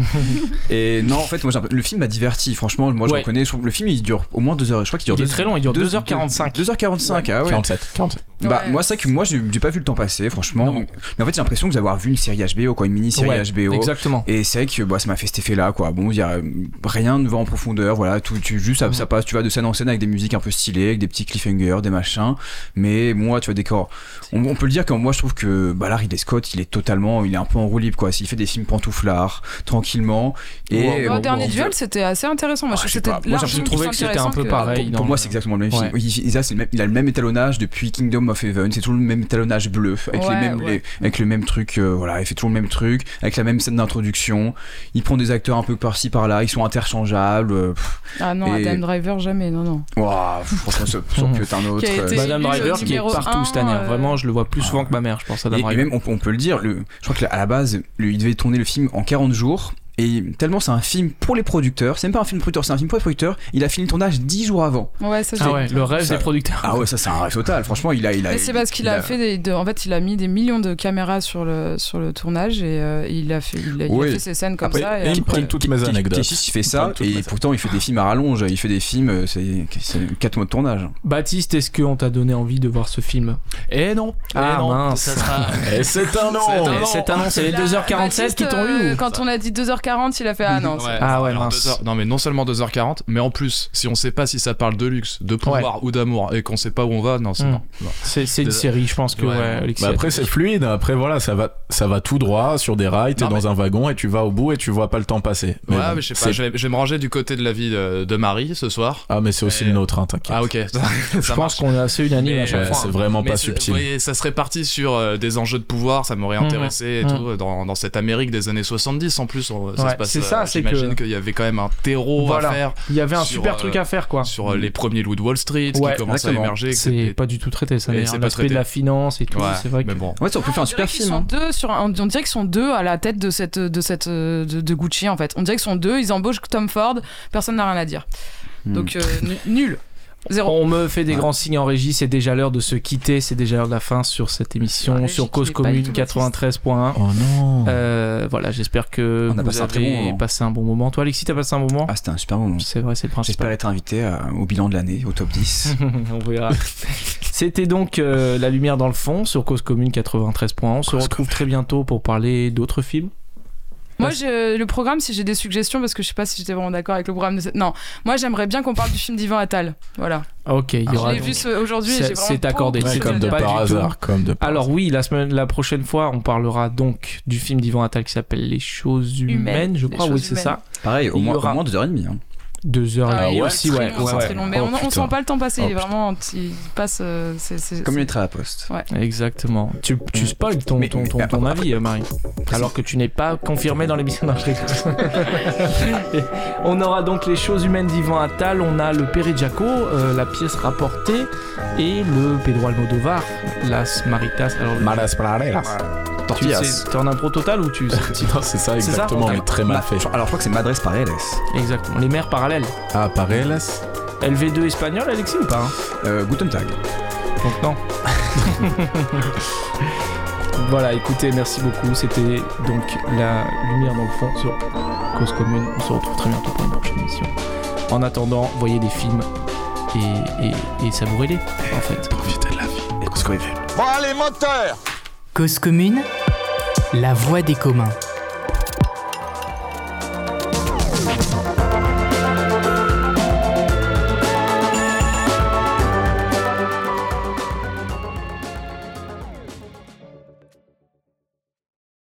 [SPEAKER 2] et non, en fait, moi, j'ai un peu- le film m'a diverti. Franchement, moi, je
[SPEAKER 1] Ouais.
[SPEAKER 2] reconnais. Je trouve que le film, il dure au moins 2 heures. Je crois qu'il dure
[SPEAKER 1] Il est
[SPEAKER 2] deux-
[SPEAKER 1] très long, il dure
[SPEAKER 2] deux-
[SPEAKER 1] 2h45.
[SPEAKER 2] 2h45, ah ouais.
[SPEAKER 4] 47. 47.
[SPEAKER 2] Bah, moi, c'est vrai que moi, j'ai j'ai pas vu le temps passer, franchement. Mais en fait, j'ai l'impression que d'avoir vu une série HBO, quoi, une mini-série
[SPEAKER 1] Ouais,
[SPEAKER 2] HBO.
[SPEAKER 1] exactement.
[SPEAKER 2] Et c'est vrai que bah, ça m'a fait cet effet-là, quoi. Bon, il y a, rien ne va en profondeur, voilà. Tout, tu, juste, ça, ça passe, tu vas de scène en scène avec des musiques un peu stylées, avec des petits cliffhangers, des machins. Mais moi, tu vois, décor. On, on peut le dire que moi, je trouve que bah, là, Ridley Scott, il est totalement, il est un peu en roue libre, quoi. Il fait des films pantouflards, tranquillement. Et.
[SPEAKER 3] Dans
[SPEAKER 2] bon,
[SPEAKER 3] dernier
[SPEAKER 2] bon,
[SPEAKER 3] duel, c'était assez intéressant. Moi, je
[SPEAKER 2] je sais
[SPEAKER 3] trouve que
[SPEAKER 2] pas.
[SPEAKER 3] c'était
[SPEAKER 2] Moi,
[SPEAKER 3] largement
[SPEAKER 2] j'ai
[SPEAKER 3] plus
[SPEAKER 2] trouvé que c'était un
[SPEAKER 3] intéressant
[SPEAKER 2] peu
[SPEAKER 3] que-
[SPEAKER 2] pareil. euh, Pour, pour moi, c'est exactement le même film.
[SPEAKER 1] Ouais.
[SPEAKER 2] Oui, Isa, c'est le même- il a le même étalonnage depuis Kingdom of Heaven. C'est toujours le même étalonnage bleu, avec,
[SPEAKER 3] Ouais,
[SPEAKER 2] les mêmes,
[SPEAKER 3] ouais.
[SPEAKER 2] les- avec le même truc. euh, voilà, il fait toujours le même truc, avec la même scène d'introduction. Il prend des acteurs un peu par-ci par-là. Ils sont interchangeables. euh, pff.
[SPEAKER 3] Ah non,
[SPEAKER 2] Et-
[SPEAKER 3] Adam Driver jamais, non non.
[SPEAKER 2] Ouah, pff, franchement, ça ça aurait pu être un autre. euh,
[SPEAKER 3] Qui a été
[SPEAKER 1] Madame
[SPEAKER 3] élu le
[SPEAKER 1] Driver qui est
[SPEAKER 3] numéro
[SPEAKER 1] partout
[SPEAKER 3] un,
[SPEAKER 1] cette année. hein.
[SPEAKER 3] euh,
[SPEAKER 1] Vraiment, je le vois plus souvent que ma mère, je pense, Adam
[SPEAKER 2] Et, et
[SPEAKER 1] Driver.
[SPEAKER 2] même, on, peut- on peut le dire, le, je crois qu'à la base, le- il devait tourner le film en 40 jours. Et tellement c'est un film pour les producteurs, c'est même pas un film producteur, c'est un film pour les producteurs. Il a fini le tournage 10 jours avant.
[SPEAKER 3] Ouais, ça
[SPEAKER 1] Ah
[SPEAKER 3] c'est-
[SPEAKER 1] ouais, le rêve
[SPEAKER 2] Ça-
[SPEAKER 1] des producteurs.
[SPEAKER 2] Ah ouais, ça c'est un rêve total. Franchement, il a. Il a
[SPEAKER 3] Mais c'est parce qu'il
[SPEAKER 2] Bah, il
[SPEAKER 3] a, fait des, de- en fait il a mis des millions de caméras sur le sur le tournage et euh, il a fait il a, il a
[SPEAKER 2] Oui.
[SPEAKER 3] fait ses scènes comme
[SPEAKER 2] Après,
[SPEAKER 3] ça.
[SPEAKER 2] et
[SPEAKER 3] Et
[SPEAKER 2] il
[SPEAKER 3] après-
[SPEAKER 4] prennent toutes mes
[SPEAKER 2] Ke-
[SPEAKER 4] anecdotes.
[SPEAKER 2] Keshish, il fait ça et pourtant il fait des films à rallonge. Il fait des films, euh, c'est 4 mois de tournage.
[SPEAKER 1] Baptiste, est-ce qu'on t'a donné envie de voir ce film
[SPEAKER 6] Eh non
[SPEAKER 1] Ah
[SPEAKER 6] Eh non,
[SPEAKER 1] mince
[SPEAKER 6] ça sera-
[SPEAKER 4] Et c'est un
[SPEAKER 6] C'est un
[SPEAKER 4] an.
[SPEAKER 6] an.
[SPEAKER 1] Et Cette annonce, c'est les
[SPEAKER 3] Là,
[SPEAKER 1] 2h47 qui
[SPEAKER 3] Baptiste,
[SPEAKER 1] t'ont eu
[SPEAKER 3] euh,
[SPEAKER 1] ou-
[SPEAKER 3] Quand on a dit 2h40, il a fait ah non. c'est-
[SPEAKER 6] Ouais,
[SPEAKER 1] Ah ouais,
[SPEAKER 6] alors,
[SPEAKER 1] mince.
[SPEAKER 6] deux heures- non mais non seulement 2h40, mais en plus, si on sait pas si ça parle de luxe, de pouvoir ou d'amour, et qu'on sait pas où on va, non, c'est
[SPEAKER 1] Hmm.
[SPEAKER 6] non. non.
[SPEAKER 1] C'est c'est une
[SPEAKER 6] Deux-
[SPEAKER 1] série, je pense que.
[SPEAKER 6] Ouais.
[SPEAKER 1] ouais, Alexis
[SPEAKER 4] Bah après c'est fluide, après voilà, ça va, ça va tout droit sur des rails, t'es
[SPEAKER 6] Non,
[SPEAKER 4] dans un wagon et tu vas au bout et tu vois pas le temps passer. Mais
[SPEAKER 6] Ouais,
[SPEAKER 4] bon,
[SPEAKER 6] mais je sais pas,
[SPEAKER 4] c'est-
[SPEAKER 6] je vais, je vais me ranger du côté de la vie de, de Marie ce soir.
[SPEAKER 4] Ah mais c'est aussi le nôtre, hein, t'inquiète.
[SPEAKER 6] Ah ok, ça,
[SPEAKER 1] je
[SPEAKER 6] ça
[SPEAKER 1] pense
[SPEAKER 6] marche.
[SPEAKER 1] qu'on est assez unanime
[SPEAKER 6] Mais,
[SPEAKER 1] à
[SPEAKER 6] euh,
[SPEAKER 1] chaque fois.
[SPEAKER 4] c'est vraiment
[SPEAKER 6] Mais
[SPEAKER 4] pas
[SPEAKER 6] c'est-
[SPEAKER 4] subtil.
[SPEAKER 6] vous voyez, ça serait parti sur euh, des enjeux de pouvoir, ça m'aurait
[SPEAKER 1] Mhm.
[SPEAKER 6] intéressé et
[SPEAKER 1] Mhm.
[SPEAKER 6] tout, euh, dans, dans cette Amérique des années 70 en plus. on- ça
[SPEAKER 1] Ouais,
[SPEAKER 6] se passe,
[SPEAKER 1] c'est ça,
[SPEAKER 6] euh,
[SPEAKER 1] c'est
[SPEAKER 6] J'imagine
[SPEAKER 1] que-
[SPEAKER 6] qu'il y avait quand même un terreau à
[SPEAKER 1] Voilà.
[SPEAKER 6] faire
[SPEAKER 1] Il y avait un
[SPEAKER 6] sur,
[SPEAKER 1] super
[SPEAKER 6] euh,
[SPEAKER 1] truc à faire, quoi.
[SPEAKER 6] sur euh, les premiers loups de Wall Street
[SPEAKER 1] Ouais,
[SPEAKER 6] qui commencent à
[SPEAKER 2] exactement.
[SPEAKER 6] émerger. etc.
[SPEAKER 1] C'est pas du tout traité, ça.
[SPEAKER 6] Et
[SPEAKER 1] d'ailleurs.
[SPEAKER 6] c'est pas
[SPEAKER 1] L'aspect de
[SPEAKER 6] traité.
[SPEAKER 1] la finance et tout,
[SPEAKER 6] Ouais,
[SPEAKER 1] c'est vrai que.
[SPEAKER 6] mais bon.
[SPEAKER 2] Ouais, ça aurait pu faire
[SPEAKER 3] On
[SPEAKER 2] un
[SPEAKER 3] dirait
[SPEAKER 2] super
[SPEAKER 3] qu'ils
[SPEAKER 2] film.
[SPEAKER 3] sont
[SPEAKER 2] hein.
[SPEAKER 3] deux sur un- on dirait qu'ils sont deux à la tête de cette de cette euh, de, de Gucci en fait. On dirait qu'ils sont deux, ils embauchent Tom Ford, personne n'a rien à dire.
[SPEAKER 2] Hmm.
[SPEAKER 3] Donc euh, n- nul. Zéro.
[SPEAKER 1] On me fait des grands signes en régie, c'est déjà l'heure de se quitter, c'est déjà l'heure de la fin sur cette émission,
[SPEAKER 3] régie
[SPEAKER 1] sur
[SPEAKER 3] qui
[SPEAKER 1] Cause
[SPEAKER 3] n'est pas
[SPEAKER 1] Commune
[SPEAKER 3] du tout
[SPEAKER 1] 93.1.
[SPEAKER 4] Oh non.
[SPEAKER 1] Ah. Euh, voilà, j'espère que
[SPEAKER 2] On a
[SPEAKER 1] vous
[SPEAKER 2] passé un très bon
[SPEAKER 1] avez
[SPEAKER 2] moment.
[SPEAKER 1] passé un bon moment. Toi, Alexis, t'as passé un bon moment
[SPEAKER 2] Ah, c'était un super moment.
[SPEAKER 1] C'est vrai, c'est le
[SPEAKER 2] J'espère
[SPEAKER 1] principal.
[SPEAKER 2] être invité à- au bilan de l'année, au top 10.
[SPEAKER 1] On verra. C'était donc euh, La Lumière dans le fond sur Cause Commune 93.1. On se retrouve très bientôt pour parler d'autres films.
[SPEAKER 3] Moi, je- le programme, si j'ai des suggestions, parce que je sais pas si j'étais vraiment d'accord avec le programme de cette. Non, moi j'aimerais bien qu'on parle du film d'Ivan Attal. Voilà.
[SPEAKER 1] Ok, il y
[SPEAKER 3] Je
[SPEAKER 1] aura.
[SPEAKER 3] l'ai vu ce- aujourd'hui. et Ah, j'ai
[SPEAKER 1] Ah. C'est
[SPEAKER 3] vraiment
[SPEAKER 1] c'est accordé.
[SPEAKER 3] beaucoup
[SPEAKER 4] Ouais,
[SPEAKER 1] c'est
[SPEAKER 4] comme de
[SPEAKER 1] pas
[SPEAKER 4] par
[SPEAKER 1] du tout-
[SPEAKER 4] hasard, comme de par
[SPEAKER 1] Alors oui, la semaine, la prochaine fois, on parlera donc du film d'Ivan Attal qui s'appelle Les choses humaines,
[SPEAKER 3] Humaines,
[SPEAKER 1] je
[SPEAKER 3] Les
[SPEAKER 1] crois. Oui,
[SPEAKER 3] choses
[SPEAKER 1] c'est ça.
[SPEAKER 2] Pareil, au
[SPEAKER 1] Il y
[SPEAKER 2] moins,
[SPEAKER 1] aura-
[SPEAKER 2] au moins 2h30. hein.
[SPEAKER 1] Deux heures et
[SPEAKER 3] Ah, il est
[SPEAKER 1] demie aussi,
[SPEAKER 3] très
[SPEAKER 1] ouais.
[SPEAKER 3] long,
[SPEAKER 1] ouais,
[SPEAKER 3] c'est
[SPEAKER 1] ouais.
[SPEAKER 3] très long. Mais
[SPEAKER 4] Oh,
[SPEAKER 3] on- on,
[SPEAKER 4] putain.
[SPEAKER 3] sent pas le temps passer.
[SPEAKER 4] Oh,
[SPEAKER 3] il est vraiment, il passe. euh, c'est- c'est-
[SPEAKER 2] Comme
[SPEAKER 3] c'est-
[SPEAKER 2] les traits à la poste.
[SPEAKER 1] Exactement. Tu, tu spoil ton,
[SPEAKER 2] Mais-
[SPEAKER 1] ton,
[SPEAKER 2] mais-
[SPEAKER 1] ton, ton avis, euh, Marie. Alors que tu n'es pas confirmé dans l'émission d'un On aura donc les choses humaines d'Ivan Attal, on a le Pere Jaco, euh, la pièce rapportée, et le Pedro Almodovar, Las Maritas. Alors, le-
[SPEAKER 4] Malas Paralelas.
[SPEAKER 1] tu
[SPEAKER 2] Tortillas.
[SPEAKER 1] sais, t'es en impro total ou tu
[SPEAKER 4] Non, c'est ça Bah,
[SPEAKER 1] C'est ça
[SPEAKER 4] exactement, mais très mal
[SPEAKER 2] Ma-
[SPEAKER 4] fait.
[SPEAKER 2] Alors, je crois que c'est Madres Paredes.
[SPEAKER 1] Exactement. Les mères parallèles.
[SPEAKER 4] Ah, Paralelas
[SPEAKER 1] LV2 espagnol, Alexis, ou pas hein
[SPEAKER 2] Euh, Guten Tag.
[SPEAKER 1] Donc non. voilà, écoutez, merci beaucoup. C'était donc la lumière dans le fond sur Cause Commune. On se retrouve très bientôt pour une prochaine émission. En attendant, voyez des films et, et, et savourez-les, en fait.
[SPEAKER 4] Profitez de la vie.
[SPEAKER 2] Et qu'on se
[SPEAKER 9] Cause commune, la voix des communs.